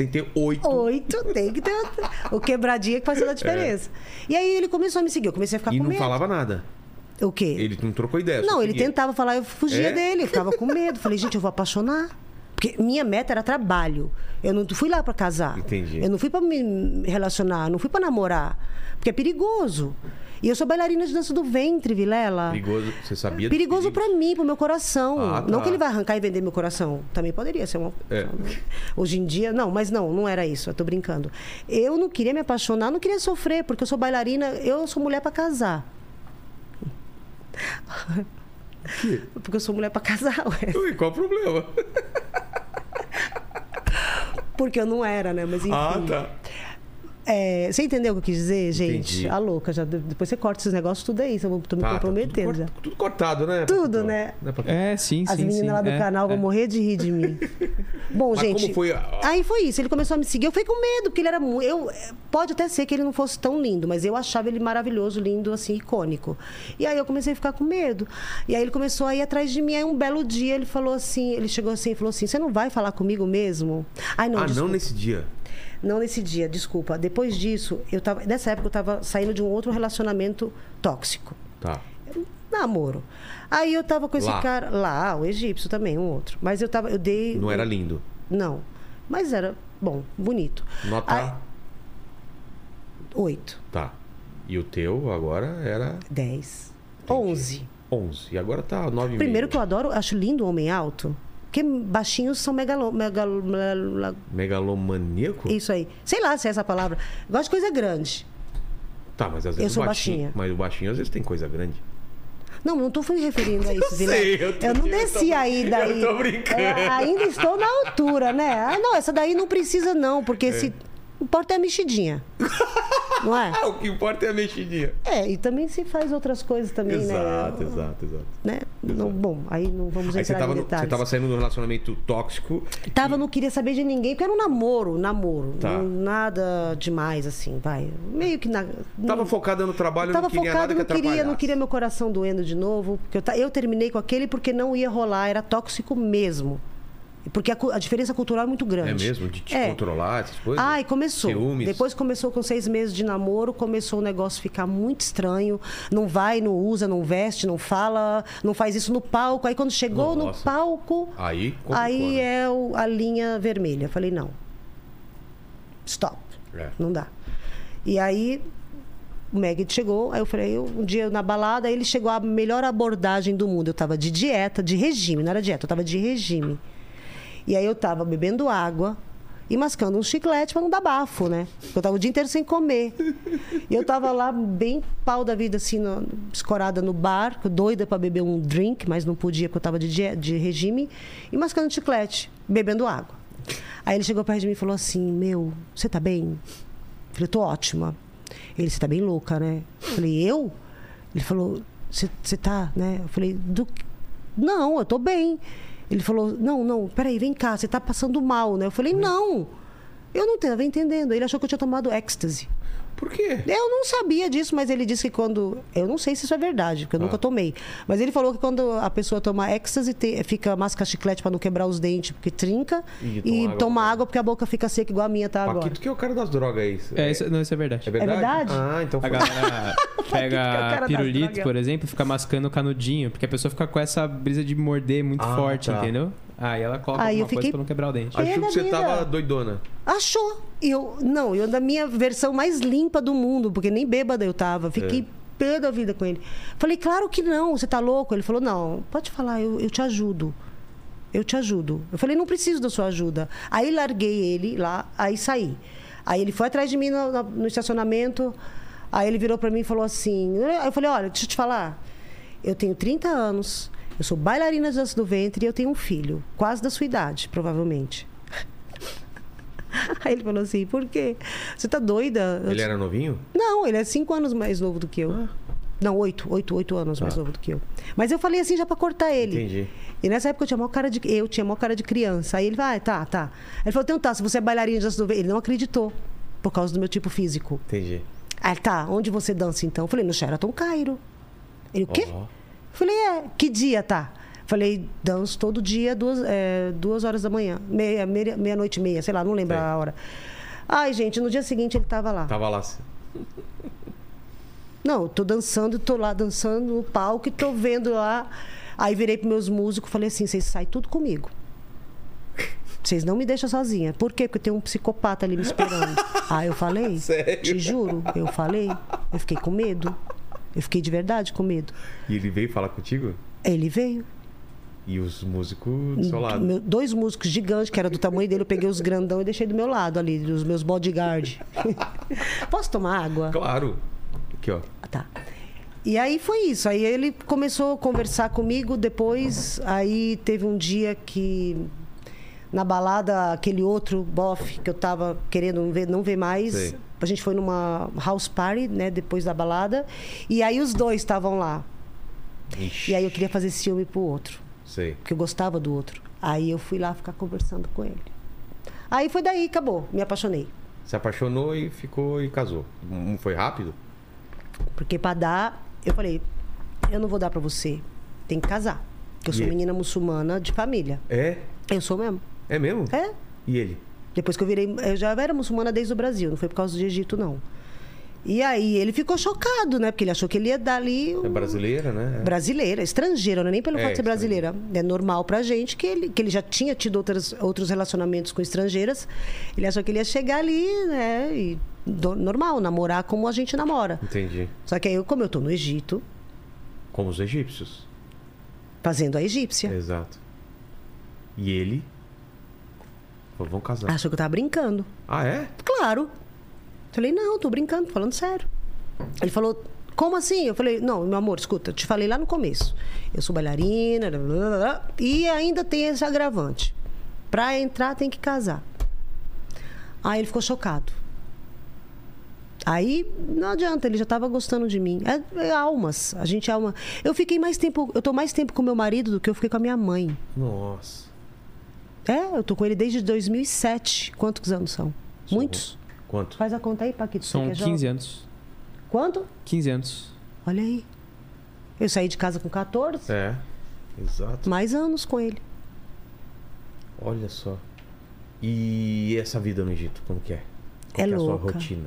A: 1,68.
C: Oito, tem que ter o quebradinha que faz
A: [laughs]
C: toda a diferença. E aí ele começou a me seguir, eu comecei a ficar
A: É. E
C: com
A: não
C: medo.
A: falava nada.
C: O quê?
A: Ele não trocou ideia. só
C: tá Não, ele
A: seguia.
C: tentava falar, eu fugia
A: É?
C: dele, eu ficava com medo. Falei, gente, eu vou apaixonar. Porque minha meta era trabalho. Eu não fui lá pra casar.
A: Entendi.
C: Eu não fui pra me relacionar, não fui pra namorar. Porque é perigoso. E eu sou bailarina de dança do ventre, Vilela.
A: Perigoso, você sabia? dos
C: Perigoso
A: perigos?
C: pra mim, pro meu coração.
A: Ah, tá.
C: Não que ele vai arrancar e vender meu coração. Também poderia ser uma.
A: É.
C: [laughs] Hoje em dia, não, mas não, não era isso. Eu tô brincando. Eu não queria me apaixonar, não queria sofrer, porque eu sou bailarina, eu sou mulher pra casar. [laughs] Porque eu sou mulher pra casar, [laughs] ué.
A: Ui, qual o problema?
C: Porque eu não era, né? Mas enfim.
A: Ah, tá.
C: É, você entendeu o que eu quis dizer, gente?
A: Entendi.
C: A louca, já, depois você corta esses negócios tudo aí, então eu tô me
A: Tá, tá
C: comprometendo.
A: tudo,
C: já.
A: cort- tudo cortado, né?
C: Tudo,
A: Patrícia?
C: né?
A: Não é pra-
B: É, sim,
C: As
B: sim.
C: meninas
B: sim.
C: lá do
B: É,
C: canal vão
B: é.
C: morrer de rir de
A: [laughs]
C: mim. Bom,
A: Mas
C: gente.
A: como foi a-
C: Aí foi isso. Ele começou a me seguir. Eu fiquei com medo, porque ele era muito. Eu... é, Pode até ser que ele não fosse tão lindo, mas eu achava ele maravilhoso, lindo, assim, icônico. E aí eu comecei a ficar com medo. E aí ele começou a ir atrás de mim. Aí um belo dia ele falou assim: ele chegou assim e falou assim: Você não vai falar comigo mesmo? Ai, não,
A: ah, não
C: desculpa.
A: nesse dia.
C: Não nesse dia, desculpa. Depois disso, eu tava. Nessa época eu tava saindo de um outro relacionamento tóxico
A: Tá.
C: um namoro. Aí eu tava com esse
A: Lá.
C: cara lá, o egípcio também, um outro. Mas eu tava, eu dei
A: Não era lindo.
C: não. Mas era bom, bonito.
A: Nota.
C: Aí- Oito,
A: Tá. E o teu agora era
C: dez, onze.
A: 11. E agora tá 9
C: Primeiro que eu adoro, acho lindo o homem alto. Porque baixinhos são megalo, megalo, megalo-
A: Megalomaníaco?
C: isso aí. Sei lá se é essa palavra. Eu gosto de coisa grande.
A: Tá, mas às vezes
C: Eu sou
A: o baixinho.
C: baixinha.
A: Mas o baixinho às vezes tem coisa grande.
C: Não, não tô me referindo a isso, Vilé.
A: sei, eu tô-
C: não
A: eu tô-
C: desci aí daí.
A: eu tô brincando.
C: É, ainda estou na altura, né? Ah, não, essa daí não precisa não, porque se o porta é a mexidinha. Não é?
A: o que importa é a mexidinha.
C: É, e também se faz outras coisas também,
A: Exato,
C: né?
A: exato, exato.
C: Né? Não, bom, aí não vamos
A: Aí você
C: entrar
A: tava,
C: em
A: no- você
C: detalhes.
A: tava saindo de um relacionamento tóxico.
C: Tava, não queria saber de ninguém, porque era um namoro, namoro.
A: Tá.
C: Não- nada demais, assim, vai. Meio que na.
A: Tava
C: não-
A: focada no trabalho,
C: Hum. Tava
A: não queria nada
C: focado, não
A: que
C: queria, não
A: atrapalhasse. É
C: queria meu coração doendo de novo. Porque eu, ta- eu terminei com aquele porque não ia rolar, era tóxico mesmo. Porque a, cu- a diferença cultural é muito
A: É
C: grande.
A: mesmo? De te
C: É.
A: controlar, essas coisas?
C: Ai, começou.
A: Ciúmes.
C: Depois começou com seis meses de namoro, começou o negócio ficar muito estranho. Não vai, não usa, não veste, não fala, não faz isso no palco. Aí quando chegou
A: Nossa.
C: no palco,
A: Aí complicou,
C: aí
A: né?
C: é o- a linha vermelha. Eu Falei, não. Stop.
A: É.
C: Não dá. E aí o Maggie chegou, aí eu falei, eu, um dia na balada, aí ele chegou a melhor abordagem do mundo. Eu tava de dieta, de regime, não era dieta, eu tava de regime. E aí eu tava bebendo água e mascando um chiclete pra não dar bafo, né? Porque Eu tava o dia inteiro sem comer. E eu tava lá bem pau da vida, assim, no- escorada no bar, doida pra beber um drink, mas não podia porque eu tava de, die- de regime, e mascando um chiclete, bebendo água. Aí ele chegou perto de mim e falou assim, meu, você tá bem? Eu Falei, tô ótima. Ele, você tá bem louca, né? Eu Falei, eu? Ele falou, você você tá, né? Eu falei, do que- Não, eu tô bem. Ele falou, não, não, peraí, vem cá, você tá passando mal, né? Eu falei, não. Eu não tava entendendo. Ele achou que eu tinha tomado êxtase.
A: Por quê?
C: Eu não sabia disso, mas ele disse que quando. Eu não sei se isso é verdade, porque eu
A: Ah.
C: nunca tomei. Mas ele falou que quando a pessoa toma êxtase, te- fica masca chiclete pra não quebrar os dentes, porque trinca.
A: E toma
C: E,
A: água.
C: toma água porque a boca fica seca, igual a minha tá agora.
A: Paquito que é o cara das drogas aí.
B: É, isso, não, isso é verdade.
A: É verdade?
C: É verdade?
A: Ah, então
B: A
A: foi.
B: galera
C: [laughs] cara
B: pega
C: das
B: pirulito,
C: drogas.
B: por exemplo, e fica mascando o canudinho, porque a pessoa fica com essa brisa de morder muito
A: Ah,
B: forte,
A: tá.
B: entendeu? Aí ela coloca
C: Aí eu
B: alguma coisa
C: fiquei-
B: pra não quebrar o dente.
C: Ai.
A: Achou
C: Pega
A: que você
C: a
A: tava
C: vida.
A: doidona.
C: Achou. Eu, não, eu da minha versão mais limpa do mundo, porque nem bêbada eu tava. Fiquei
A: É.
C: pé da vida com ele. Falei, claro que não, você tá louco? Ele falou, não, pode falar, eu, eu te ajudo. Eu te ajudo. Eu falei, não preciso da sua ajuda. Aí larguei ele lá, aí saí. Aí ele foi atrás de mim no, na- no estacionamento, aí ele virou pra mim e falou assim. Aí eu falei, olha, deixa eu te falar. Eu tenho 30 anos, eu sou bailarina de dança do ventre e eu tenho um filho, quase da sua idade, provavelmente. [laughs] Aí ele falou assim, por quê? Você tá doida? Eu
A: Ele era novinho?
C: não, ele é cinco anos mais novo do que eu.
A: Ah.
C: Não, oito, oito, oito anos mais novo do que eu. Mas eu falei assim já pra cortar ele.
A: Entendi.
C: E nessa época eu tinha maior cara de. Eu tinha maior cara de criança. Aí ele vai, ah, tá, tá. Ele falou, então tá, se você é bailarina de dança do ventre. Ele não acreditou, por causa do meu tipo físico.
A: Entendi.
C: Ah, tá, onde você dança então? Eu falei, no Sheraton Cairo. Ele, o quê?
A: Ó.
C: Eu Falei, é, que dia tá? Eu Falei, danço todo dia, duas, é, duas horas da manhã. Meia- meia- Meia-noite e meia, sei lá, não lembro
A: Sei. Tá
C: a hora. Ai, gente, no dia seguinte ele tava lá.
A: Tava lá.
C: Não, eu tô dançando, tô lá dançando no palco e tô vendo lá. Aí virei pros meus músicos e falei assim: vocês saem tudo comigo. [laughs] Vocês não me deixam sozinha. Por quê? Porque tem um psicopata ali me esperando. Ah, eu falei?
A: Sério?
C: Te juro, eu falei. Eu fiquei com medo. Eu fiquei de verdade com medo.
A: E ele veio falar contigo?
C: Ele veio.
A: E os músicos do seu lado.
C: Meu- dois músicos gigantes, que era do tamanho dele, eu peguei os grandão e deixei do meu lado ali, dos meus bodyguard. [laughs] Posso tomar água?
A: Claro. Aqui, ó.
C: Ah, Tá. E aí foi isso. Aí ele começou a conversar comigo. Depois, aí teve um dia que na balada aquele outro bofe que eu tava querendo ver- não ver mais.
A: Sei.
C: A gente foi numa house party, né, depois da balada. E aí os dois estavam lá.
A: Ixi,
C: E aí eu queria fazer ciúme pro outro,
A: Sei.
C: porque eu gostava do outro. Aí eu fui lá ficar conversando com ele. Aí foi daí, acabou. Me apaixonei.
A: Se apaixonou e ficou e casou. Não foi rápido?
C: Porque pra dar, eu falei, eu não vou dar pra você. Tem que casar. Porque eu sou
A: E-
C: menina muçulmana de família.
A: É?
C: Eu sou mesmo.
A: É mesmo?
C: É.
A: E ele?
C: Depois que eu virei. Eu já era muçulmana desde o Brasil, não foi por causa do Egito, não. E aí ele ficou chocado, né? Porque ele achou que ele ia dar ali.
A: É
C: um-
A: brasileira, né?
C: Brasileira, estrangeira, não é nem pelo
A: É,
C: fato de ser brasileira. É normal pra gente que ele, que ele já tinha tido outras, outros relacionamentos com estrangeiras. Ele achou que ele ia chegar ali, né? E do- normal, namorar como a gente namora.
A: Entendi.
C: Só que aí, eu, como eu tô no Egito,
A: Como os egípcios.
C: fazendo a egípcia.
A: Exato. E ele? Falou, vamos casar.
C: Achou que eu tava brincando.
A: Ah, é?
C: Claro. Falei, não, tô brincando, tô falando sério. Ele falou, como assim? Eu falei, não, meu amor, escuta, eu te falei lá no começo. Eu sou bailarina, blá, blá, blá, blá, e ainda tem esse agravante. Pra entrar tem que casar. Aí ele ficou chocado. Aí não adianta, ele já estava gostando de mim. É, é almas, a gente é alma. Eu fiquei mais tempo, eu tô mais tempo com meu marido do que eu fiquei com a minha mãe.
A: Nossa.
C: É, eu tô com ele desde 2007. Quantos anos são?
A: Sou-
C: Muitos?
A: Quanto?
C: Faz a conta aí, Paquito.
B: São
C: você que é
B: 15
C: jovem.
B: anos.
C: Quanto?
B: 15 anos.
C: Olha aí. Eu saí de casa com 14,
A: É. Exato.
C: mais anos com ele.
A: Olha só. E essa vida no Egito, como que é? Qual
C: É
A: que é a sua
C: louca.
A: rotina?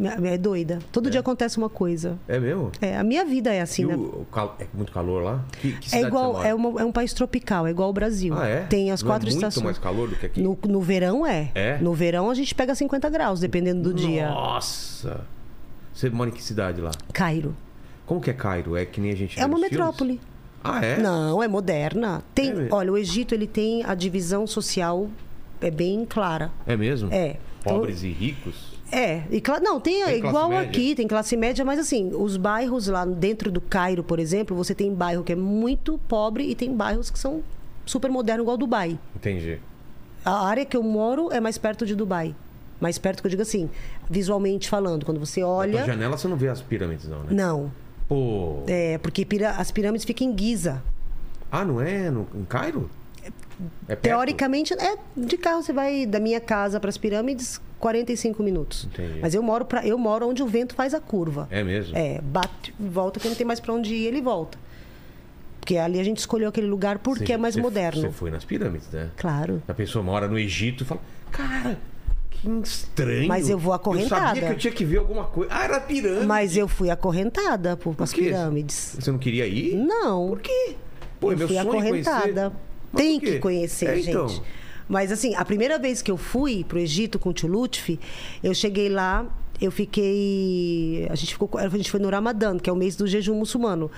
C: É é doida. Todo dia acontece uma coisa.
A: É mesmo?
C: É, a minha vida é assim,
A: E
C: né?
A: o, o cal- É muito calor lá? Que, que
C: É
A: cidade você
C: igual,
A: mora?
C: é, uma- é um país tropical, é igual o Brasil.
A: Ah, é?
C: Tem as
A: Não
C: quatro
A: é muito
C: estações.
A: mais calor do que aqui?
C: No, no verão é.
A: É?
C: No verão a gente pega 50 graus, dependendo do dia.
A: Nossa! Você mora em que cidade lá?
C: Cairo.
A: Como que é Cairo? É que nem a gente vê
C: É uma
A: nos filmes?
C: metrópole.
A: Ah, é?
C: Não, é moderna. Tem,
A: É mesmo?
C: olha, o Egito ele tem a divisão social é bem clara.
A: É mesmo?
C: É.
A: Pobres e ricos?
C: É, e cla- não, tem,
A: Tem classe
C: igual
A: média?
C: aqui, tem classe média, mas assim, os bairros lá dentro do Cairo, por exemplo, você tem bairro que é muito pobre e tem bairros que são super modernos, igual Dubai.
A: Entendi.
C: A área que eu moro é mais perto de Dubai. Mais perto que eu digo assim, visualmente falando, quando você
A: Na
C: olha.
A: Então, janela você não vê as pirâmides, não, né?
C: Não.
A: Pô.
C: É, porque pira- as pirâmides ficam em Giza.
A: Ah, não é? No, em Cairo? É perto?
C: Teoricamente, é de carro você vai da minha casa para as pirâmides 45 minutos.
A: Entendi.
C: Mas eu moro pra, eu moro onde o vento faz a curva.
A: É mesmo?
C: É, bate, volta, que não tem mais pra onde ir, ele volta. Porque ali a gente escolheu aquele lugar porque
A: Você-
C: é mais
A: você-
C: moderno.
A: Você foi nas pirâmides, né?
C: Claro.
A: A pessoa mora no Egito e fala, cara, que estranho.
C: Mas eu vou
A: Eu sabia
C: acorrentada."
A: que eu tinha que ver alguma coisa. Ah, era pirâmide.
C: Mas eu fui acorrentada por, as
A: quê?
C: pirâmides.
A: Você não queria ir?
C: Não.
A: Por quê? Pô, é
C: eu
A: meu
C: fui
A: sonho
C: acorrentada.
A: conhecer. Mas
C: Tem
A: por quê?
C: que conhecer,
A: É,
C: gente.
A: então.
C: Mas assim, a primeira vez que eu fui pro Egito com o tio Lutfi, eu cheguei lá, eu fiquei. A gente, ficou, a gente foi no Ramadã, que é o mês do jejum muçulmano.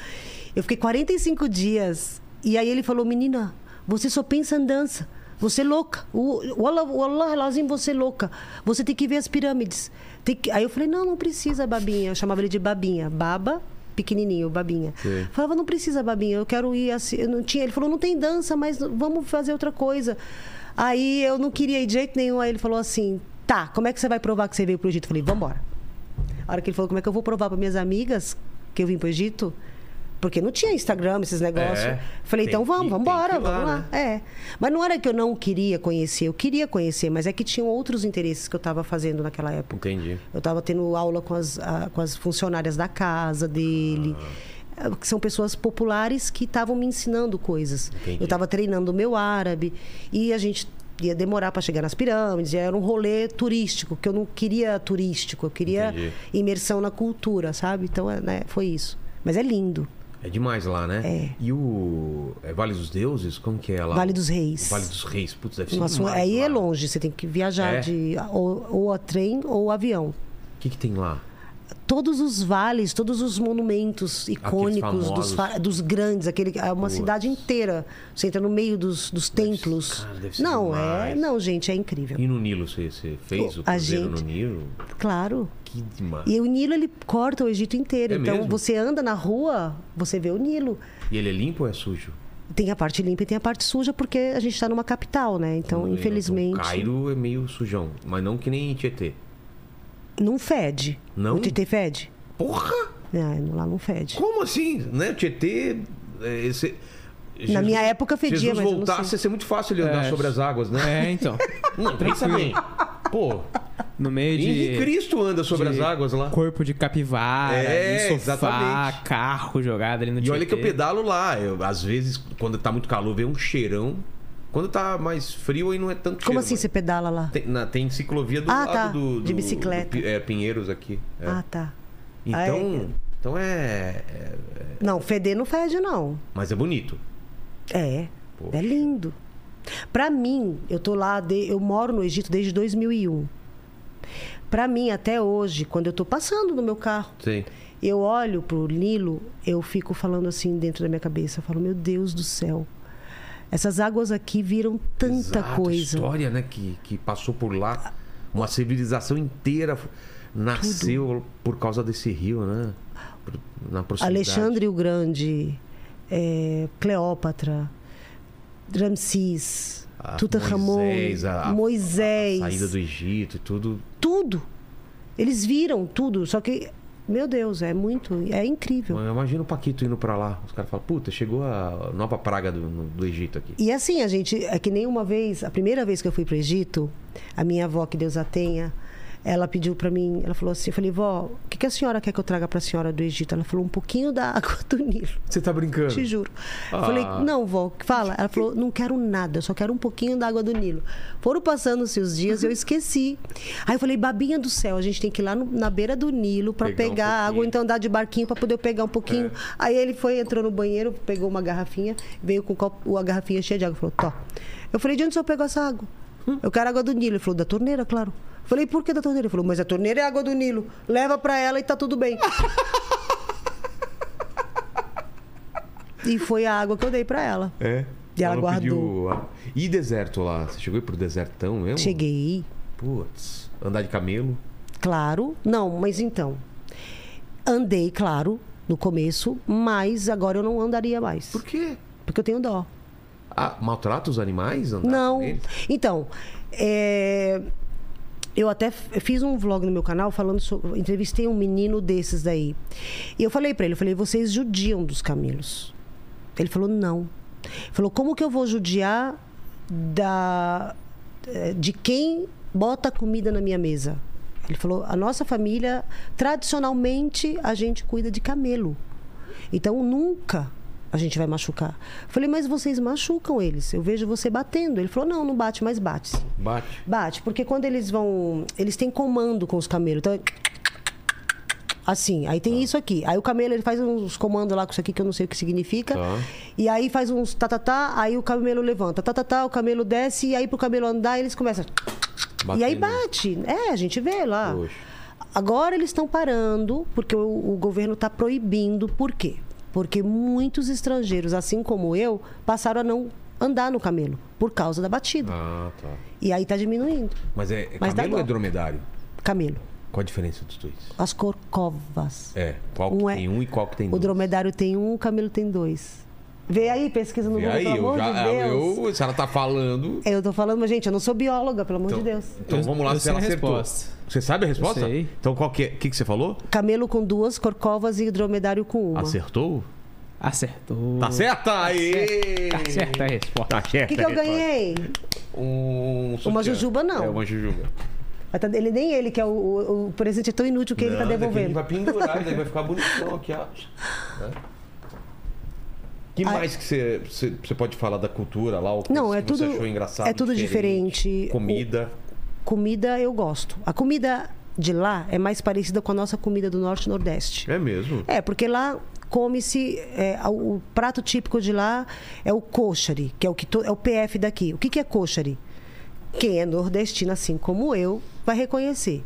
C: Eu fiquei 45 dias. E aí ele falou: Menina, você só pensa em dança. Você é louca. O Allah, o Allah Lazim, você é louca. Você tem que ver as pirâmides. Tem que- Aí eu falei: Não, não precisa, babinha. Eu chamava ele de babinha. Baba, pequenininho, babinha.
A: Sei.
C: Falava, não precisa, babinha, eu quero ir assim. Eu não tinha. Ele falou, não tem dança, mas vamos fazer outra coisa. Aí eu não queria ir de jeito nenhum. Aí ele falou assim: tá, como é que você vai provar que você veio pro Egito? Eu falei, vambora. A hora que ele falou, como é que eu vou provar para minhas amigas que eu vim pro Egito? Porque não tinha Instagram, esses negócios.
A: É,
C: Falei,
A: tem
C: então
A: que-
C: vamos,
A: tem
C: vamos embora,
A: que ir lá,
C: vamos lá.
A: né?
C: É. Mas não era que eu não queria conhecer, eu queria conhecer, mas é que tinham outros interesses que eu estava fazendo naquela época.
A: Entendi.
C: Eu estava tendo aula com as, a- com as funcionárias da casa dele.
A: Ah.
C: que são pessoas populares que estavam me ensinando coisas.
A: Entendi.
C: Eu estava treinando o meu árabe e a gente ia demorar para chegar nas pirâmides, e era um rolê turístico, que eu não queria turístico, eu queria
A: Entendi.
C: imersão na cultura, sabe? Então, é, né, foi isso. Mas é lindo.
A: É demais lá, né?
C: É.
A: E o. É Vale dos Deuses? Como que é lá?
C: Vale dos Reis.
A: Vale dos Reis. Putz, deve ser.
C: Nossa,
A: demais
C: aí
A: lá.
C: é longe, você tem que viajar
A: É?
C: de ou, ou a trem ou avião.
A: O que, que tem lá?
C: Todos os vales, todos os monumentos icônicos
A: famosos.
C: dos, fa- dos grandes, aquele, é uma
A: Putz.
C: cidade inteira. Você entra no meio dos, dos templos.
A: cara, deve ser
C: não, é,
A: demais.
C: não, gente, é incrível.
A: E no Nilo, você, você fez o
C: A
A: cruzeiro
C: gente-
A: no Nilo?
C: Claro.
A: Que demais. E...
C: E o Nilo ele corta o Egito inteiro.
A: É
C: então
A: mesmo?
C: você anda na rua, você vê o Nilo.
A: ele é limpo ou é sujo?
C: Tem a parte limpa e tem a parte suja porque a gente está numa capital, né? Então,
A: Não,
C: infelizmente,
A: Então, Cairo é meio sujão, mas não que nem Tietê.
C: não fede.
A: Não?
C: O Tietê fede?
A: Porra!
C: Não, lá não fede.
A: Como assim? Né? Tietê. É, esse... Jesus-
C: minha época fedia,
A: Jesus
C: mas eu não
A: voltasse,
C: sei.
A: ia ser muito fácil ele andar
B: É.
A: sobre as águas,
B: [laughs]
A: né?
B: É, então.
A: Não, pensa bem. Pô,
B: No meio
A: Henrique
B: de.
A: Cristo anda sobre
B: de
A: as águas lá.
B: Corpo de capivara,
A: É,
B: em sofá,
A: exatamente.
B: carro jogado ali no
A: E olha que eu
B: Tietê.
A: pedalo lá. Eu, às vezes, quando tá muito calor, vem um cheirão. Quando tá mais frio, aí não é tanto cheiro.
C: Como assim
A: mas
C: você pedala lá?
A: Tem, na- tem ciclovia do
C: Ah,
A: lado
C: tá.
A: do, do-
C: De bicicleta.
A: do Pi- é, Pinheiros aqui. É.
C: Ah, tá.
A: então,
C: Aí-
A: então é, é- é-
C: Não, feder não fede, não.
A: Mas é bonito.
C: É.
A: Poxa.
C: É lindo. Pra mim, eu tô lá, de- eu moro no Egito desde 2001. Pra mim, até hoje, quando eu tô passando no meu carro,
A: Sim.
C: eu olho pro Nilo, eu fico falando assim dentro da minha cabeça, eu falo, meu Deus do céu. Essas águas aqui viram tanta
A: Exato,
C: coisa.
A: história, né? Que, que passou por lá. Uma civilização inteira f- nasceu por causa desse rio, né? Por- Na proximidade.
C: Alexandre o Grande, é, Cleópatra, Ramsés,
A: Ah,
C: Tutankhamon,
A: Moisés, a- a-
C: Moisés,
A: Saída do Egito e tudo.
C: tudo. Eles viram tudo, só que, meu Deus, é muito, é incrível.
A: Eu imagino o Paquito indo pra lá. Os caras falam, puta, chegou a nova praga do, no- do Egito aqui.
C: E assim, a gente, é que nem uma vez, a primeira vez que eu fui para o Egito, a minha avó, que Deus a tenha, ela pediu para mim, ela falou assim, eu falei, vó, o que, que a senhora quer que eu traga para a senhora do Egito? Ela falou, um pouquinho da [laughs] água do Nilo.
A: Você tá brincando?
C: Te juro. Eu Falei, não, vó, fala. Ela falou, não quero nada, eu só quero um pouquinho da água do Nilo. Foram passando-se os dias e eu esqueci. Aí eu falei, babinha do céu, a gente tem que ir lá no- na beira do Nilo pra
A: Pegar um
C: pegar, a água,
A: pouquinho. É.
C: então andar de barquinho pra poder eu pegar um pouquinho. Aí ele foi, entrou no banheiro, pegou uma garrafinha, veio com o copo- a garrafinha cheia de água. Falou, tó. Eu falei, de onde o senhor pegou essa água?
A: Hum.
C: Eu quero água do Nilo. Ele falou, da torneira, claro. Eu Falei, por que da torneira? Ele falou, mas a torneira é água do Nilo. Leva pra ela e tá
A: [laughs]
C: tudo bem. E foi a água que eu dei pra ela.
A: É.
C: E ela
A: não
C: guardou.
A: pediu a- E deserto lá? Você chegou aí pro desertão mesmo?
C: Cheguei,
A: Putz. Andar de camelo?
C: claro. Não, mas então. Andei, claro, no começo, mas agora eu não andaria mais.
A: Por quê?
C: Porque eu tenho dó.
A: Ah, maltrata os animais? Andar
C: Não.
A: com eles?
C: Então, é, eu até f- fiz um vlog no meu canal falando sobre. Entrevistei um menino desses daí. E eu falei pra ele, eu falei, vocês judiam dos camelos. Ele falou, não. Ele falou, como que eu vou judiar da, eh, de quem bota comida na minha mesa? Ele falou, a nossa família, tradicionalmente, a gente cuida de camelo. Então, nunca a gente vai machucar. Eu Falei, mas vocês machucam eles. Eu vejo você batendo. Ele falou, não, não bate, mas bate. sim.
A: Bate.
C: Bate, porque quando eles vão. Eles têm comando com os camelos. Então. é Assim, aí
A: Tá.
C: tem isso aqui. Aí o camelo ele faz uns comandos lá com isso aqui que eu não sei o que significa.
A: Tá.
C: E aí faz uns tatatá, aí o camelo levanta, tatatá, o camelo desce, e aí pro camelo andar eles começam. E aí
A: Batendo.
C: bate. É, a gente vê lá.
A: né? Poxa.
C: Agora eles estão parando, porque o, o governo está proibindo. Por quê? Porque muitos estrangeiros, assim como eu, passaram a não andar no camelo por causa da batida.
A: Ah, tá.
C: E aí está diminuindo.
A: Mas é, é
C: Mas dá
A: camelo ou é
C: dó.
A: dromedário?
C: Camelo.
A: Qual a diferença dos dois?
C: As corcovas.
A: É, qual que
C: Um é-
A: tem um e qual que tem
C: O
A: dois?
C: dromedário tem um, o camelo tem dois. Vê aí, pesquisa no
A: E
C: Google,
A: aí,
C: pelo
A: eu
C: amor de
A: já. ah,
C: Deus. É,
A: eu, se ela tá falando.
C: Eu... tô falando, mas, gente, eu não sou bióloga, pelo amor de Deus.
A: Então
B: Eu-
A: vamos lá,
B: eu
A: se
B: sei
A: ela
B: a
A: acertou.
B: resposta.
A: Você sabe a resposta?
B: sei.
A: Então qual que é? O que, que você falou?
C: Camelo com duas, corcovas e dromedário com uma.
A: Acertou?
B: Acertou.
A: Tá certa? Aê!
B: Acerta a resposta.
A: Tá certa.
C: O que, que eu
A: a resposta.
C: ganhei?
A: Um sutiã.
C: Uma jujuba, não.
A: É, uma jujuba.
C: Mas tá- Ele, nem ele, que é o, o, o presente é tão inútil que ele tá
A: Não, daqui a gente
C: devolvendo.
A: Vai pendurar, daí vai ficar bonitão aqui, ó. Né? que
C: Ah,
A: mais que você- você você pode falar da cultura lá? Ou
C: Não,
A: coisa
C: é
A: que Você
C: tudo-
A: achou engraçado,
C: é tudo diferente.
A: Comida.
C: Comida eu gosto. A comida de lá é mais parecida com a nossa comida do Norte e Nordeste.
A: É mesmo.
C: É, porque lá come-se. é, o o prato típico de lá é o coxari, que é o, que to- é o PF daqui. O que, que é coxari? Quem é nordestino, assim como eu, vai reconhecer.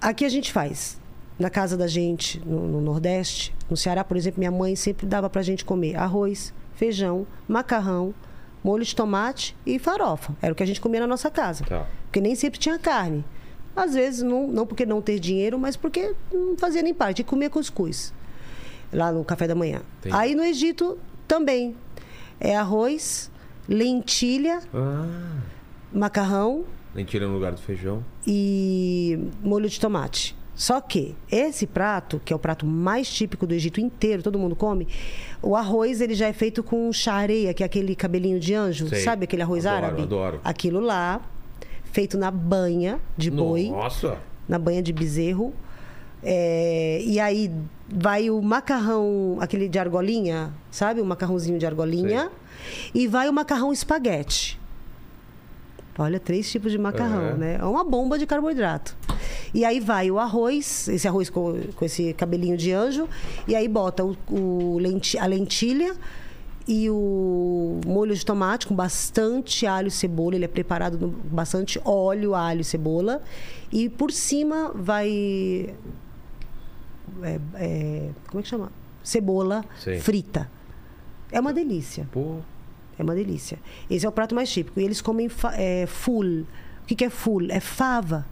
C: Aqui a gente faz. Na casa da gente, no, no Nordeste, no Ceará, por exemplo, minha mãe sempre dava pra gente comer arroz, feijão, macarrão, molho de tomate e farofa. Era o que a gente comia na nossa casa.
A: Tá.
C: Porque nem sempre tinha carne. Às vezes, não, não porque não ter dinheiro, mas porque não fazia nem parte. E comia cuscuz lá no café da manhã.
A: Entendi.
C: Aí no Egito também. É arroz, lentilha,
A: Ah,
C: macarrão
A: lentilha no lugar do feijão.
C: e molho de tomate. Só que esse prato, que é o prato mais típico do Egito inteiro, todo mundo come, o arroz ele já é feito com chareia, que é aquele cabelinho de anjo,
A: Sei.
C: sabe aquele arroz
A: Adoro,
C: árabe?
A: adoro.
C: Aquilo lá, feito na banha de boi
A: Nossa.
C: na banha de bezerro. É, e aí vai o macarrão, aquele de argolinha, sabe? O macarrãozinho de argolinha. E vai o macarrão espaguete. Olha, três tipos de macarrão,
A: Aham.
C: né? É uma bomba de carboidrato. E aí vai o arroz, esse arroz com, com esse cabelinho de anjo. E aí bota o, o lenti- a lentilha e o molho de tomate com bastante alho e cebola. Ele é preparado com bastante óleo, alho e cebola. E por cima vai é, é, como é que chama? Cebola
A: Sim.
C: frita. É uma delícia.
A: Pô.
C: É uma delícia. Esse é o prato mais típico. E eles comem fa- é, ful. O que, que é ful? É fava.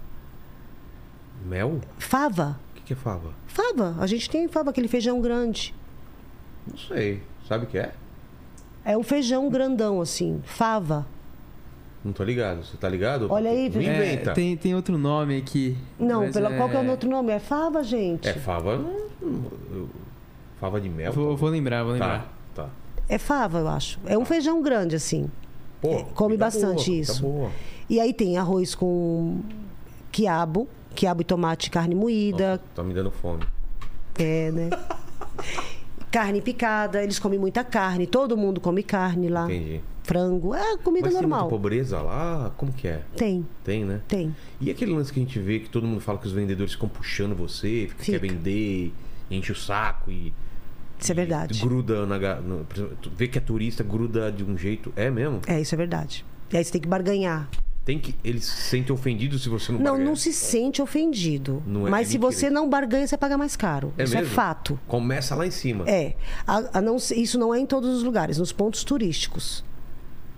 A: Mel?
C: Fava.
A: O que, que é fava?
C: Fava. A gente tem fava, aquele feijão grande.
A: Não sei. Sabe o que é?
C: É um feijão grandão, assim. Fava.
A: Não tô ligado. Você tá ligado?
C: Olha aí,
A: Não
C: Vivi.
A: inventa.
B: É, tem, tem outro nome aqui.
C: Não,
B: mas
C: pela, qual que é o outro nome? É fava, gente.
A: É fava. não- eu- Fava de mel.
B: Vou, vou lembrar, vou lembrar.
A: Tá, tá.
C: É fava, eu acho. É um feijão grande, assim.
A: Pô,
C: come
A: tá
C: bastante
A: boa,
C: isso.
A: Tá boa.
C: E aí tem arroz com quiabo. Quiabo e tomate, carne moída,
A: Nossa, tá me dando fome.
C: É,
A: [laughs]
C: né? carne picada, eles comem muita carne, todo mundo come carne lá.
A: Entendi.
C: Frango, é comida
A: Mas tem
C: Ah. normal.
A: muita pobreza lá? Como que é?
C: Tem,
A: Tem, né?
C: tem.
A: E aquele lance que a gente vê que todo mundo fala que os vendedores ficam puxando você, fica,
C: Fica.
A: quer vender, enche o saco e.
C: Isso é
A: e
C: verdade.
A: Gruda na. ga- No, por exemplo, tu vê que é turista, gruda de um jeito. É mesmo?
C: É, isso é verdade. E aí você tem que barganhar.
A: Tem que. Eles se sentem ofendidos se você não
C: Não,
A: pagar.
C: não se sente ofendido.
A: Não é
C: mas se
A: mentira.
C: você não barganha, você paga mais caro.
A: É
C: isso é
A: mesmo?
C: fato.
A: Começa lá em cima.
C: É. A- a não ser- isso não é em todos os lugares, nos pontos turísticos.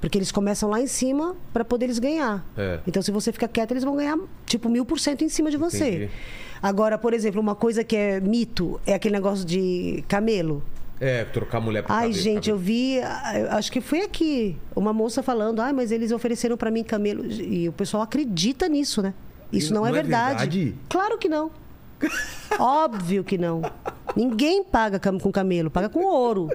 C: Porque eles começam lá em cima para poder eles ganhar.
A: É.
C: Então, se você fica quieto, eles vão ganhar tipo mil por cento em cima de você.
A: Entendi.
C: Agora, por exemplo, uma coisa que é mito é aquele negócio de camelo.
A: É, trocar mulher por
C: Ai,
A: cabelo,
C: gente, eu
A: cabelo.
C: vi, ah, eu acho que foi aqui, uma moça falando, ai, mas eles ofereceram para mim camelo. E o pessoal acredita nisso, né? Isso
A: E
C: não, é,
A: não é
C: verdade.
A: verdade?
C: Claro
A: [laughs]
C: que não. Óbvio que não. Ninguém paga cam- com camelo, paga com ouro.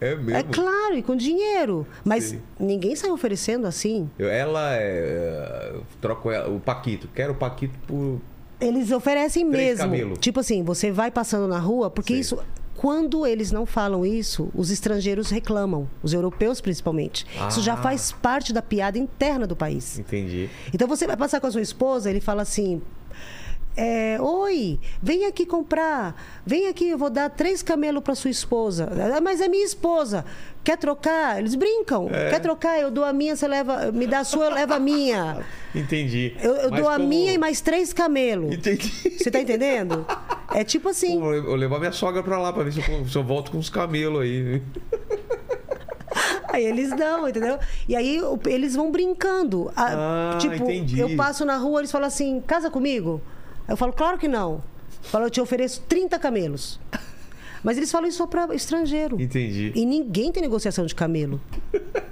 A: É mesmo.
C: É claro, e com dinheiro. Mas
A: Sim.
C: ninguém sai oferecendo assim.
A: Eu- ela é. eu Troco ela- o Paquito. Quero o Paquito por.
C: Eles oferecem
A: Três
C: mesmo.
A: camelo.
C: Tipo assim, você vai passando na rua, porque
A: Sim.
C: isso. Quando eles não falam isso, os estrangeiros reclamam, os europeus principalmente. Isso já
A: Ah.
C: faz parte da piada interna do país.
A: Entendi.
C: Então você vai passar com a sua esposa, ele fala assim. é, Oi, vem aqui comprar. Vem aqui, eu vou dar três camelos para sua esposa. "Ah, Mas é minha esposa. Quer trocar? Eles brincam.
A: É.
C: Quer trocar? Eu dou a minha, você leva. Me dá a sua, eu levo a minha.
A: Entendi.
C: Eu, eu
A: Mas
C: dou a
A: como-
C: minha e mais três camelos. [laughs]
A: Entendi.
C: Você tá entendendo? É tipo assim.
A: Pô, eu eu levar minha sogra pra lá pra ver se eu, se eu volto com uns camelos aí.
C: Aí eles dão, entendeu? E aí o- eles vão brincando. A-
A: Ah,
C: tipo,
A: entendi.
C: eu passo na rua, eles falam assim: casa comigo? Eu falo, claro que não. Falo, eu te ofereço 30 camelos. Mas eles falam isso só pra estrangeiro.
A: Entendi.
C: E ninguém tem negociação de camelo.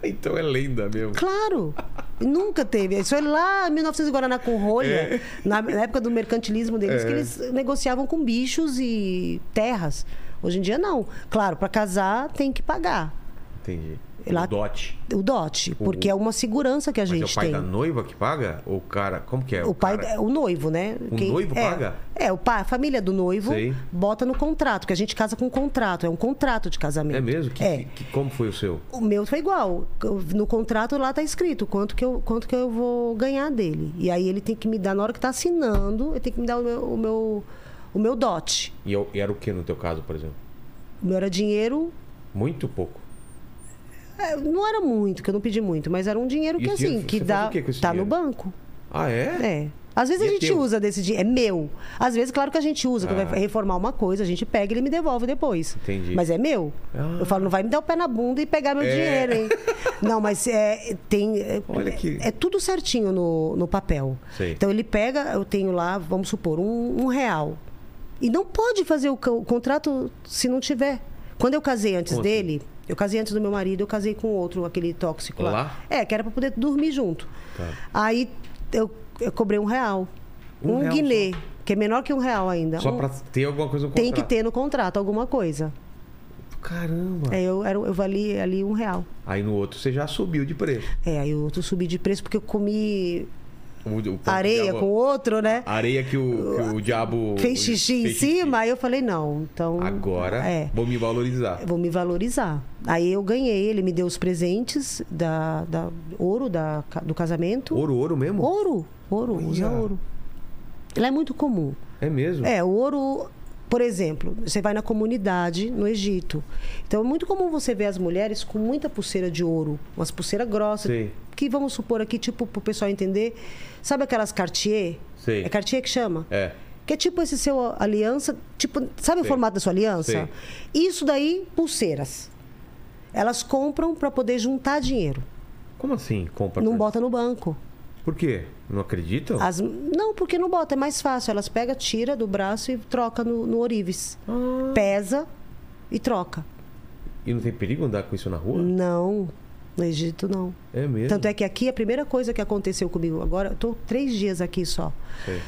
A: Então é lenda mesmo.
C: Claro! Nunca teve. Isso é lá em 1900 e Guaraná com rolha,
A: É.
C: na, na época do mercantilismo deles,
A: É.
C: que eles negociavam com bichos e terras. Hoje em dia, não. Claro, para casar tem que pagar.
A: Entendi.
C: Lá-
A: O dote.
C: O dote, porque é uma segurança que a
A: Mas é
C: gente
A: o pai
C: tem.
A: da noiva que paga? Ou o cara. Como que é?
C: O pai,
A: cara?
C: é o noivo, né?
A: O noivo
C: é,
A: paga?
C: É, o pai, a família do noivo
A: Sei.
C: bota no contrato, que a gente casa com contrato, é um contrato de casamento.
A: É mesmo? Que,
C: é.
A: que- que- como foi o seu?
C: O meu foi igual. No contrato lá tá escrito quanto que, eu, quanto que eu vou ganhar dele. E aí ele tem que me dar, na hora que tá assinando, ele tem que me dar o meu, o meu, o meu dote.
A: E, eu- e era o que no teu caso, por exemplo?
C: O meu era dinheiro.
A: Muito pouco.
C: é, Não era muito, que eu não pedi muito, mas era um dinheiro que
A: E esse
C: assim,
A: dinheiro,
C: que
A: você
C: dá.
A: faz o quê com esse
C: tá
A: dinheiro?
C: no banco.
A: Ah, é?
C: É. Às vezes
A: E
C: a
A: é
C: gente
A: teu?
C: usa desse dinheiro. É meu. Às vezes, claro que a gente usa, quando
A: Ah.
C: vai reformar uma coisa, a gente pega e ele me devolve depois.
A: Entendi.
C: Mas é meu.
A: Ah.
C: Eu falo, não vai me dar o pé na bunda e pegar meu
A: É.
C: dinheiro,
A: [laughs]
C: hein? não, mas é, tem. é-
A: Olha que-
C: É tudo certinho no, no papel.
A: Sei.
C: Então ele pega, eu tenho lá, vamos supor, um, um real. E não pode fazer o, co- o contrato se não tiver. Quando eu casei antes
A: Como assim?
C: dele, eu casei antes do meu marido, eu casei com outro, aquele tóxico
A: Lá? Tá.
C: lá. É, que era pra poder dormir junto. Aí eu, eu cobrei um real.
A: Um
C: Um,
A: real
C: guiné, que é menor que um real ainda.
A: Só
C: Um-
A: pra ter alguma coisa no
C: Tem que
A: contrato.
C: ter no contrato alguma coisa.
A: Caramba.
C: Aí eu, era- eu vali ali um real.
A: Aí no outro você já subiu de preço.
C: É, aí o outro subi de preço porque eu comi
A: O- o- o
C: areia
A: diabo-
C: com o outro, né?
A: Areia que o, que o diabo.
C: fez xixi em
A: fez
C: cima, aí eu falei, não, então.
A: Agora
C: É.
A: vou me valorizar.
C: Eu Vou me valorizar. Aí eu ganhei, ele me deu os presentes da, da ouro da, ca- do casamento.
A: Ouro, ouro mesmo?
C: Ouro, ouro, usa
A: Olha.
C: ouro. Lá é muito comum.
A: É mesmo?
C: É, o ouro, por exemplo, você vai na comunidade no Egito. Então é muito comum você ver as mulheres com muita pulseira de ouro, umas pulseiras grossas.
A: Sei.
C: Que vamos supor aqui, tipo, pro pessoal entender, sabe aquelas Cartier?
A: Sei.
C: É Cartier que chama?
A: É.
C: Que é tipo esse seu aliança, tipo, sabe o
A: Sei.
C: formato da sua aliança?
A: Sei.
C: Isso daí, pulseiras. Elas compram para poder juntar dinheiro.
A: Como assim? Compra.
C: Não
A: pra-
C: bota no banco.
A: Por quê? Não acreditam?
C: As- não, porque não bota, é mais fácil. Elas pegam, tira do braço e troca no, no Orives.
A: Ah.
C: Pesa e troca.
A: E não tem perigo andar com isso na rua?
C: Não, no Egito não.
A: É mesmo?
C: Tanto é que aqui a primeira coisa que aconteceu comigo agora, eu tô três dias aqui só.
A: Sei.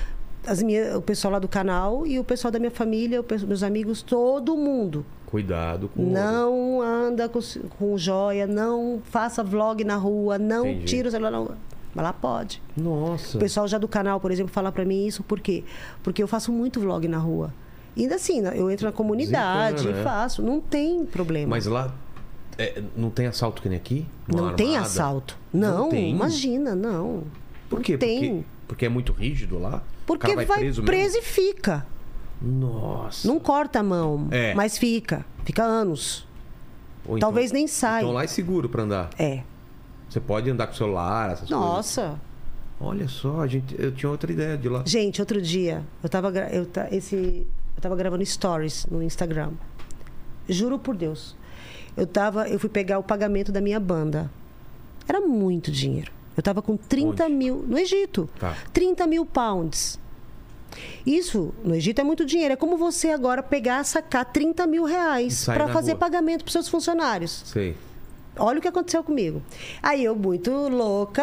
C: As minha, o pessoal lá do canal e o pessoal da minha família, o pe- meus amigos, todo mundo.
A: Cuidado com o ouro.
C: Não anda com, c- com joia, não faça vlog na rua, não
A: Entendi.
C: tira o celular na rua. Mas lá pode.
A: Nossa.
C: O pessoal já do canal, por exemplo, fala pra mim isso, por quê? Porque eu faço muito vlog na rua. E Ainda assim, né, eu entro na comunidade,
A: Desencana, né?
C: faço, não tem problema.
A: Mas lá é, não tem assalto que nem aqui? Uma
C: não tem
A: armada?
C: assalto.
A: Não
C: Não,
A: tem?
C: imagina, não.
A: Por quê?
C: Não tem.
A: Porque, porque é muito rígido lá? O
C: Porque
A: cara
C: vai, preso,
A: mesmo?
C: e fica.
A: Nossa.
C: Não corta a mão,
A: É.
C: mas fica. Fica anos.
A: Ou
C: talvez nem saia.
A: Então lá é seguro pra andar.
C: É.
A: Você pode andar com o celular, essas coisas.
C: Nossa.
A: Olha só, a gente, eu tinha outra ideia de lá.
C: Gente, outro dia, eu tava, gra- eu, ta- esse, eu tava gravando stories no Instagram. Juro por Deus. Eu, tava, eu fui pegar o pagamento da minha banda. Era muito dinheiro. Eu tava com 30
A: Onde?
C: mil. No Egito.
A: Tá.
C: 30 mil pounds. Isso, no Egito, é muito dinheiro. É como você agora pegar, sacar 30 mil
A: E
C: reais
A: sair
C: para
A: na
C: fazer
A: rua.
C: pagamento para seus funcionários.
A: Sei.
C: Olha o que aconteceu comigo. Aí eu, muito louca,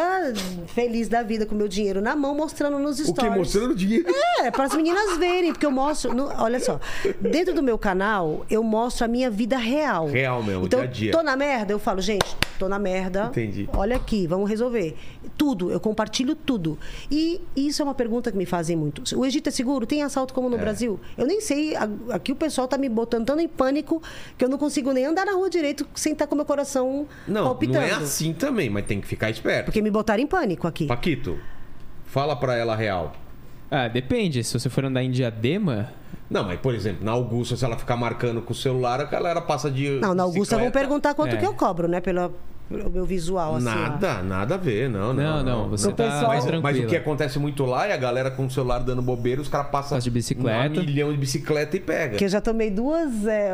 C: feliz da vida, com meu dinheiro na mão, mostrando nos stories.
A: O que? Mostrando dinheiro?
C: É, para as meninas verem, porque eu mostro. no- olha só, dentro do meu canal, eu mostro a minha vida real.
A: Real mesmo,
C: então,
A: dia a dia.
C: Tô na merda, eu falo, gente, tô na merda.
A: Entendi.
C: Olha aqui, vamos resolver. Tudo, eu compartilho tudo. E isso é uma pergunta que me fazem muito. O Egito é seguro? Tem assalto como no Brasil? Eu nem sei, a- aqui o pessoal tá me botando tanto em pânico que eu não consigo nem andar na rua direito sem estar com meu coração
A: Não,
C: palpitando.
A: não é assim também, mas tem que ficar esperto.
C: Porque me botaram em pânico aqui.
A: Paquito, fala pra ela a real.
B: Ah, depende. Se você for andar em diadema,
A: Não, mas por exemplo, na Augusta, se ela ficar marcando com o celular, a galera passa de.
C: Não, na Augusta vão
A: bicicleta.
C: perguntar quanto
B: É.
C: que eu cobro, né? Pela, pelo meu visual, assim. ó.
A: Nada, nada a ver, não, não.
B: Não, não, você
C: O pessoal-
B: tá mais
A: Mas,
B: tranquilo.
A: mas o que é acontece muito lá é a galera com o celular dando bobeira, os caras passam
B: Passa de bicicleta.
A: um milhão de bicicleta e pega.
C: Que eu já tomei duas, é,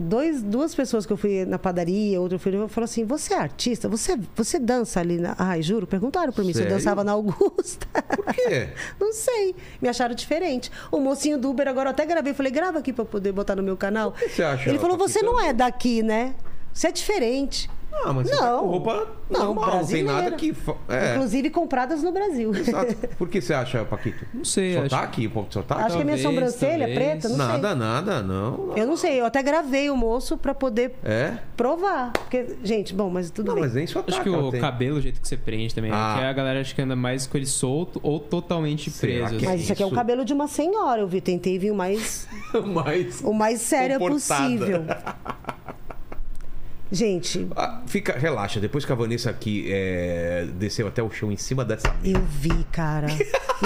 C: dois, duas pessoas que eu fui na padaria, outra eu fui, eu falou assim: você é artista? Você, você dança ali na. Ai, juro, perguntaram pra mim se
A: Sério?
C: eu dançava na Augusta. [laughs]
A: Por quê?
C: Não sei, me acharam diferente. O mocinho do Uber agora eu até gravei, falei, grava aqui pra eu poder botar no meu canal.
A: que você acha, Tá
C: Ele falou,
A: Paquita?
C: você não é daqui, né? Você é diferente.
A: Ah, mas você tá
C: Não.
A: com roupa
C: Não,
A: normal, não tem
C: brasileira.
A: nada que. fa- É.
C: Inclusive compradas no Brasil. [laughs]
A: Exato. Por que você acha, Paquito?
B: Não sei, acho.
A: Sotaque? Um pouco de sotaque?
C: Acho que é a minha
B: Talvez,
C: sobrancelha
B: talvez.
C: é preta, não
A: nada,
C: sei.
A: nada, não.
C: Eu não sei, eu até gravei o moço pra poder
A: É?
C: provar. Porque, gente, bom, mas tudo
A: Não,
C: bem.
A: mas nem sotaque.
B: Acho que
A: ela
B: o
A: tem.
B: cabelo, o jeito que você prende também. né?
A: Ah.
B: Que a galera acho que anda mais com ele solto ou totalmente
A: Será
B: preso.
A: que
B: assim.
C: Mas isso aqui é o
A: isso?
C: cabelo de uma senhora, eu vi. Tentei vir o mais,
A: [laughs] Mas.
C: o mais séria
A: Comportada.
C: possível. Gente,
A: Ah, fica, relaxa, depois que a Vanessa aqui é, desceu até o chão em cima dessa mesa.
C: eu vi, cara.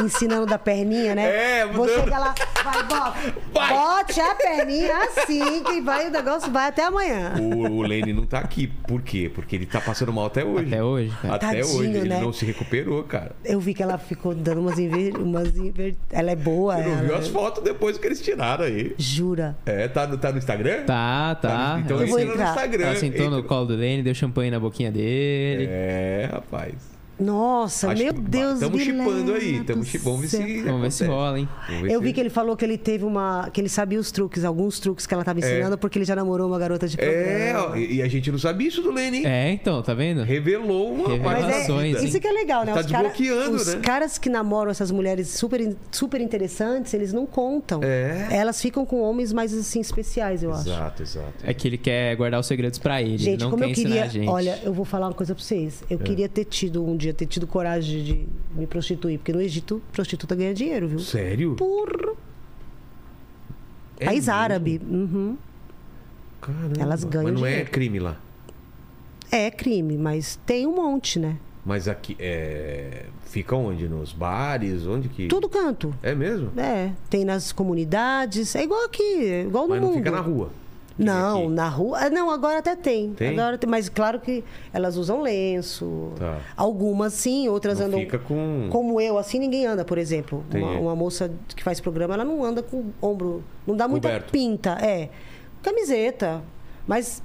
C: Ensinando da perninha, né?
A: [laughs] É,
C: Vou
A: mudando.
C: chegar lá, vai, bota.
A: Vai.
C: Bote a perninha assim, que vai, o negócio vai até amanhã.
A: O, o Lene não tá aqui. Por quê? Porque ele tá passando mal até hoje.
B: Até É hoje, cara.
A: Até
C: Tadinho,
A: hoje. Ele
C: né?
A: não se recuperou, cara.
C: Eu vi que ela ficou dando umas inver... umas inver... Ela é boa,
A: Você não
C: ela.
A: viu as fotos depois que eles tiraram aí.
C: Jura.
A: É, tá, no- tá no Instagram?
B: Tá, tá.
A: no- então
C: Eu
A: entra
C: vou
A: no
C: entrar.
A: Instagram.
B: Ela Tá, sentou no
A: Entra-
B: colo do Lane, deu champanhe na boquinha dele.
A: É, rapaz.
C: Nossa,
A: Acho
C: meu
A: que-
C: Deus
A: Estamos
C: Vilela
A: chipando aí.
C: do
A: Tamo chi- Vamos ver
C: céu.
A: se.
B: Vamos ver se
A: acontece.
B: rola, hein?
A: Vamos ver
C: Eu
A: se-
C: vi que ele falou que ele teve uma. que ele sabia os truques, alguns truques que ela tava ensinando, porque ele já namorou uma garota de
A: É,
C: programa.
A: ó, e e a gente não sabia isso do Lene, hein?
B: É, então, tá vendo?
A: Revelou uma
B: Revelações,
A: parte da
C: Mas
B: Relações,
A: vida.
C: é, isso que é legal, né?
A: Tá
C: os cara-
A: desbloqueando,
C: os
A: né?
C: caras que namoram essas mulheres super, in- super interessantes, eles não contam.
A: É.
C: Elas ficam com homens mais assim especiais, eu acho.
A: Exato, exato.
B: É que ele quer guardar os segredos pra ele. ele
C: Gente,
B: não
C: como
B: quer
C: eu queria.
B: ensinar a gente.
C: Olha, eu vou falar uma coisa pra vocês.
A: É.
C: Eu queria ter tido um dia, ter tido coragem de me prostituir, porque no Egito, prostituta ganha dinheiro, viu?
A: Sério?
C: Por
A: É
C: país
A: mesmo?
C: árabe. Uhum.
A: Caramba.
C: Elas ganham
A: Mas não é
C: dinheiro.
A: crime lá.
C: É crime, mas tem um monte, né?
A: Mas aqui. É... Fica onde? Nos bares? Onde que.
C: Tudo canto.
A: É mesmo?
C: É, tem nas comunidades, é igual aqui, é igual
A: Mas
C: no
A: não
C: mundo.
A: fica na rua. Fica
C: Não,
A: aqui.
C: na rua. ah, Não, agora até tem.
A: Tem?
C: Agora tem, mas claro que elas usam lenço.
A: Tá.
C: Algumas sim, outras
A: Não
C: andam.
A: fica com-
C: Como eu, assim ninguém anda, por exemplo. Uma,
A: Hum. Entendi.
C: uma moça que faz programa, ela não anda com ombro. Não dá muita
A: Coberto.
C: pinta, é. Camiseta. Mas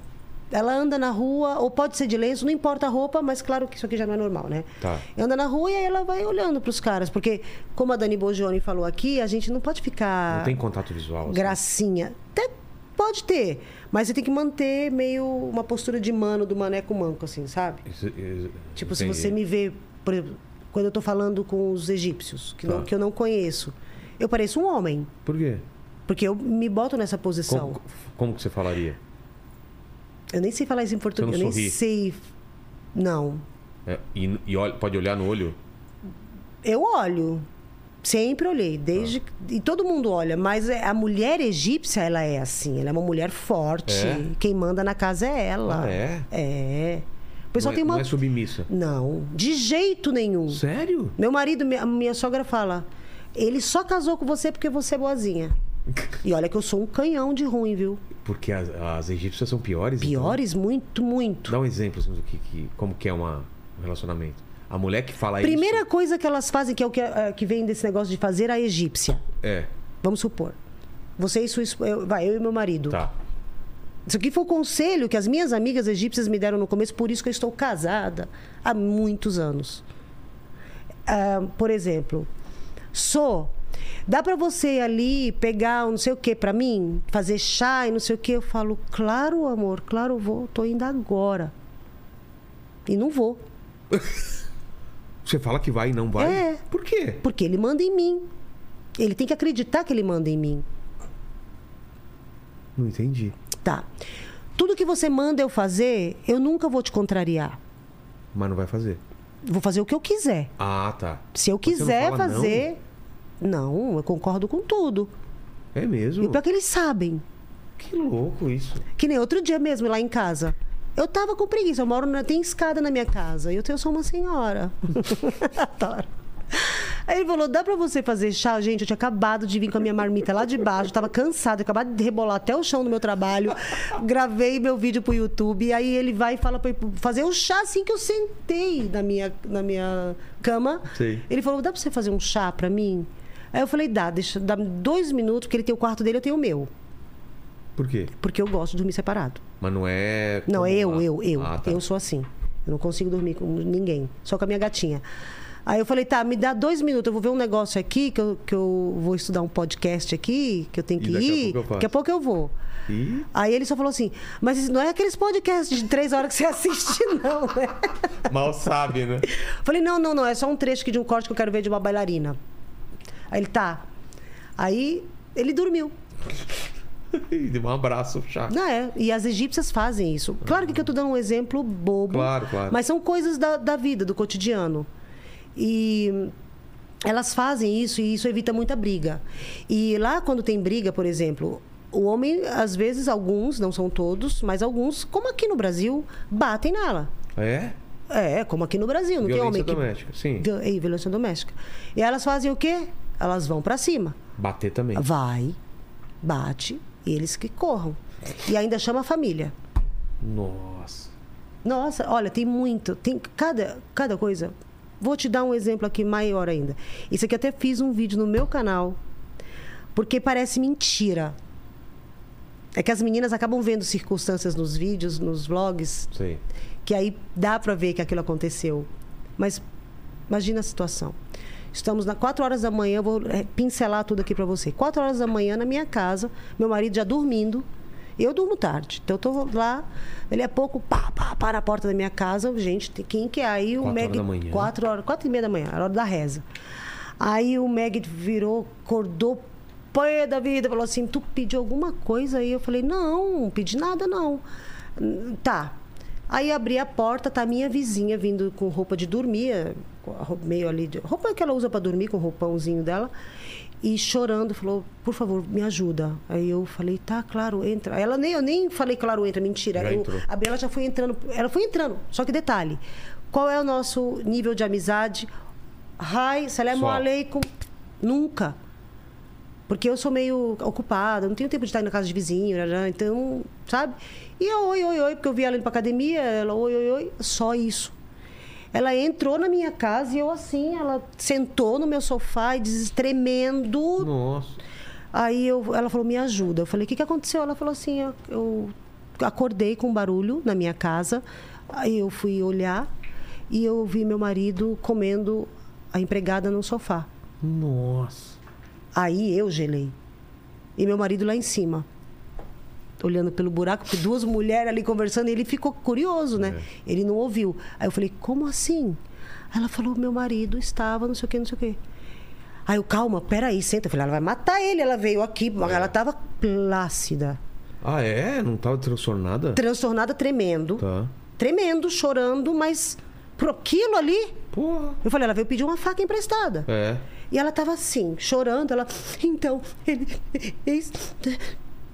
C: ela anda na rua, ou pode ser de lenço, não importa a roupa, mas claro que isso aqui já não é normal, né?
A: Tá.
C: Anda na rua e aí ela vai olhando pros caras. Porque, como a Dani Bogioni falou aqui, a gente não pode ficar
A: Não tem contato visual. assim.
C: gracinha. Até pode ter, mas você tem que manter meio uma postura de mano, do mané com manco, assim, sabe?
A: Isso- isso-
C: Tipo, se
A: entendi.
C: você me vê, por exemplo, quando eu tô falando com os egípcios, que, não,
A: Tá.
C: que eu não conheço, eu pareço um homem,
A: Por quê?
C: porque eu me boto nessa posição.
A: Como, como que você falaria?
C: Eu nem sei falar isso em português,
A: Você
C: eu
A: não sorri?
C: nem sei. Não.
A: É, e e olha- pode olhar no olho?
C: Eu olho. Sempre olhei, desde
A: Tá.
C: e todo mundo olha, mas é- a mulher egípcia ela é assim, ela é uma mulher forte.
A: É?
C: Quem manda na casa é ela.
A: Ah, é?
C: É. O pessoal
A: não, é,
C: tem uma
A: não é submissa.
C: Não, de jeito nenhum.
A: Sério?
C: Meu marido, minha, minha sogra fala, ele só casou com você porque você é boazinha. E olha que eu sou um canhão de ruim, viu?
A: Porque as, as egípcias são piores. então?
C: Piores muito, muito.
A: Dá um exemplo assim, do que, que- como que é uma- um relacionamento. A mulher que fala
C: Primeira
A: é isso.
C: coisa que elas fazem, que é o que, eh, que vem desse negócio de fazer a egípcia.
A: É,
C: Vamos supor. Você e sua esp- eu, vai, eu e meu marido.
A: tá.
C: Isso aqui foi o conselho que as minhas amigas egípcias me deram no começo, por isso que eu estou casada há muitos anos. Ah, por exemplo, sou. Dá pra você ali pegar um não sei o que pra mim, fazer chá e não sei o que. Eu falo, claro, amor, claro, vou, tô indo agora. E não vou,
A: Você fala que vai e não vai?
C: É.
A: Por quê?
C: porque ele manda em mim. Ele tem que acreditar que ele manda em mim.
A: Não entendi.
C: Tá. Tudo que você manda eu fazer, eu nunca vou te contrariar.
A: Mas não vai fazer.
C: Vou fazer o que eu quiser.
A: Ah, tá.
C: Se eu
A: Mas você não
C: quiser
A: fala não?
C: fazer. Não? eu concordo com tudo.
A: É
C: E
A: mesmo?
C: o pior é que eles sabem.
A: Que louco isso.
C: Que nem outro dia mesmo, lá em casa. Eu tava com preguiça, eu moro, na, tem escada na minha casa. E eu, tenho- eu sou uma senhora. [laughs] Adoro. Aí ele falou: dá pra você fazer chá? Gente, eu tinha acabado de vir com a minha marmita lá de baixo, tava cansada, eu acabado de rebolar até o chão do meu trabalho. Gravei meu vídeo pro YouTube. E aí ele vai e fala pra eu fazer um chá assim que eu sentei na minha, na minha cama.
A: Sei.
C: Ele falou: dá pra você fazer um chá pra mim? Aí eu falei: dá, deixa, dá dois minutos, porque ele tem o quarto dele, eu tenho o meu.
A: Por quê?
C: Porque eu gosto de dormir separado.
A: Mas não é. como
C: Não, eu,
A: lá.
C: eu, eu.
A: Ah, tá.
C: Eu sou assim. Eu não consigo dormir com ninguém. Só com a minha gatinha. Aí eu falei, tá, me dá dois minutos, eu vou ver um negócio aqui, que eu, que eu vou estudar um podcast aqui, que eu tenho
A: E
C: que
A: daqui a
C: ir.
A: pouco eu faço.
C: daqui a pouco eu vou.
A: Ih.
C: Aí ele só falou assim, mas isso não é aqueles podcasts de três horas que você [laughs] assiste, não, né?
A: Mal sabe, né? [laughs]
C: Falei, não, não, não, é só um trecho aqui de um corte que eu quero ver de uma bailarina. Aí ele, tá. Aí ele dormiu.
A: E Deu um abraço, chato.
C: Não é, e as egípcias fazem isso. Claro que eu estou dando um exemplo bobo.
A: Claro, claro.
C: Mas são coisas da, da vida, do cotidiano. E elas fazem isso e isso evita muita briga. E lá quando tem briga, por exemplo, o homem, às vezes, alguns, não são todos, mas alguns, como aqui no Brasil, batem nela.
A: É?
C: É, como aqui no Brasil, não
A: Violência
C: tem homem que...
A: doméstica, sim.
C: Viol- e violência doméstica. E elas fazem o quê? Elas vão para cima.
A: Bater também.
C: Vai, bate, e eles que corram. E ainda chama a família.
A: Nossa.
C: Nossa, olha, tem muito. Tem cada, cada coisa. Vou te dar um exemplo aqui maior ainda. Isso aqui eu até fiz um vídeo no meu canal, porque parece mentira. É que as meninas acabam vendo circunstâncias nos vídeos, nos vlogs,
A: Sei.
C: que aí dá pra ver que aquilo aconteceu. Mas imagina a situação. Estamos na 4 horas da manhã, eu vou eh, pincelar tudo aqui pra você. 4 horas da manhã na minha casa, meu marido já dormindo. Eu durmo tarde, então eu tô lá, ele é pouco, pá, pá, pá, na porta da minha casa, gente, tem- quem que é? Aí o
A: Quatro
C: Meg.
A: horas da manhã.
C: 4 horas, 4 e meia da manhã, era a hora da reza. Aí o Meg virou, acordou, pé da vida, falou assim: tu pediu alguma coisa aí? Eu falei: não, não pedi nada não. "Hum, Tá. Aí abri a porta, tá a minha vizinha vindo com roupa de dormir, eh, com a roupa meio ali, de, roupa que ela usa para dormir, com o roupãozinho dela, e chorando, falou: por favor, me ajuda. Aí eu falei: tá, claro, entra. Ela nem, eu nem falei, claro, entra, mentira.
A: Já
C: Eu-
A: entrou.
C: a Bela já foi entrando. Ela foi entrando. Só que detalhe: qual é o nosso nível de amizade? Hi, salam
A: Só.
C: aleikum. Nunca. Porque eu sou meio ocupada, não tenho tempo de estar indo na casa de vizinho, rará, então, sabe? E eu, oi, oi, oi, porque eu vi ela indo pra academia, ela, oi, oi, oi, só isso. Ela entrou na minha casa e eu, assim, ela sentou no meu sofá e disse, tremendo,
A: Nossa.
C: Aí eu, ela falou, me ajuda. Eu falei, o que, que aconteceu? Ela falou assim, eu, eu acordei com um barulho na minha casa. Aí eu fui olhar e eu vi meu marido comendo a empregada no sofá.
A: Nossa.
C: Aí eu gelei. E meu marido lá em cima. Olhando pelo buraco, porque duas mulheres ali conversando, e ele ficou curioso, né? Ele não ouviu. Aí eu falei, como assim? Aí Ela falou, meu marido estava, não sei o quê, não sei o quê. Aí eu, calma, peraí, senta. Eu falei, ela vai matar ele, ela veio aqui, ela estava plácida,
A: Ah, é? Não tava transtornada?
C: transtornada, tremendo.
A: É. Tá.
C: Tremendo, chorando, mas pro aquilo ali.
A: Porra.
C: Eu falei, ela veio pedir uma faca emprestada.
A: É.
C: E ela tava assim, chorando. Ela, então, ele. eis-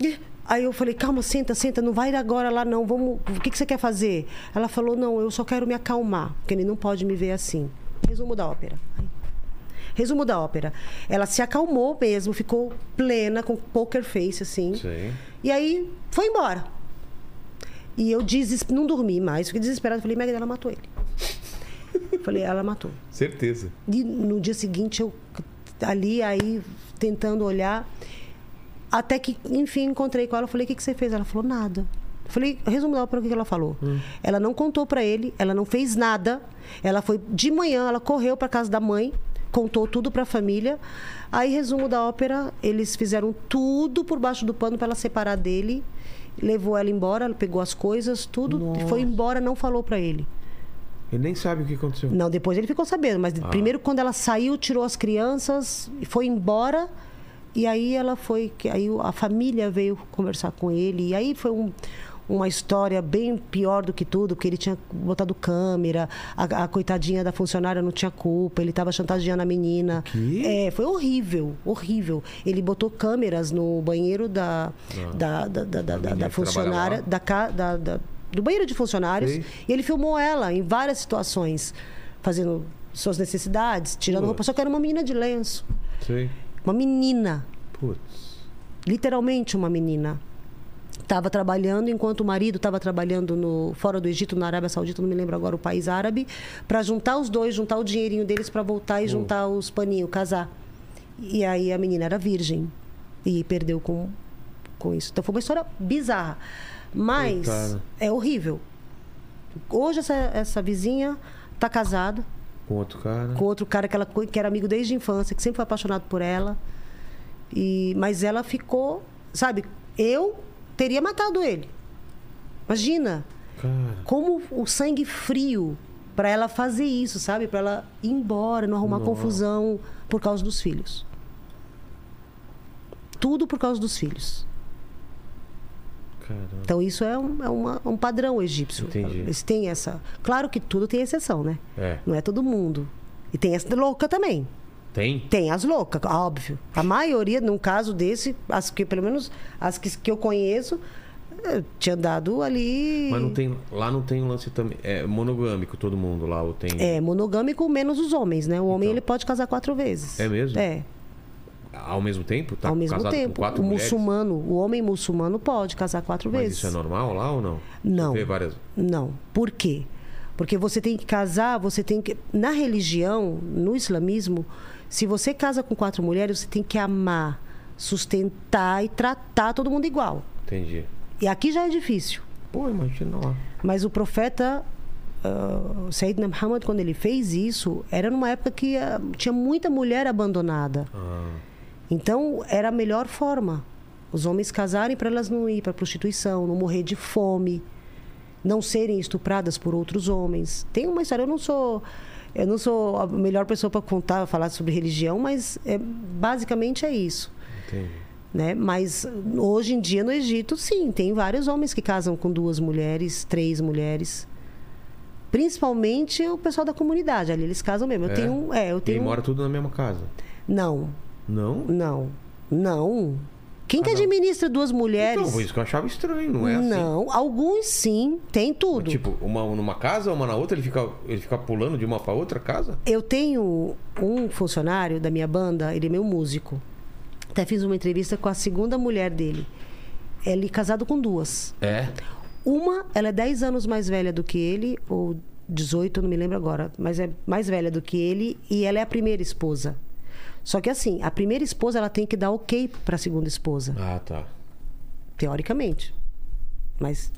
C: é, Aí eu falei, calma, senta, senta, não vai agora lá não, vamos. O que, que você quer fazer? Ela falou, não, eu só quero me acalmar, porque ele não pode me ver assim. Resumo da ópera. Resumo da ópera. Ela se acalmou mesmo, ficou plena, com poker face, assim.
A: Sei.
C: E aí foi embora. E eu deses... não dormi mais, fiquei desesperada. Falei, Meg, ela matou ele. falei, ela matou.
A: Certeza.
C: E no dia seguinte, eu ali, aí, tentando olhar. Até que, enfim, encontrei com ela. Falei, o que, que você fez? Ela falou, nada. Falei, resumo da ópera, o que que ela falou? Ela não contou pra ele, ela não fez nada. Ela foi de manhã, ela correu pra casa da mãe, contou tudo pra família. Aí, resumo da ópera, eles fizeram tudo por baixo do pano pra ela separar dele. Levou ela embora, ela pegou as coisas, tudo, e foi embora, não falou pra ele.
A: Ele nem sabe o que aconteceu.
C: Não, depois ele ficou sabendo, mas
A: Ah.
C: primeiro quando ela saiu, tirou as crianças, foi embora e aí ela foi, que aí a família veio conversar com ele e aí foi um- uma história bem pior do que tudo, porque ele tinha botado câmera, a, a coitadinha da funcionária não tinha culpa, ele estava chantageando a menina.
A: quê?
C: É, foi horrível, horrível. Ele botou câmeras no banheiro da, da, da, da, da- da
A: Ah. menina que trabalha
C: funcionária,
A: lá.
C: da, ca- da- da- do banheiro de funcionários.
A: Sei.
C: E ele filmou ela em várias situações, fazendo suas necessidades, tirando
A: Putz.
C: roupa. Só que era uma menina de lenço.
A: Sei.
C: Uma menina.
A: Putz.
C: Literalmente uma menina. Estava trabalhando enquanto o marido estava trabalhando no, fora do Egito, na Arábia Saudita, não me lembro agora o país árabe, para juntar os dois, juntar o dinheirinho deles para voltar e juntar os paninhos, casar. E aí a menina era virgem e perdeu com, com isso. Então foi uma história bizarra. Mas
A: Coitada.
C: é horrível. Hoje essa, essa vizinha está casada,
A: Com outro cara.
C: com outro cara que ela co- que era amigo desde a infância, que sempre foi apaixonado por ela. E mas ela ficou, sabe, eu teria matado ele. Imagina
A: Cara.
C: como o sangue frio para ela fazer isso, sabe? Para ela ir embora, não arrumar confusão por causa dos filhos. Tudo por causa dos filhos.
A: Caramba.
C: Então isso é um, é uma- um padrão egípcio.
A: Entendi.
C: Eles têm essa. Claro que tudo tem exceção, né?
A: É.
C: Não é todo mundo. E tem essa louca também.
A: Tem?
C: Tem as loucas, óbvio. A maioria, num caso desse, as que pelo menos as que, que eu conheço, eh, tinha dado ali.
A: Mas não tem, lá não tem um lance também. É monogâmico todo mundo lá, ou tem.
C: É, monogâmico menos os homens, né? O homem
A: Então.
C: ele pode casar quatro vezes.
A: É mesmo?
C: É,
A: Ao mesmo tempo? Tá
C: ao mesmo
A: casado
C: tempo.
A: Com quatro
C: o
A: mulheres?
C: muçulmano, o homem muçulmano pode casar quatro
A: Mas
C: vezes.
A: isso é normal lá ou não?
C: Não.
A: Vê várias...
C: Não. Por quê? Porque você tem que casar, você tem que. Na religião, no islamismo, se você casa com quatro mulheres, você tem que amar, sustentar e tratar todo mundo igual.
A: Entendi.
C: E aqui já é difícil.
A: Pô, imagina lá.
C: Mas o profeta ah, Sayyidina Muhammad, quando ele fez isso, era numa época que ah, tinha muita mulher abandonada.
A: Ah,
C: Então, era a melhor forma. Os homens casarem para elas não ir para prostituição, não morrer de fome, não serem estupradas por outros homens. Tem uma história, eu não sou eu não sou a melhor pessoa para contar, falar sobre religião, mas é, basicamente é isso.
A: entendi.
C: Né? Mas hoje em dia no Egito, sim, tem vários homens que casam com duas mulheres, três mulheres. Principalmente o pessoal da comunidade, ali eles casam mesmo. Eu
A: É?
C: tenho, um- é, eu
A: E
C: tenho. um-
A: mora tudo na mesma casa.
C: Não,
A: Não?
C: não, não. Quem que
A: Ah, não.
C: administra duas mulheres?
A: Então, foi isso que eu achava estranho, não é assim?
C: Não, alguns sim, tem
A: Mas,
C: tudo.
A: Tipo, uma numa casa, uma na outra, ele fica, ele fica pulando de uma pra outra casa?
C: Eu tenho um funcionário da minha banda, ele é meu músico. Até fiz uma entrevista com a segunda mulher dele. Ele é casado com duas.
A: É.
C: Uma, ela é 10 anos mais velha do que ele, ou 18, eu não me lembro agora, mas é mais velha do que ele, e ela é a primeira esposa. Só que assim, a primeira esposa ela tem que dar ok para a segunda esposa,
A: Ah, tá.
C: teoricamente. Mas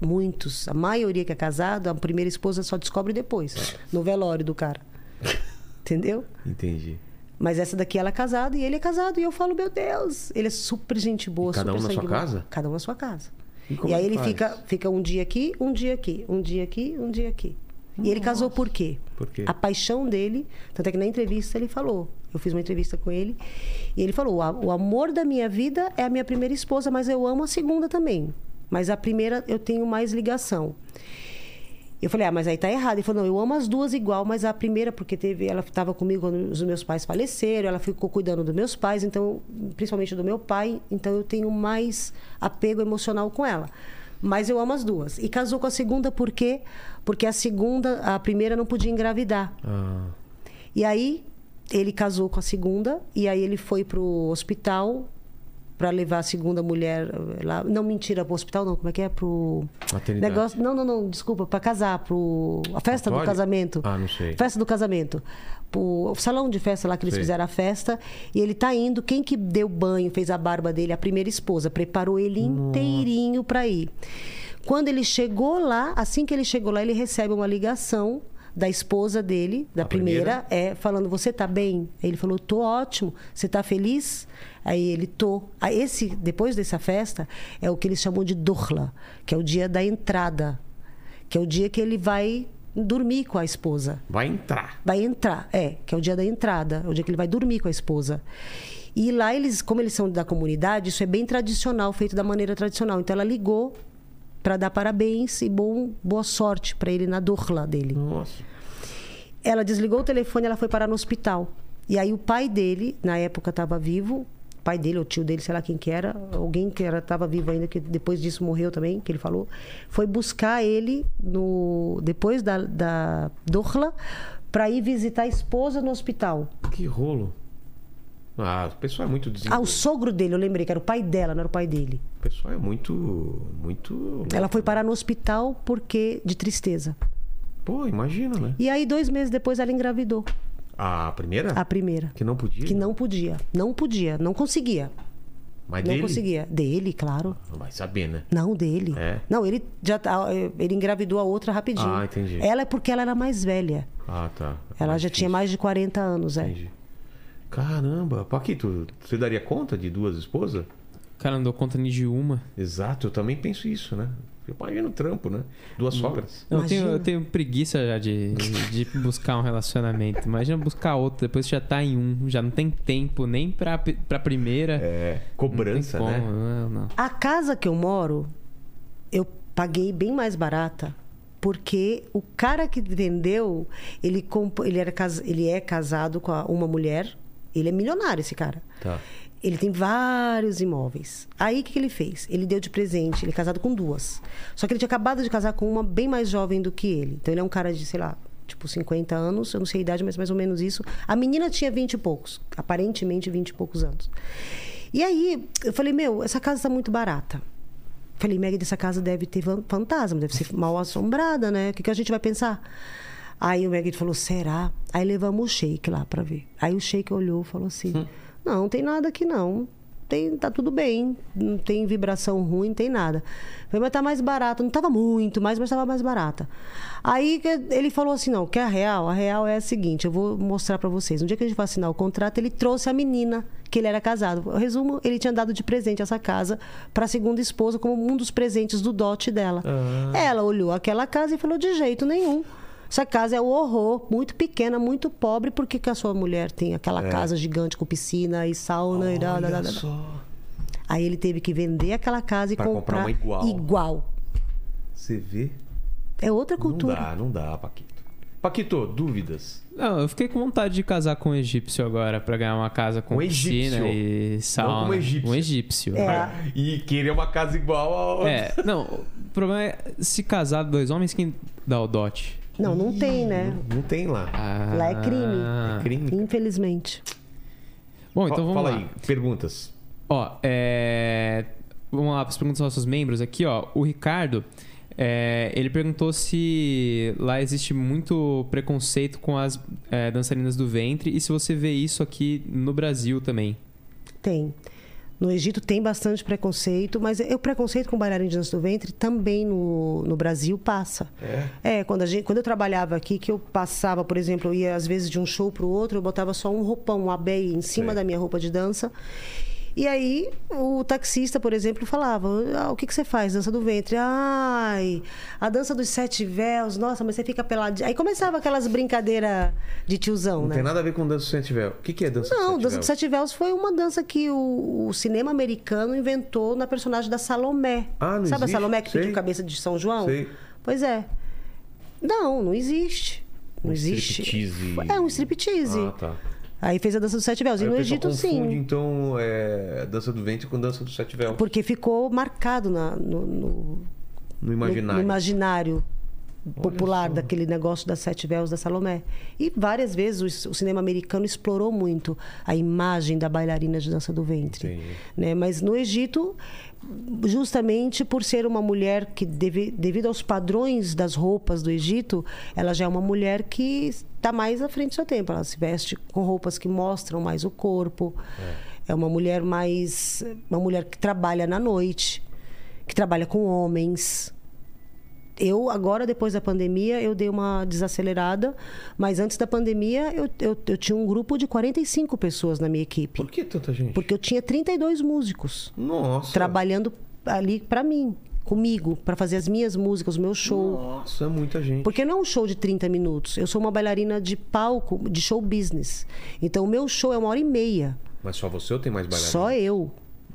C: muitos, a maioria que é casada, a primeira esposa só descobre depois, no velório do cara. Entendeu?
A: Entendi.
C: Mas essa daqui ela é casada e ele é casado. E eu falo, meu Deus, ele é super gente boa,
A: E cada
C: super
A: um na sua
C: sangue bom.
A: casa?
C: Cada um na sua casa.
A: E
C: E,
A: como
C: aí
A: que
C: ele
A: faz?
C: fica, fica um dia aqui, um dia aqui, um dia aqui, um dia aqui. E ele casou por quê?
A: Por quê?
C: A paixão dele, tanto é que na entrevista ele falou. Eu fiz uma entrevista com ele e ele falou: "O a- o amor da minha vida é a minha primeira esposa, mas eu amo a segunda também. Mas a primeira eu tenho mais ligação. Eu falei, ah, mas aí tá errado. Ele falou, não, eu amo as duas igual, mas a primeira, porque teve, ela estava comigo quando os meus pais faleceram, ela ficou cuidando dos meus pais, então, principalmente do meu pai, então eu tenho mais apego emocional com ela. Mas eu amo as duas. E casou com a segunda por quê? Porque a segunda, a primeira não podia engravidar.
A: Ah,
C: E aí ele casou com a segunda e aí ele foi pro hospital para levar a segunda mulher eh, lá. Não, mentira, pro hospital não, como é que é pro
A: Maternidade.
C: negócio? Não, não, não, desculpa, para casar, pro a festa do
A: Cartório?
C: casamento.
A: Ah, não sei.
C: Festa do casamento. Pro o salão de festa lá que eles
A: Sei.
C: fizeram a festa e ele tá indo, quem que deu banho, fez a barba dele, a primeira esposa, preparou ele inteirinho para ir. Quando ele chegou lá, assim que ele chegou lá, ele recebe uma ligação da esposa dele, da
A: A primeira?
C: primeira, é, falando, você tá bem? Aí ele falou, tô ótimo, você tá feliz? Aí ele, tô. Aí esse, depois dessa festa, é o que eles chamam de Dohla, que é o dia da entrada, que é o dia que ele vai dormir com a esposa.
A: vai entrar.
C: Vai entrar, é, que é o dia da entrada, é o dia que ele vai dormir com a esposa. E lá eles, como eles são da comunidade, isso é bem tradicional, feito da maneira tradicional. Então ela ligou para dar parabéns e bom, boa sorte para ele na dorla dele.
A: Nossa.
C: Ela desligou o telefone, ela foi parar no hospital. E aí o pai dele, na época estava vivo, o pai dele, ou tio dele, sei lá quem que era, alguém que era estava vivo ainda que depois disso morreu também, que ele falou, foi buscar ele no depois da da Dohla para ir visitar a esposa no hospital.
A: Que rolo. Ah, o pessoal é muito
C: Ah,
A: desenvolvido.
C: o sogro dele, eu lembrei que era o pai dela, não era o pai dele.
A: O pessoal é muito. Muito. louco.
C: Ela foi parar no hospital porque de tristeza.
A: Pô, imagina, né?
C: E aí dois meses depois ela engravidou
A: A primeira?
C: a primeira,
A: Que não podia?
C: que não podia, não podia, não conseguia.
A: Mas
C: não
A: dele?
C: conseguia. Dele, claro.
A: Não vai saber, né?
C: Não, dele.
A: É?
C: Não, ele já tá- ele engravidou a outra rapidinho.
A: Ah, entendi.
C: Ela é porque ela era mais velha.
A: Ah, tá.
C: Ela
A: Mais
C: já tinha
A: difícil.
C: mais de 40 anos, é.
A: Entendi. Caramba, Paquito, você daria conta de duas esposas?
B: Cara, não dou conta nem de uma.
A: Exato, eu também penso isso, né? Eu imagino o trampo, né? Duas sogras.
B: Não, eu tenho,
C: Imagina.
B: eu tenho preguiça já de, de buscar um relacionamento. Imagina buscar outro, depois você já tá em um, já não tem tempo nem pra, pra primeira.
A: É,
B: Não tem
A: cobrança,
B: como,
A: né?
B: Não, não.
C: A casa que eu moro, eu paguei bem mais barata, porque o cara que vendeu, ele, comp- ele, era cas- ele é casado com a- uma mulher, ele é milionário esse cara.
A: Tá.
C: Ele tem vários imóveis. Aí o que, que ele fez? Ele deu de presente, ele é casado com duas. Só que ele tinha acabado de casar com uma bem mais jovem do que ele. Então ele é um cara de, sei lá, tipo 50 anos, eu não sei a idade, mas mais ou menos isso. A menina tinha 20 e poucos, aparentemente 20 e poucos anos. E aí eu falei, meu, essa casa tá muito barata. Falei, Meg, dessa casa deve ter van- fantasma, deve ser mal assombrada, né? O que, que a gente vai pensar? Aí o Meg falou, será? Aí levamos o Sheik lá pra ver. Aí o Sheik olhou e falou assim: não, não tem nada aqui não. Tem, tá tudo bem, não tem vibração ruim, não tem nada. Falei, mas tá mais barato. Não tava muito mais, mas tava mais barata. Aí que ele falou assim: não, que a real? A real é a seguinte: eu vou mostrar pra vocês. No dia que a gente vai assinar o contrato, ele trouxe a menina que ele era casado. Resumo, ele tinha dado de presente essa casa para a segunda esposa como um dos presentes do dote dela.
A: Ah.
C: Ela olhou aquela casa e falou de jeito nenhum. Essa casa é o horror, muito pequena, muito pobre, por que que a sua mulher tem aquela casa gigante com piscina e sauna e dá, dá, dá, dá.
A: É. só.
C: Aí ele teve que vender aquela casa e
A: Pra comprar
C: comprar,
A: uma igual.
C: igual.
A: Você vê?
C: É outra cultura.
A: Não dá, não dá, Paquito. Paquito, dúvidas?
B: Não, eu fiquei com vontade de casar com um egípcio agora pra ganhar uma casa com
A: Um
B: piscina
A: egípcio.
B: e sauna.
A: Não com um egípcio.
B: Um egípcio.
C: É.
A: E querer uma casa igual ao.
B: É, não, o problema é se casar dois homens, quem dá o dote?
C: Não, não tem, né?
A: Não, não tem lá.
B: Ah,
C: Lá é crime.
A: É crime.
C: Infelizmente.
B: Bom, então vamos
A: Fala
B: lá.
A: aí, perguntas.
B: Ó, é... Vamos lá para as perguntas dos nossos membros aqui, ó. O Ricardo, é, ele perguntou se lá existe muito preconceito com as é, dançarinas do ventre e se você vê isso aqui no Brasil também.
C: Tem. No Egito tem bastante preconceito, mas é- o preconceito com bailarina de dança do ventre também no, no Brasil passa. É, quando, a gente, quando eu trabalhava aqui, que eu passava, por exemplo, eu ia às vezes de um show para o outro, eu botava só um roupão, um abei em cima
A: Sei.
C: da minha roupa de dança. E aí o taxista, por exemplo, falava: ah, o que, que você faz? Dança do ventre. Ai, a dança dos sete véus, nossa, mas você fica peladinha. Aí começava aquelas brincadeiras de tiozão,
A: Não
C: né?
A: tem nada a ver com dança do Sentivel. O que, que é dança do
C: Não,
A: Sentivel?
C: Dança dos Sete Véus foi uma dança que o, o cinema americano inventou na personagem da Salomé.
A: Ah, não
C: Sabe
A: existe?
C: a Salomé que
A: Sei.
C: pediu cabeça de São João?
A: Sei.
C: Pois é. Não, não existe. Não
A: Um
C: existe.
A: striptease.
C: É um striptease.
A: Ah, tá.
C: Aí fez a dança dos Sete Véus.
A: Aí
C: E
A: o
C: no
A: pessoal
C: Egito,
A: confunde,
C: sim.
A: então, é, dança do ventre com dança do Sentivel.
C: Porque ficou marcado na- no, no-
A: No
C: no- no
A: imaginário.
C: imaginário popular daquele negócio das sete véus da Salomé. E várias vezes o, o cinema americano explorou muito a imagem da bailarina de dança do ventre.
A: Entendi.
C: Né? Mas no Egito, justamente por ser uma mulher que, deve- devido aos padrões das roupas do Egito, ela já é uma mulher que está mais à frente do seu tempo. Ela se veste com roupas que mostram mais o corpo. É, uma mulher mais. Uma mulher que trabalha na noite, que trabalha com homens. Eu, agora, depois da pandemia, eu dei uma desacelerada, mas antes da pandemia, eu, eu, eu tinha um grupo de 45 pessoas na minha equipe.
A: Por que tanta gente?
C: Porque eu tinha 32 músicos
A: Nossa.
C: trabalhando ali pra mim, comigo, pra fazer as minhas músicas, o meu show.
A: Nossa, é muita gente.
C: Porque não é um show de 30 minutos. Eu sou uma bailarina de palco, de show business. Então, o meu show é uma hora e meia.
A: Mas só você ou tem mais né? bailarina?
C: Só eu.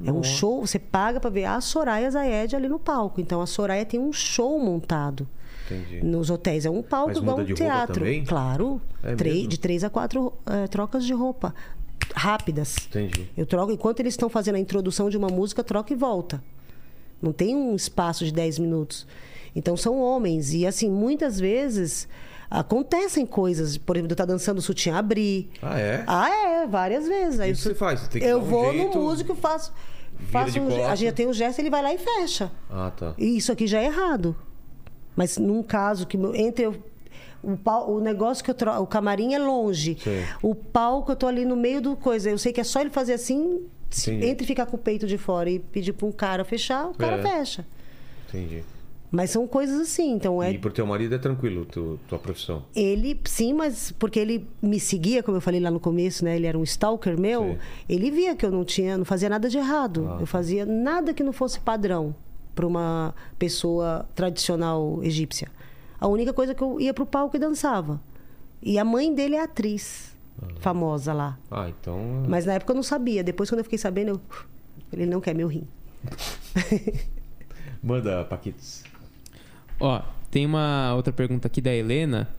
C: É um show, você paga pra ver a Soraya Zaed ali no palco. Então a Soraya tem um show montado.
A: Entendi.
C: Nos hotéis. É um palco
A: Mas
C: igual
A: muda
C: um
A: de roupa
C: teatro.
A: também?
C: Claro.
A: É
C: Três-
A: mesmo?
C: de três a quatro eh, trocas de roupa. Rápidas.
A: Entendi.
C: Eu troco, enquanto eles estão fazendo a introdução de uma música, troca e volta. Não tem um espaço de 10 minutos. Então são homens. E assim, muitas vezes acontecem coisas. Por exemplo, eu tá dançando o sutiã abrir.
A: Ah, é?
C: Ah, é, várias vezes. Aí
A: E o que
C: su-
A: você faz? Você tem que
C: eu
A: dar um
C: vou
A: jeito,
C: no músico, faço.
A: de
C: faço um, ge- a
A: costas.
C: gente tem um gesto, ele vai lá e fecha.
A: Ah, tá.
C: E isso aqui já é errado. Mas num caso que meu- entre eu- o, pal- o negócio que eu troco, o camarim é longe.
A: Sim.
C: O palco eu tô ali no meio do coisa. Eu sei que é só ele fazer assim, se-
A: Entendi.
C: entre ficar com o peito de fora e pedir pra um cara fechar, o cara
A: É.
C: fecha.
A: Entendi.
C: Mas são coisas assim, então é
A: E pro teu marido é tranquilo tu, tua profissão.
C: Ele, sim, mas porque ele me seguia, como eu falei lá no começo, né? Ele era um stalker meu.
A: Sim.
C: Ele via que eu não tinha, não fazia nada de errado.
A: Ah.
C: Eu fazia nada que não fosse padrão para uma pessoa tradicional egípcia. A única coisa é que eu ia pro palco e dançava. E a mãe dele é atriz famosa lá.
A: Ah, então.
C: Mas na época eu não sabia. Depois quando eu fiquei sabendo, eu... ele não quer meu rim.
A: Manda, Paquitos.
B: Ó, tem uma outra pergunta aqui da Helena.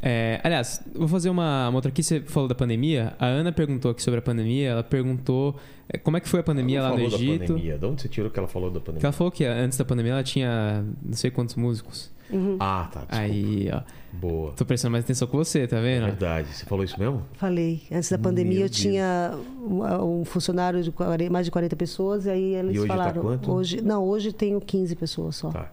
B: É, aliás, vou fazer uma, uma outra aqui. Você falou da pandemia. A Ana perguntou aqui sobre a pandemia. Ela perguntou é, como é que foi a pandemia
A: Ela
B: lá no
A: falou da
B: Egito. Então,
A: pandemia. De onde você tirou que ela falou da
B: Porque
A: pandemia?
B: ela falou que antes da pandemia ela tinha não sei quantos músicos.
C: Uhum.
A: Ah, tá. Desculpa.
B: Aí, ó.
A: Boa.
B: Tô prestando mais atenção que você, tá vendo?
A: Verdade. Você falou isso mesmo?
C: Falei. Antes da pandemia
A: Meu
C: eu tinha um, um funcionário de 40 mais de 40 pessoas e aí eles
A: E hoje tá
C: falaram.
A: quanto?
C: Hoje, não, hoje tenho 15 pessoas só.
A: Tá.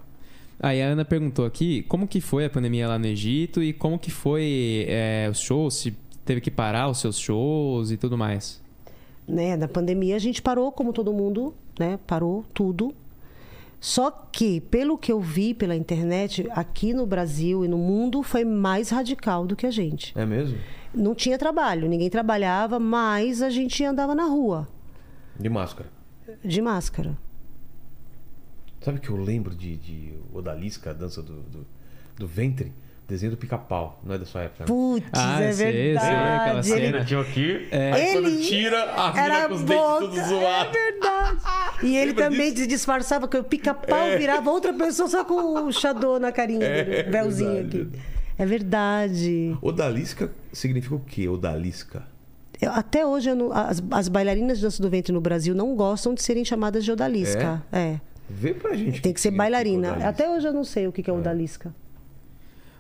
B: Aí a Ana perguntou aqui como que foi a pandemia lá no Egito e como que foi é, os shows, se teve que parar os seus shows e tudo mais.
C: Né? Na pandemia a gente parou, como todo mundo, né? Parou tudo. Só que, pelo que eu vi pela internet, aqui no Brasil e no mundo foi mais radical do que a gente.
A: É mesmo?
C: Não tinha trabalho, ninguém trabalhava, mas a gente andava na rua
A: De máscara.
C: de máscara.
A: Sabe que eu lembro de, de Odalisca, a dança do, do, do ventre? Desenho do pica-pau. Não é da sua época, né?
C: Putz,
B: Ah,
C: é
B: eu sei, eu sei aquela
C: verdade. Ele É.
B: cena.
A: tinha aqui.
C: Ele era boca.
A: zoados.
C: É [laughs] verdade. E ele
A: Lembra
C: também
A: disso?
C: se disfarçava, que o pica-pau virava outra pessoa só com o xadô na carinha dele, o véuzinho
A: verdade.
C: aqui. É verdade.
A: Odalisca significa o quê? Odalisca.
C: Eu- até hoje, eu não- as, as bailarinas de dança do ventre no Brasil não gostam de serem chamadas de odalisca. É.
A: Vê pra gente.
C: Tem que ser
A: significa
C: bailarina.
A: é odalisca.
C: Até hoje eu não sei o que que é odalisca.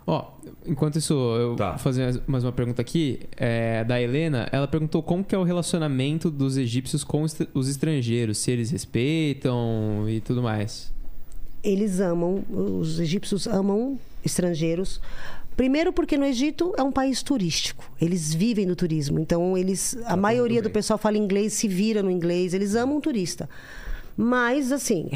B: Ó, enquanto isso, eu
A: Tá.
B: vou fazer mais- mais uma pergunta aqui é, da Helena. Ela perguntou como que é o relacionamento dos egípcios com os estra- os estrangeiros, se eles respeitam e tudo mais.
C: Eles amam, os egípcios amam estrangeiros. Primeiro porque no Egito é um país turístico. Eles vivem do turismo. Então eles,
A: Tá
C: a maioria do pessoal fala inglês, se vira no inglês, eles amam o turista. Mas assim,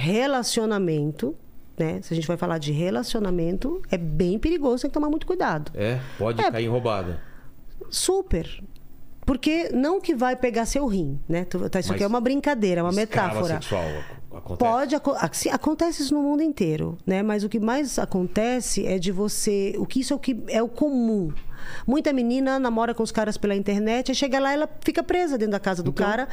C: relacionamento, né? Se a gente vai falar de relacionamento, é bem perigoso, tem que tomar muito cuidado.
A: É, pode
C: É.
A: cair em roubada.
C: Super. Porque não que vai pegar seu rim, né? Tu- tá, Isso
A: Mas
C: aqui é uma brincadeira, uma
A: Escala
C: metáfora.
A: sexual ac- acontece.
C: Pode, aco- ac- sim, acontece isso no mundo inteiro, né? Mas o que mais acontece é de você, o que isso é o que é o comum. Muita menina namora com os caras pela internet, aí chega lá ela fica presa dentro da casa do cara,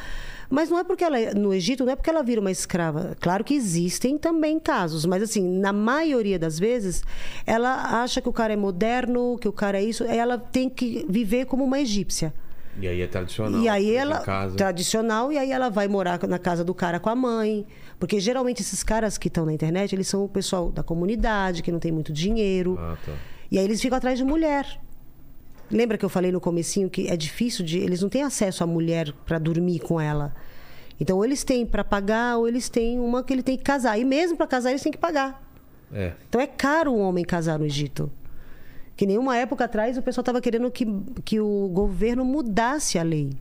C: mas não é porque ela é- no Egito, não é porque ela vira uma escrava. Claro que existem também casos, mas assim, na maioria das vezes, ela acha que o cara é moderno, que o cara é isso, aí ela tem que viver como uma egípcia.
A: E aí é tradicional.
C: E aí
A: fica em
C: ela
A: Casa.
C: tradicional e aí ela vai morar na casa do cara com a mãe, porque geralmente esses caras que estão na internet, eles são o pessoal da comunidade que não tem muito dinheiro.
A: Ah, tá.
C: E aí eles ficam atrás de mulher. Lembra que eu falei no comecinho que é difícil de eles não têm acesso à mulher para dormir com ela. Então ou eles têm para pagar ou eles têm uma que ele tem que casar. E mesmo para casar eles têm que pagar.
A: É.
C: Então é caro um homem casar no Egito. Que nenhuma época atrás o pessoal estava querendo que, que o governo mudasse a lei.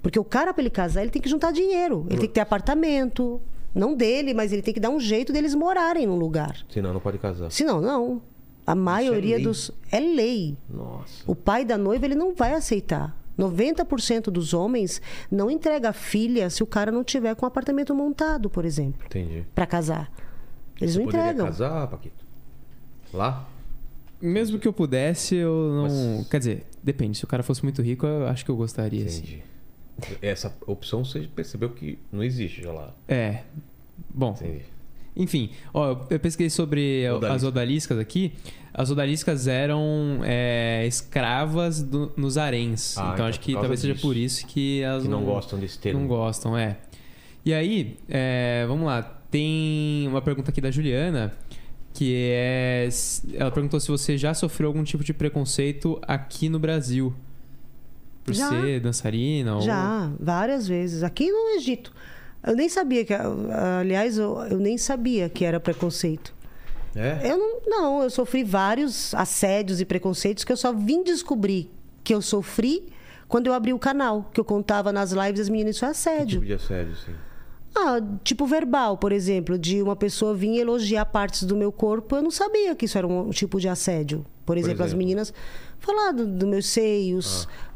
C: Porque o cara, para ele casar, ele tem que juntar dinheiro. Ele tem que ter apartamento. Não dele, mas ele tem que dar um jeito deles morarem num lugar.
A: Senão não pode casar.
C: Senão, não. A maioria
A: é lei.
C: dos. É lei.
A: Nossa.
C: O pai da noiva, ele não vai aceitar. 90% dos homens não entrega a filha se o cara não tiver com um apartamento montado, por exemplo,
A: Entendi.
C: para casar. Eles não
A: Poderia
C: entregam.
A: casar, Paquito? Lá?
B: Mesmo que eu pudesse, eu não.
A: Mas-
B: Quer dizer, depende. Se o cara fosse muito rico, eu acho que eu gostaria. Assim.
A: Entendi. Essa opção você percebeu que não existe já lá.
B: É. Bom,
A: Entendi.
B: Enfim, ó, eu- eu pesquisei sobre
A: Odalisca.
B: as odaliscas aqui. As odaliscas eram é, escravas do- nos haréns.
A: Ah,
B: então,
A: então
B: acho
A: por
B: que
A: causa
B: talvez seja
A: disso.
B: por isso que elas
A: Que não gostam desse termo.
B: Não gostam, é. E aí, é, vamos lá. Tem uma pergunta aqui da Juliana, que é... s- Ela perguntou se você já sofreu algum tipo de preconceito aqui no Brasil. Por
C: Já.
B: ser dançarina ou...
C: Já, várias vezes. Aqui no Egito. Eu nem sabia que. Aliás, eu, eu nem sabia que era preconceito.
A: É?
C: Eu não, não, eu sofri vários assédios e preconceitos que eu só vim descobrir que eu sofri Quando eu abri o canal, que eu contava nas lives, as meninas, isso é
A: Que
C: assédio.
A: tipo de assédio, sim.
C: Ah, tipo verbal, por exemplo, de uma pessoa vir elogiar partes do meu corpo, eu não sabia que isso era um tipo de assédio. Por exemplo, as
A: exemplo?
C: meninas falar do- dos meus seios,
A: Ah.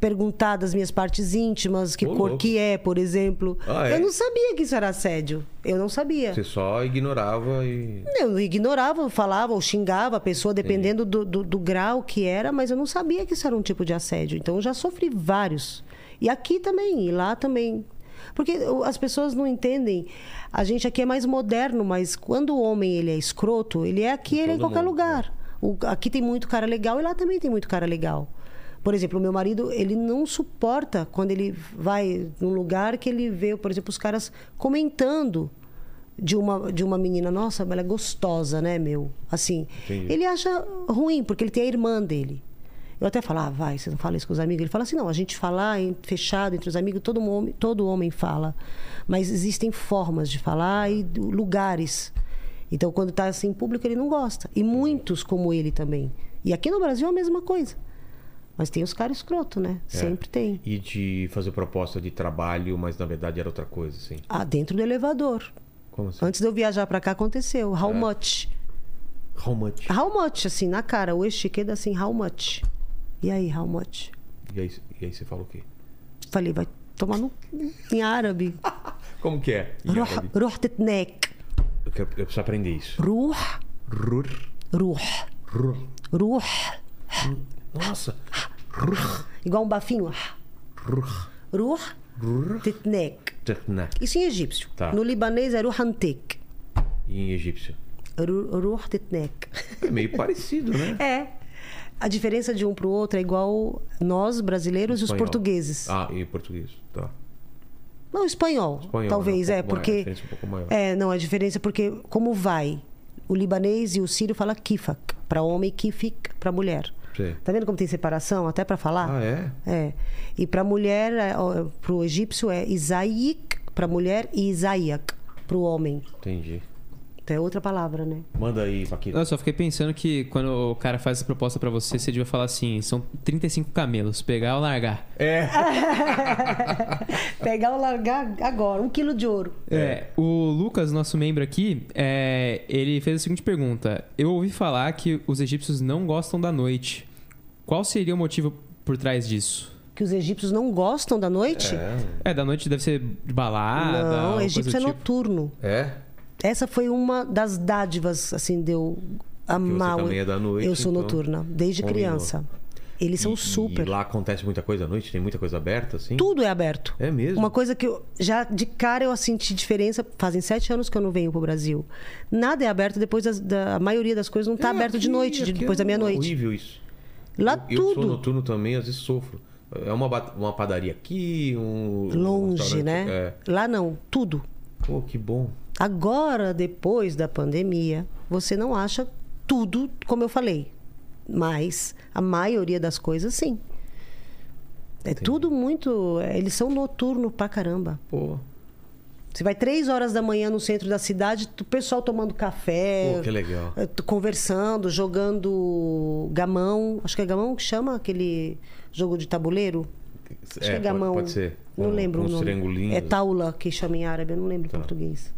C: perguntar das minhas partes íntimas, que
A: Ô,
C: cor
A: louco.
C: que é, por exemplo.
A: Ah, é?
C: Eu não sabia que isso era assédio. Eu não sabia.
A: Você só ignorava e.
C: Eu ignorava, falava ou xingava a pessoa, dependendo do, do- do grau que era, mas eu não sabia que isso era um tipo de assédio. Então, eu já sofri vários. E aqui também, e lá também. Porque o- as pessoas não entendem. A gente aqui é mais moderno, mas quando o homem ele é escroto, ele é aqui, ele é em
A: todo
C: qualquer
A: mundo, é.
C: lugar. O- aqui tem muito cara legal e lá também tem muito cara legal. Por exemplo, o meu marido, ele não suporta quando ele vai num lugar que ele vê, por exemplo, os caras comentando de uma, de uma menina, nossa, ela é gostosa, né, meu? Assim,
A: Entendi.
C: ele acha ruim, porque ele tem a irmã dele. Eu até falo, ah, vai, você não fala isso com os amigos. Ele fala assim, não, a gente falar em- fechado entre os amigos, todo homem, todo homem fala. Mas existem formas de falar e do- lugares. Então, quando está assim em público, ele não gosta. E muitos como ele também. E aqui no Brasil é a mesma coisa. Mas tem os caras escroto, né? Sempre tem.
A: E de fazer proposta de trabalho, mas na verdade era outra coisa, assim.
C: Ah, dentro do elevador.
A: Como assim?
C: Antes de eu viajar para cá, aconteceu. How much?
A: How much?
C: How much, assim, na cara. O Estiqueda, assim, how much? E aí, how much?
A: E aí, e aí você fala o quê?
C: Falei, vai tomar no... [laughs] Em árabe.
A: Como que é? Em
C: Ruh,
A: árabe?
C: ruh tetnek.
A: Eu, quero, eu preciso aprender isso.
C: Ruh,
A: Rur.
C: ruh,
A: Rur.
C: ruh.
A: Nossa.
C: Igual um bafinho.
A: Rur.
C: Ruh,
A: Rur.
C: tetnek.
A: Tecna.
C: Isso em egípcio.
A: Tá.
C: No libanês é ruhantek.
A: E em egípcio.
C: Ru- Ruh [laughs] tetnek.
A: É meio parecido, né?
C: É. A diferença de um pro outro é igual nós, brasileiros, e os
A: Espanhol.
C: portugueses.
A: Ah, e português. Tá.
C: Não, espanhol.
A: Espanhol,
C: talvez,
A: né? Um
C: é,
A: pouco
C: porque.
A: maior, a diferença é um pouco maior.
C: É, não, a diferença é porque como vai? O libanês e o sírio fala kifak, para homem, kifik, para mulher.
A: Sei.
C: Tá vendo como tem separação até para falar?
A: Ah, é?
C: É. E para mulher, é, ó, pro egípcio é isaik para mulher e isaiak para o homem.
A: Entendi.
C: Então é outra palavra, né?
A: Manda aí, Paquita.
B: Não, eu só fiquei pensando que quando o cara faz essa proposta pra você, você devia falar assim: são 35 camelos, pegar ou largar.
A: É.
C: Pegar ou largar agora, um quilo de ouro.
B: É, o Lucas, nosso membro aqui, é, ele fez a seguinte pergunta: Eu ouvi falar que os egípcios não gostam da noite. Qual seria o motivo por trás disso?
C: Que os egípcios não gostam da noite?
B: É, da noite deve ser de
A: Ah,
B: balada.
C: não,
B: ou
C: o
B: coisa
C: egípcio é
B: do tipo.
C: noturno.
A: É?
C: Essa foi uma das dádivas, assim, de eu amar.
A: também é da noite,
C: eu sou
A: então,
C: noturna, desde
A: combinou.
C: criança. Eles são
A: E-
C: super.
A: E lá acontece muita coisa à noite? Tem muita coisa aberta, assim?
C: Tudo é aberto.
A: É mesmo?
C: Uma coisa que eu, já de cara eu senti diferença. Fazem sete anos que eu não venho pro Brasil. Nada é aberto depois das- da. A maioria das coisas não tá
A: É,
C: aberto de
A: aqui-
C: noite, de-
A: aqui
C: depois
A: é
C: da meia-noite.
A: horrível isso.
C: Lá
A: eu, Eu sou
C: tudo.
A: noturno também, às vezes sofro. É uma, ba- uma padaria aqui, um. um
C: Longe,
A: restaurante-
C: né?
A: É.
C: Lá não, tudo.
A: Pô, que bom.
C: Agora, depois da pandemia, você não acha tudo como eu falei. Mas a maioria das coisas, sim. É tudo muito. é, Eles são noturno pra caramba.
A: Pô,
C: Você vai três horas da manhã no centro da cidade, o pessoal tomando café.
A: Pô, que legal.
C: eh, t- Conversando, jogando gamão. Acho que é gamão que chama aquele jogo de tabuleiro? Acho que é
A: pode-
C: gamão.
A: Pode, ser.
C: Não
A: Um-
C: lembro o
A: Uns
C: nome.
A: triangulinhos. Tá.
C: É taula que chama em árabe, eu não lembro em português.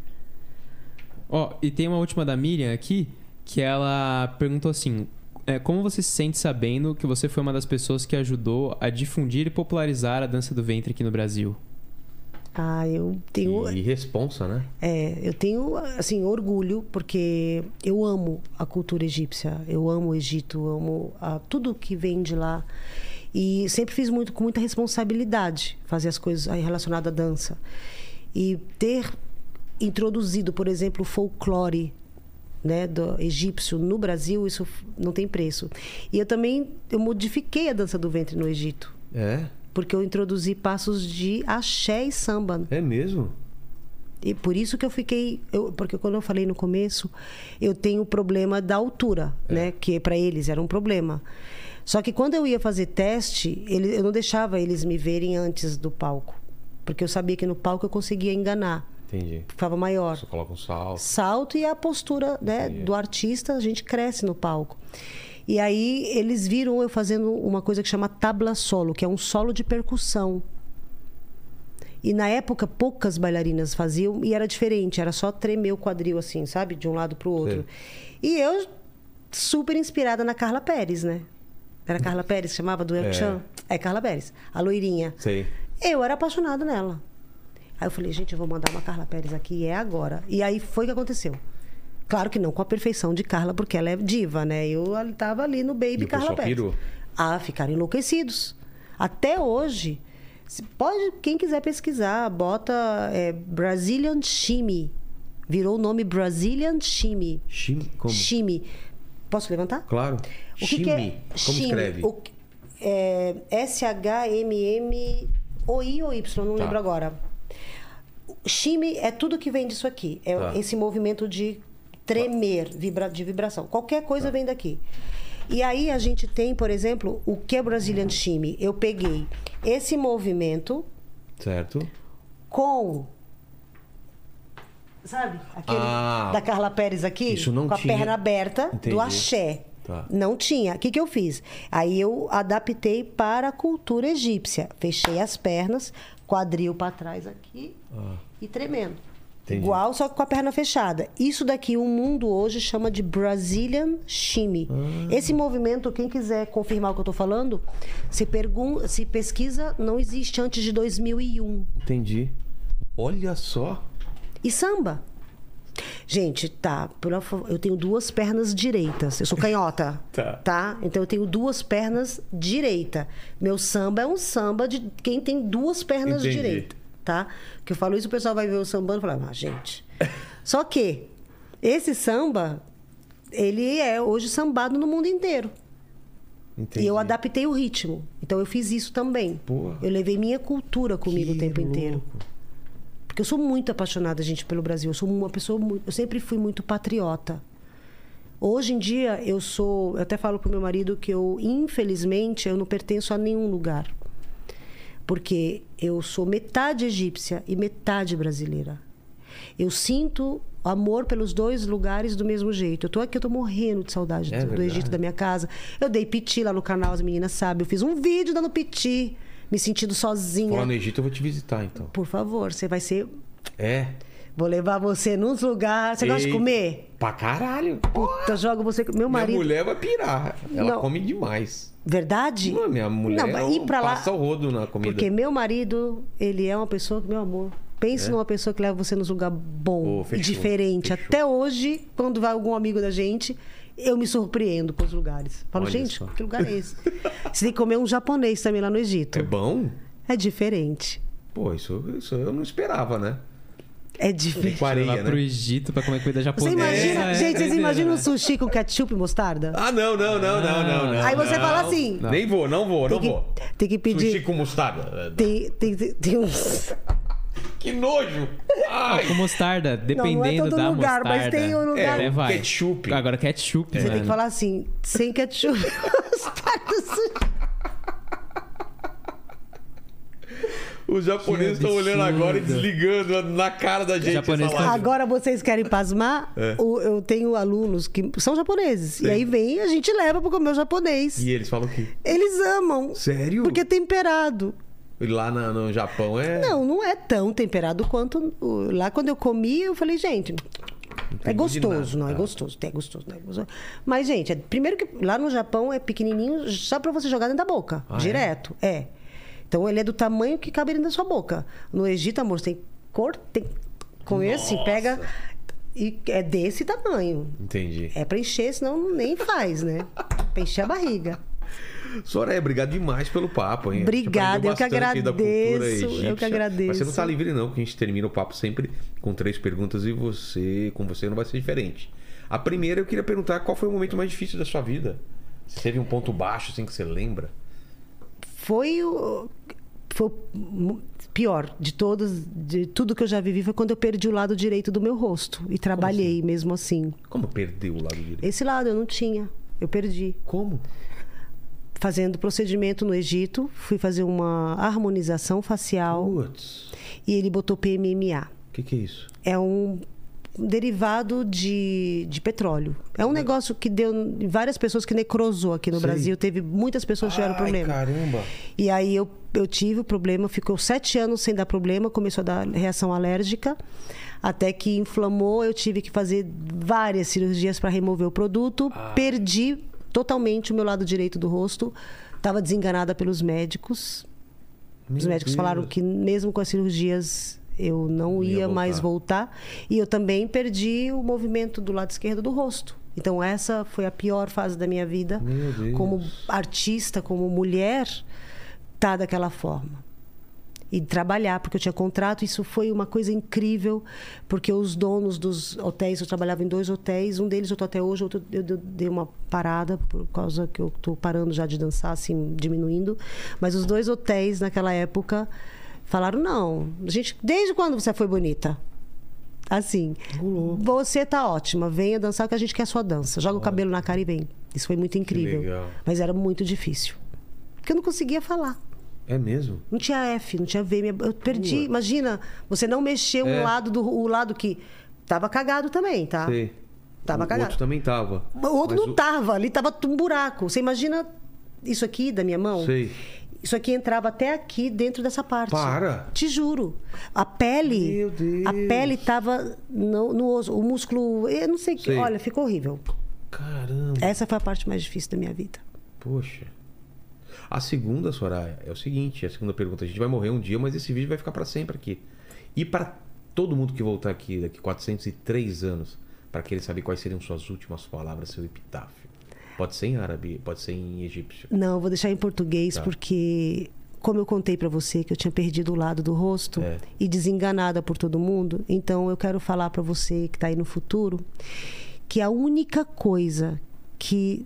B: Ó, e tem uma última da Miriam aqui, que ela perguntou assim: é, Como você se sente sabendo que você foi uma das pessoas que ajudou a difundir e popularizar a dança do ventre aqui no Brasil?
C: Ah, eu tenho.
A: E responsa, né?
C: É, eu tenho assim orgulho porque eu amo a cultura egípcia, eu amo o Egito, eu amo a- tudo que vem de lá e sempre fiz muito com muita responsabilidade fazer as coisas aí relacionadas à dança e ter introduzido, por exemplo, o folclore né, do egípcio no Brasil isso f- não tem preço e eu também eu modifiquei a dança do ventre no Egito
A: É.
C: porque eu introduzi passos de axé e samba né?
A: É mesmo?
C: e por isso que eu fiquei, eu- porque quando eu falei no começo, eu tenho o problema da altura, né? Que para eles era um problema. Só que quando eu ia fazer teste, ele- eu não deixava eles me verem antes do palco, porque eu sabia que no palco eu conseguia enganar,
A: Entendi.
C: ficava maior
A: Só coloca um sal.
C: é salto e a postura né, do artista, a gente cresce no palco. E aí eles viram eu fazendo uma coisa que chama tabla solo, que é um solo de percussão. E na época poucas bailarinas faziam e era diferente, era só tremer o quadril assim, sabe, de um lado para o outro. E eu super inspirada na Carla Pérez, né? Era Carla Pérez que chamava do El
A: É.
C: Chan? É Carla Pérez, a loirinha.
A: Sei.
C: Eu era apaixonada nela. Aí eu falei, gente, eu vou mandar uma Carla Pérez aqui e é agora. E aí foi o que aconteceu. Claro que não com a perfeição de Carla, porque ela é diva, né? Eu ali- tava ali no
A: E
C: Baby
A: o
C: Carla
A: pessoal
C: Pérez.
A: pirou?
C: Ah, ficaram enlouquecidos. Até hoje, se pode, quem quiser pesquisar, bota é, Brazilian Shimmy. Virou o nome Brazilian Shimmy.
A: Shim, como?
C: Shimmy. Posso levantar?
A: Claro.
C: O que, que é?
A: Como
C: Shime.
A: escreve?
C: O que- é, S-H-M-M-O-I ou Y, não
A: Tá.
C: lembro agora. Shime é tudo que vem disso aqui. É
A: Tá.
C: esse movimento de tremer, vibra- de vibração. Qualquer
A: Tá.
C: coisa vem daqui. E aí a gente tem, por exemplo, o que é Brazilian Shime? Eu peguei esse movimento
A: Certo.
C: com. Sabe? Aquele
A: Ah.
C: da Carla Pérez aqui?
A: Isso não
C: com
A: tinha.
C: a perna aberta
A: Entendi.
C: do axé.
A: Tá.
C: Não tinha. O que, que eu fiz? Aí eu adaptei para a cultura egípcia. Fechei as pernas, quadril para trás aqui e tremendo.
A: Ah. Entendi.
C: Igual, só que com a perna fechada. Isso daqui o mundo hoje chama de Brazilian Shimmy.
A: Ah.
C: Esse movimento, quem quiser confirmar o que eu tô falando, se, pergun se pesquisa, não existe antes de 2001.
A: Entendi. Olha só.
C: E samba. Gente, tá, por favor, eu tenho duas pernas direitas. Eu sou canhota.
A: [laughs] Tá.
C: Então eu tenho duas pernas direita. Meu samba é um samba de quem tem duas pernas
A: Entendi.
C: direitas, tá? Que eu falo isso, o pessoal vai ver o sambando e falar:
A: [laughs]
C: "Ah, gente". Só que esse samba ele é hoje sambado no mundo inteiro.
A: Entendi.
C: E eu adaptei o ritmo. Então eu fiz isso também.
A: Porra.
C: Eu levei minha cultura comigo
A: Que
C: o tempo inteiro.
A: louco.
C: Porque eu sou muito apaixonada, gente, pelo Brasil. Eu sou uma pessoa muito. Eu sempre fui muito patriota. Hoje em dia, eu sou. Eu até falo pro meu marido que eu, infelizmente, eu não pertenço a nenhum lugar. Porque eu sou metade egípcia e metade brasileira. Eu sinto amor pelos dois lugares do mesmo jeito. Eu tô aqui, eu tô morrendo de saudade
A: É
C: do- do
A: verdade.
C: Egito, da minha casa. Eu dei piti lá no canal, as meninas sabem. Eu fiz um vídeo dando piti, me sentindo sozinha.
A: Lá no Egito eu vou te visitar, então.
C: Por favor, você vai ser
A: É.
C: Vou levar você nos lugares. Você gosta de
A: Ei,
C: comer?
A: Pra caralho.
C: Puta, jogo você. Meu
A: Minha
C: marido.
A: mulher vai pirar. Ela
C: Não.
A: come demais.
C: Verdade?
A: Não, minha mulher é um
C: Não, mas ir pra lá.
A: passa o rodo na comida.
C: Porque meu marido, ele é uma pessoa que, meu amor. Pense numa pessoa que leva você nos lugares
A: Oh,
C: bom e
A: É? fechou,
C: diferente.
A: fechou.
C: Até hoje, quando vai algum amigo da gente, eu me surpreendo com os lugares. Falo,
A: Olha
C: gente,
A: só.
C: que lugar é
A: [laughs]
C: esse? Você tem que comer um japonês também lá no Egito.
A: É bom?
C: É diferente.
A: Pô, isso, isso eu não esperava, né?
C: É diferente.
B: Lá
A: Liquarinha, né?
B: pro Egito pra comer comida
C: Você
B: japonesa.
C: imagina,
B: é
C: gente, vocês
B: doideira,
C: imaginam um
B: né?
C: sushi com ketchup e mostarda?
A: Ah, não, não, não, não, não, não.
C: Aí você
A: não.
C: fala assim.
A: Nem vou, não vou, não
C: tem,
A: vou.
C: que, tem que pedir.
A: Sushi com mostarda.
C: Tem, tem, tem, tem uns.
A: É. Que nojo!
C: Ah,
A: Ai!
B: Com mostarda, dependendo
C: é todo
B: da
C: lugar,
B: mostarda.
C: mas tem um lugar-
B: até
A: É, o
B: vai.
A: ketchup.
B: Agora ketchup,
C: Você tem que
B: mano.
C: falar assim, sem ketchup. [laughs]
A: Os japoneses
B: Que
A: estão olhando
B: absurdo.
A: agora e desligando na cara da gente.
B: japonês
A: essa
B: tá-
A: live.
C: Agora vocês querem pasmar?
A: É.
C: O- eu tenho alunos que são japoneses. E aí vem, a gente leva pro comer o japonês.
A: E eles falam que
C: Eles amam.
A: Sério?
C: Porque é temperado.
A: lá na- no Japão é.
C: Não, não é tão temperado quanto o- lá quando eu comi, eu falei, gente, é
A: de nada,
C: gostoso, não é
A: tá.
C: gostoso, é gostoso, não é gostoso. Mas gente, é- primeiro que lá no Japão é pequenininho só pra você jogar dentro da boca,
A: Ah, é?
C: direto, é? Então ele é do tamanho que cabe dentro da sua boca. No Egito, amor, você tem cor, tem com esse
A: Nossa.
C: pega e é desse tamanho.
A: Entendi.
C: É pra encher, senão nem faz, né? Pra encher a barriga.
A: Soraya, obrigado demais pelo papo, hein?
C: Obrigada,
A: A gente aprendeu
C: eu que
A: bastante da cultura
C: agradeço, eu
A: egípcia.
C: que agradeço.
A: Mas você não tá livre, não, que a gente termina o papo sempre com três perguntas e você, com você, não vai ser diferente. A primeira, eu queria perguntar qual foi o momento mais difícil da sua vida? Se teve um ponto baixo, assim, que você lembra?
C: foi o foi o mu- pior de todos, de tudo que eu já vivi foi quando eu perdi o lado direito do meu rosto e trabalhei mesmo assim.
A: Como perdeu o lado direito?
C: Esse lado eu não tinha, eu perdi.
A: Como?
C: Fazendo procedimento no Egito, fui fazer uma harmonização facial
A: Putz.
C: e ele botou PMMA.
A: O que, que é isso?
C: É um derivado de, de petróleo. É um negócio que deu em várias pessoas que necrosou aqui no
D: Sei.
C: Brasil. Teve muitas pessoas que tiveram
D: Ai,
C: problema.
D: caramba.
C: E aí eu, eu tive o problema, ficou sete anos sem dar problema, começou a dar reação alérgica, até que inflamou, eu tive que fazer várias cirurgias para remover o produto, perdi totalmente o meu lado direito do rosto, estava desenganada pelos médicos. Os
D: Meu
C: médicos
D: Deus.
C: falaram que mesmo com as cirurgias eu não
A: Não ia
C: ia, mais
A: voltar.
C: voltar e eu também perdi o movimento do lado esquerdo do rosto. Então essa foi a pior fase da minha vida
D: Meu Deus.
C: como artista, como mulher, tá daquela forma. E trabalhar, porque eu tinha contrato, isso foi uma coisa incrível, porque os donos dos hotéis, eu trabalhava em dois hotéis, um deles eu tô até hoje, outro eu de- dei uma parada, por causa que eu tô parando já de dançar, assim, diminuindo. Mas os dois hotéis, naquela época, falaram: não, a gente, desde quando você foi bonita? Assim, você tá ótima, venha dançar que a gente quer a sua dança. Joga o cabelo na cara e vem. Isso foi muito incrível.
A: legal.
C: Mas era muito difícil. Porque eu não conseguia falar.
A: É mesmo?
C: Não tinha F, não tinha V. minha- Eu perdi. Imagina, você não mexeu
A: É.
C: um lado do o lado que tava cagado também, tá?
A: Sei.
C: Tava
A: o
C: cagado.
A: outro também tava.
C: O outro
A: Mas
C: não tava, ali tava um buraco. Você imagina isso aqui da minha mão?
A: Sei.
C: Isso aqui entrava até aqui dentro dessa parte.
A: Para!
C: Te juro. A pele.
A: Meu Deus.
C: A pele tava no, no osso. O músculo. Eu não sei o que.
A: Sei.
C: Olha, ficou horrível.
A: Caramba,
C: Essa foi a parte mais difícil da minha vida.
A: poxa. A segunda, Soraya, é o seguinte, a segunda pergunta, a gente vai morrer um dia, mas esse vídeo vai ficar pra sempre aqui. E pra todo mundo que voltar aqui daqui 403 anos, pra querer saber quais seriam suas últimas palavras, seu epitáfio. Pode ser em árabe, pode ser em egípcio.
C: Não, eu vou deixar em
A: Tá.
C: português, porque, como eu contei pra você que eu tinha perdido o lado do rosto
A: É.
C: e desenganada por todo mundo, então eu quero falar pra você que tá aí no futuro que a única coisa que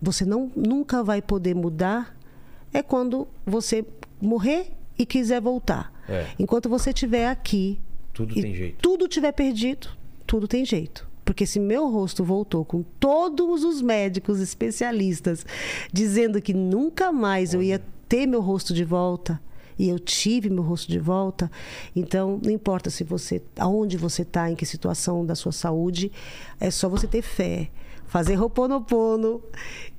C: você não, nunca vai poder mudar é quando você morrer e quiser voltar.
A: É.
C: Enquanto você estiver aqui,
A: Tudo
C: e
A: tem jeito.
C: tudo tiver perdido, tudo tem jeito. Porque se meu rosto voltou com todos os médicos especialistas dizendo que nunca mais eu ia ter meu rosto de volta, e eu tive meu rosto de volta, então não importa se você aonde você está, em que situação da sua saúde, é só você ter fé, fazer roponopono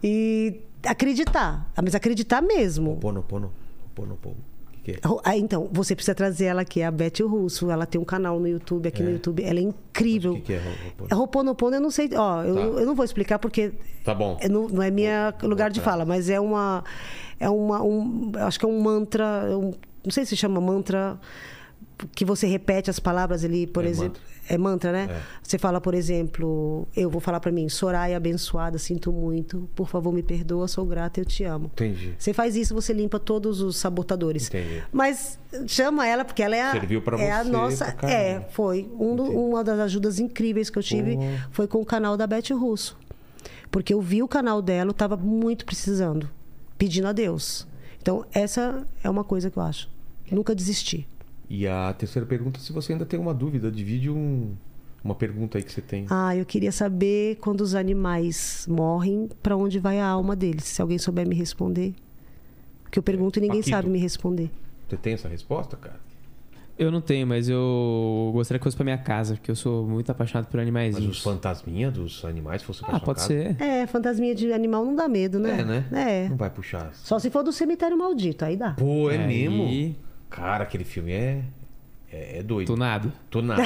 C: e acreditar, Ah, mas acreditar mesmo.
A: Pono, pono, pono, pono. O que, que é?
C: Ro- ah, Então, você precisa trazer ela aqui, é a Beth Russo. Ela tem um canal no YouTube, aqui no
A: É.
C: YouTube. Ela é incrível.
A: Mas o que que é Ho'oponopono?
C: Ho'oponopono, eu não sei. Ó, eu,
A: Tá.
C: eu não vou explicar porque
A: Tá bom.
C: é- não, não é minha lugar de
A: atrás.
C: fala, mas é uma. É uma. Um, eu acho que é um mantra. é um- não sei se chama mantra. Que você repete as palavras ali, por
A: É
C: exemplo.
A: mantra.
C: É mantra, né?
A: É.
C: Você fala, por exemplo, eu vou falar pra mim, Soraya abençoada, sinto muito, por favor me perdoa, sou grata, eu te amo.
A: Entendi.
C: Você faz isso, você limpa todos os sabotadores.
A: Entendi.
C: Mas chama ela, porque ela é a.
A: Serviu pra
C: é a
A: você, pra
C: nossa.
A: caramba.
C: é, foi. Um do-
A: Entendi.
C: uma das ajudas incríveis que eu tive
A: Boa.
C: foi com o canal da Beth Russo. Porque eu vi o canal dela, eu tava muito precisando, pedindo a Deus. Então, essa é uma coisa que eu acho. Nunca desistir.
A: E a terceira pergunta, se você ainda tem uma dúvida, divide um- uma pergunta aí que você tem.
C: Ah, eu queria saber quando os animais morrem, pra onde vai a alma deles? Se alguém souber me responder. Porque eu pergunto e ninguém
A: Paquito.
C: sabe me responder.
A: Você tem essa resposta, cara?
B: Eu não tenho, mas eu gostaria que fosse pra minha casa, porque eu sou muito apaixonado por animais.
A: Mas os fantasminha dos animais fosse pra
B: Ah,
A: sua
B: pode
A: casa?
B: ser.
C: É, fantasminha de animal não dá medo, né?
A: É, né?
C: É.
A: Não vai puxar.
C: Só se for do cemitério maldito, aí dá.
A: Pô, é,
B: Aí-
A: mesmo? Cara, aquele filme é. É, é doido.
B: Do nada.
A: Tô nada.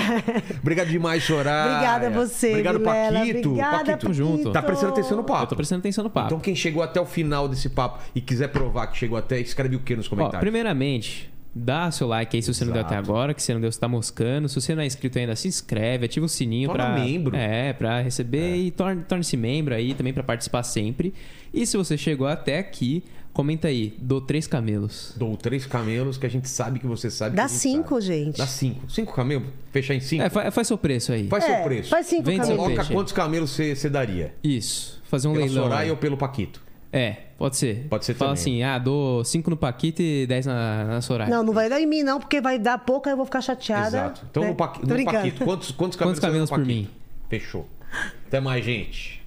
A: Obrigado demais, Soraya.
C: Obrigada a você,
A: Obrigado,
C: Vilela.
A: Paquito.
C: Obrigada,
A: Paquito.
B: Tamo junto.
A: Tá prestando atenção no
B: Eu tô
A: papo.
B: prestando atenção no papo.
A: Então, quem chegou até o final desse papo e quiser provar que chegou até, escreve o que nos
B: Ó,
A: comentários?
B: primeiramente, dá seu like aí se você não deu
A: Exato.
B: até agora, que se não deu, você tá moscando. Se você não é inscrito ainda, se inscreve, ativa o sininho
A: Torna
B: pra.
A: membro.
B: É, pra receber e torne- torne-se membro aí também pra participar sempre. E se você chegou até aqui, comenta aí, dou três camelos.
A: Dou três camelos que a gente sabe que você sabe. que
C: Dá
A: a gente
C: cinco,
A: sabe.
C: gente.
A: Dá cinco. Cinco camelos? Fechar em cinco?
B: É, fa- faz, seu preço aí.
A: Faz
C: É,
A: seu preço.
C: Faz cinco
B: Vende seu
C: camelos.
A: Coloca
B: Peixe.
A: quantos camelos você você daria?
B: Isso. Fazer um
A: Pela
B: leilão.
A: Soraya
B: aí.
A: ou pelo Paquito?
B: É, pode ser.
A: Pode ser
B: Fala
A: também.
B: assim, ah, dou cinco no Paquito e dez na, na Soraya.
C: Não, não vai dar em mim, não, porque vai dar pouco, aí eu vou ficar chateada.
A: Exato. Então,
C: né?
A: no, Paqui-
C: Tô
A: no
C: brincando.
A: Paquito, quantos, quantos camelos,
B: Quantos camelos
A: você dá no
B: por
A: Paquito? Fechou. Até mais, gente.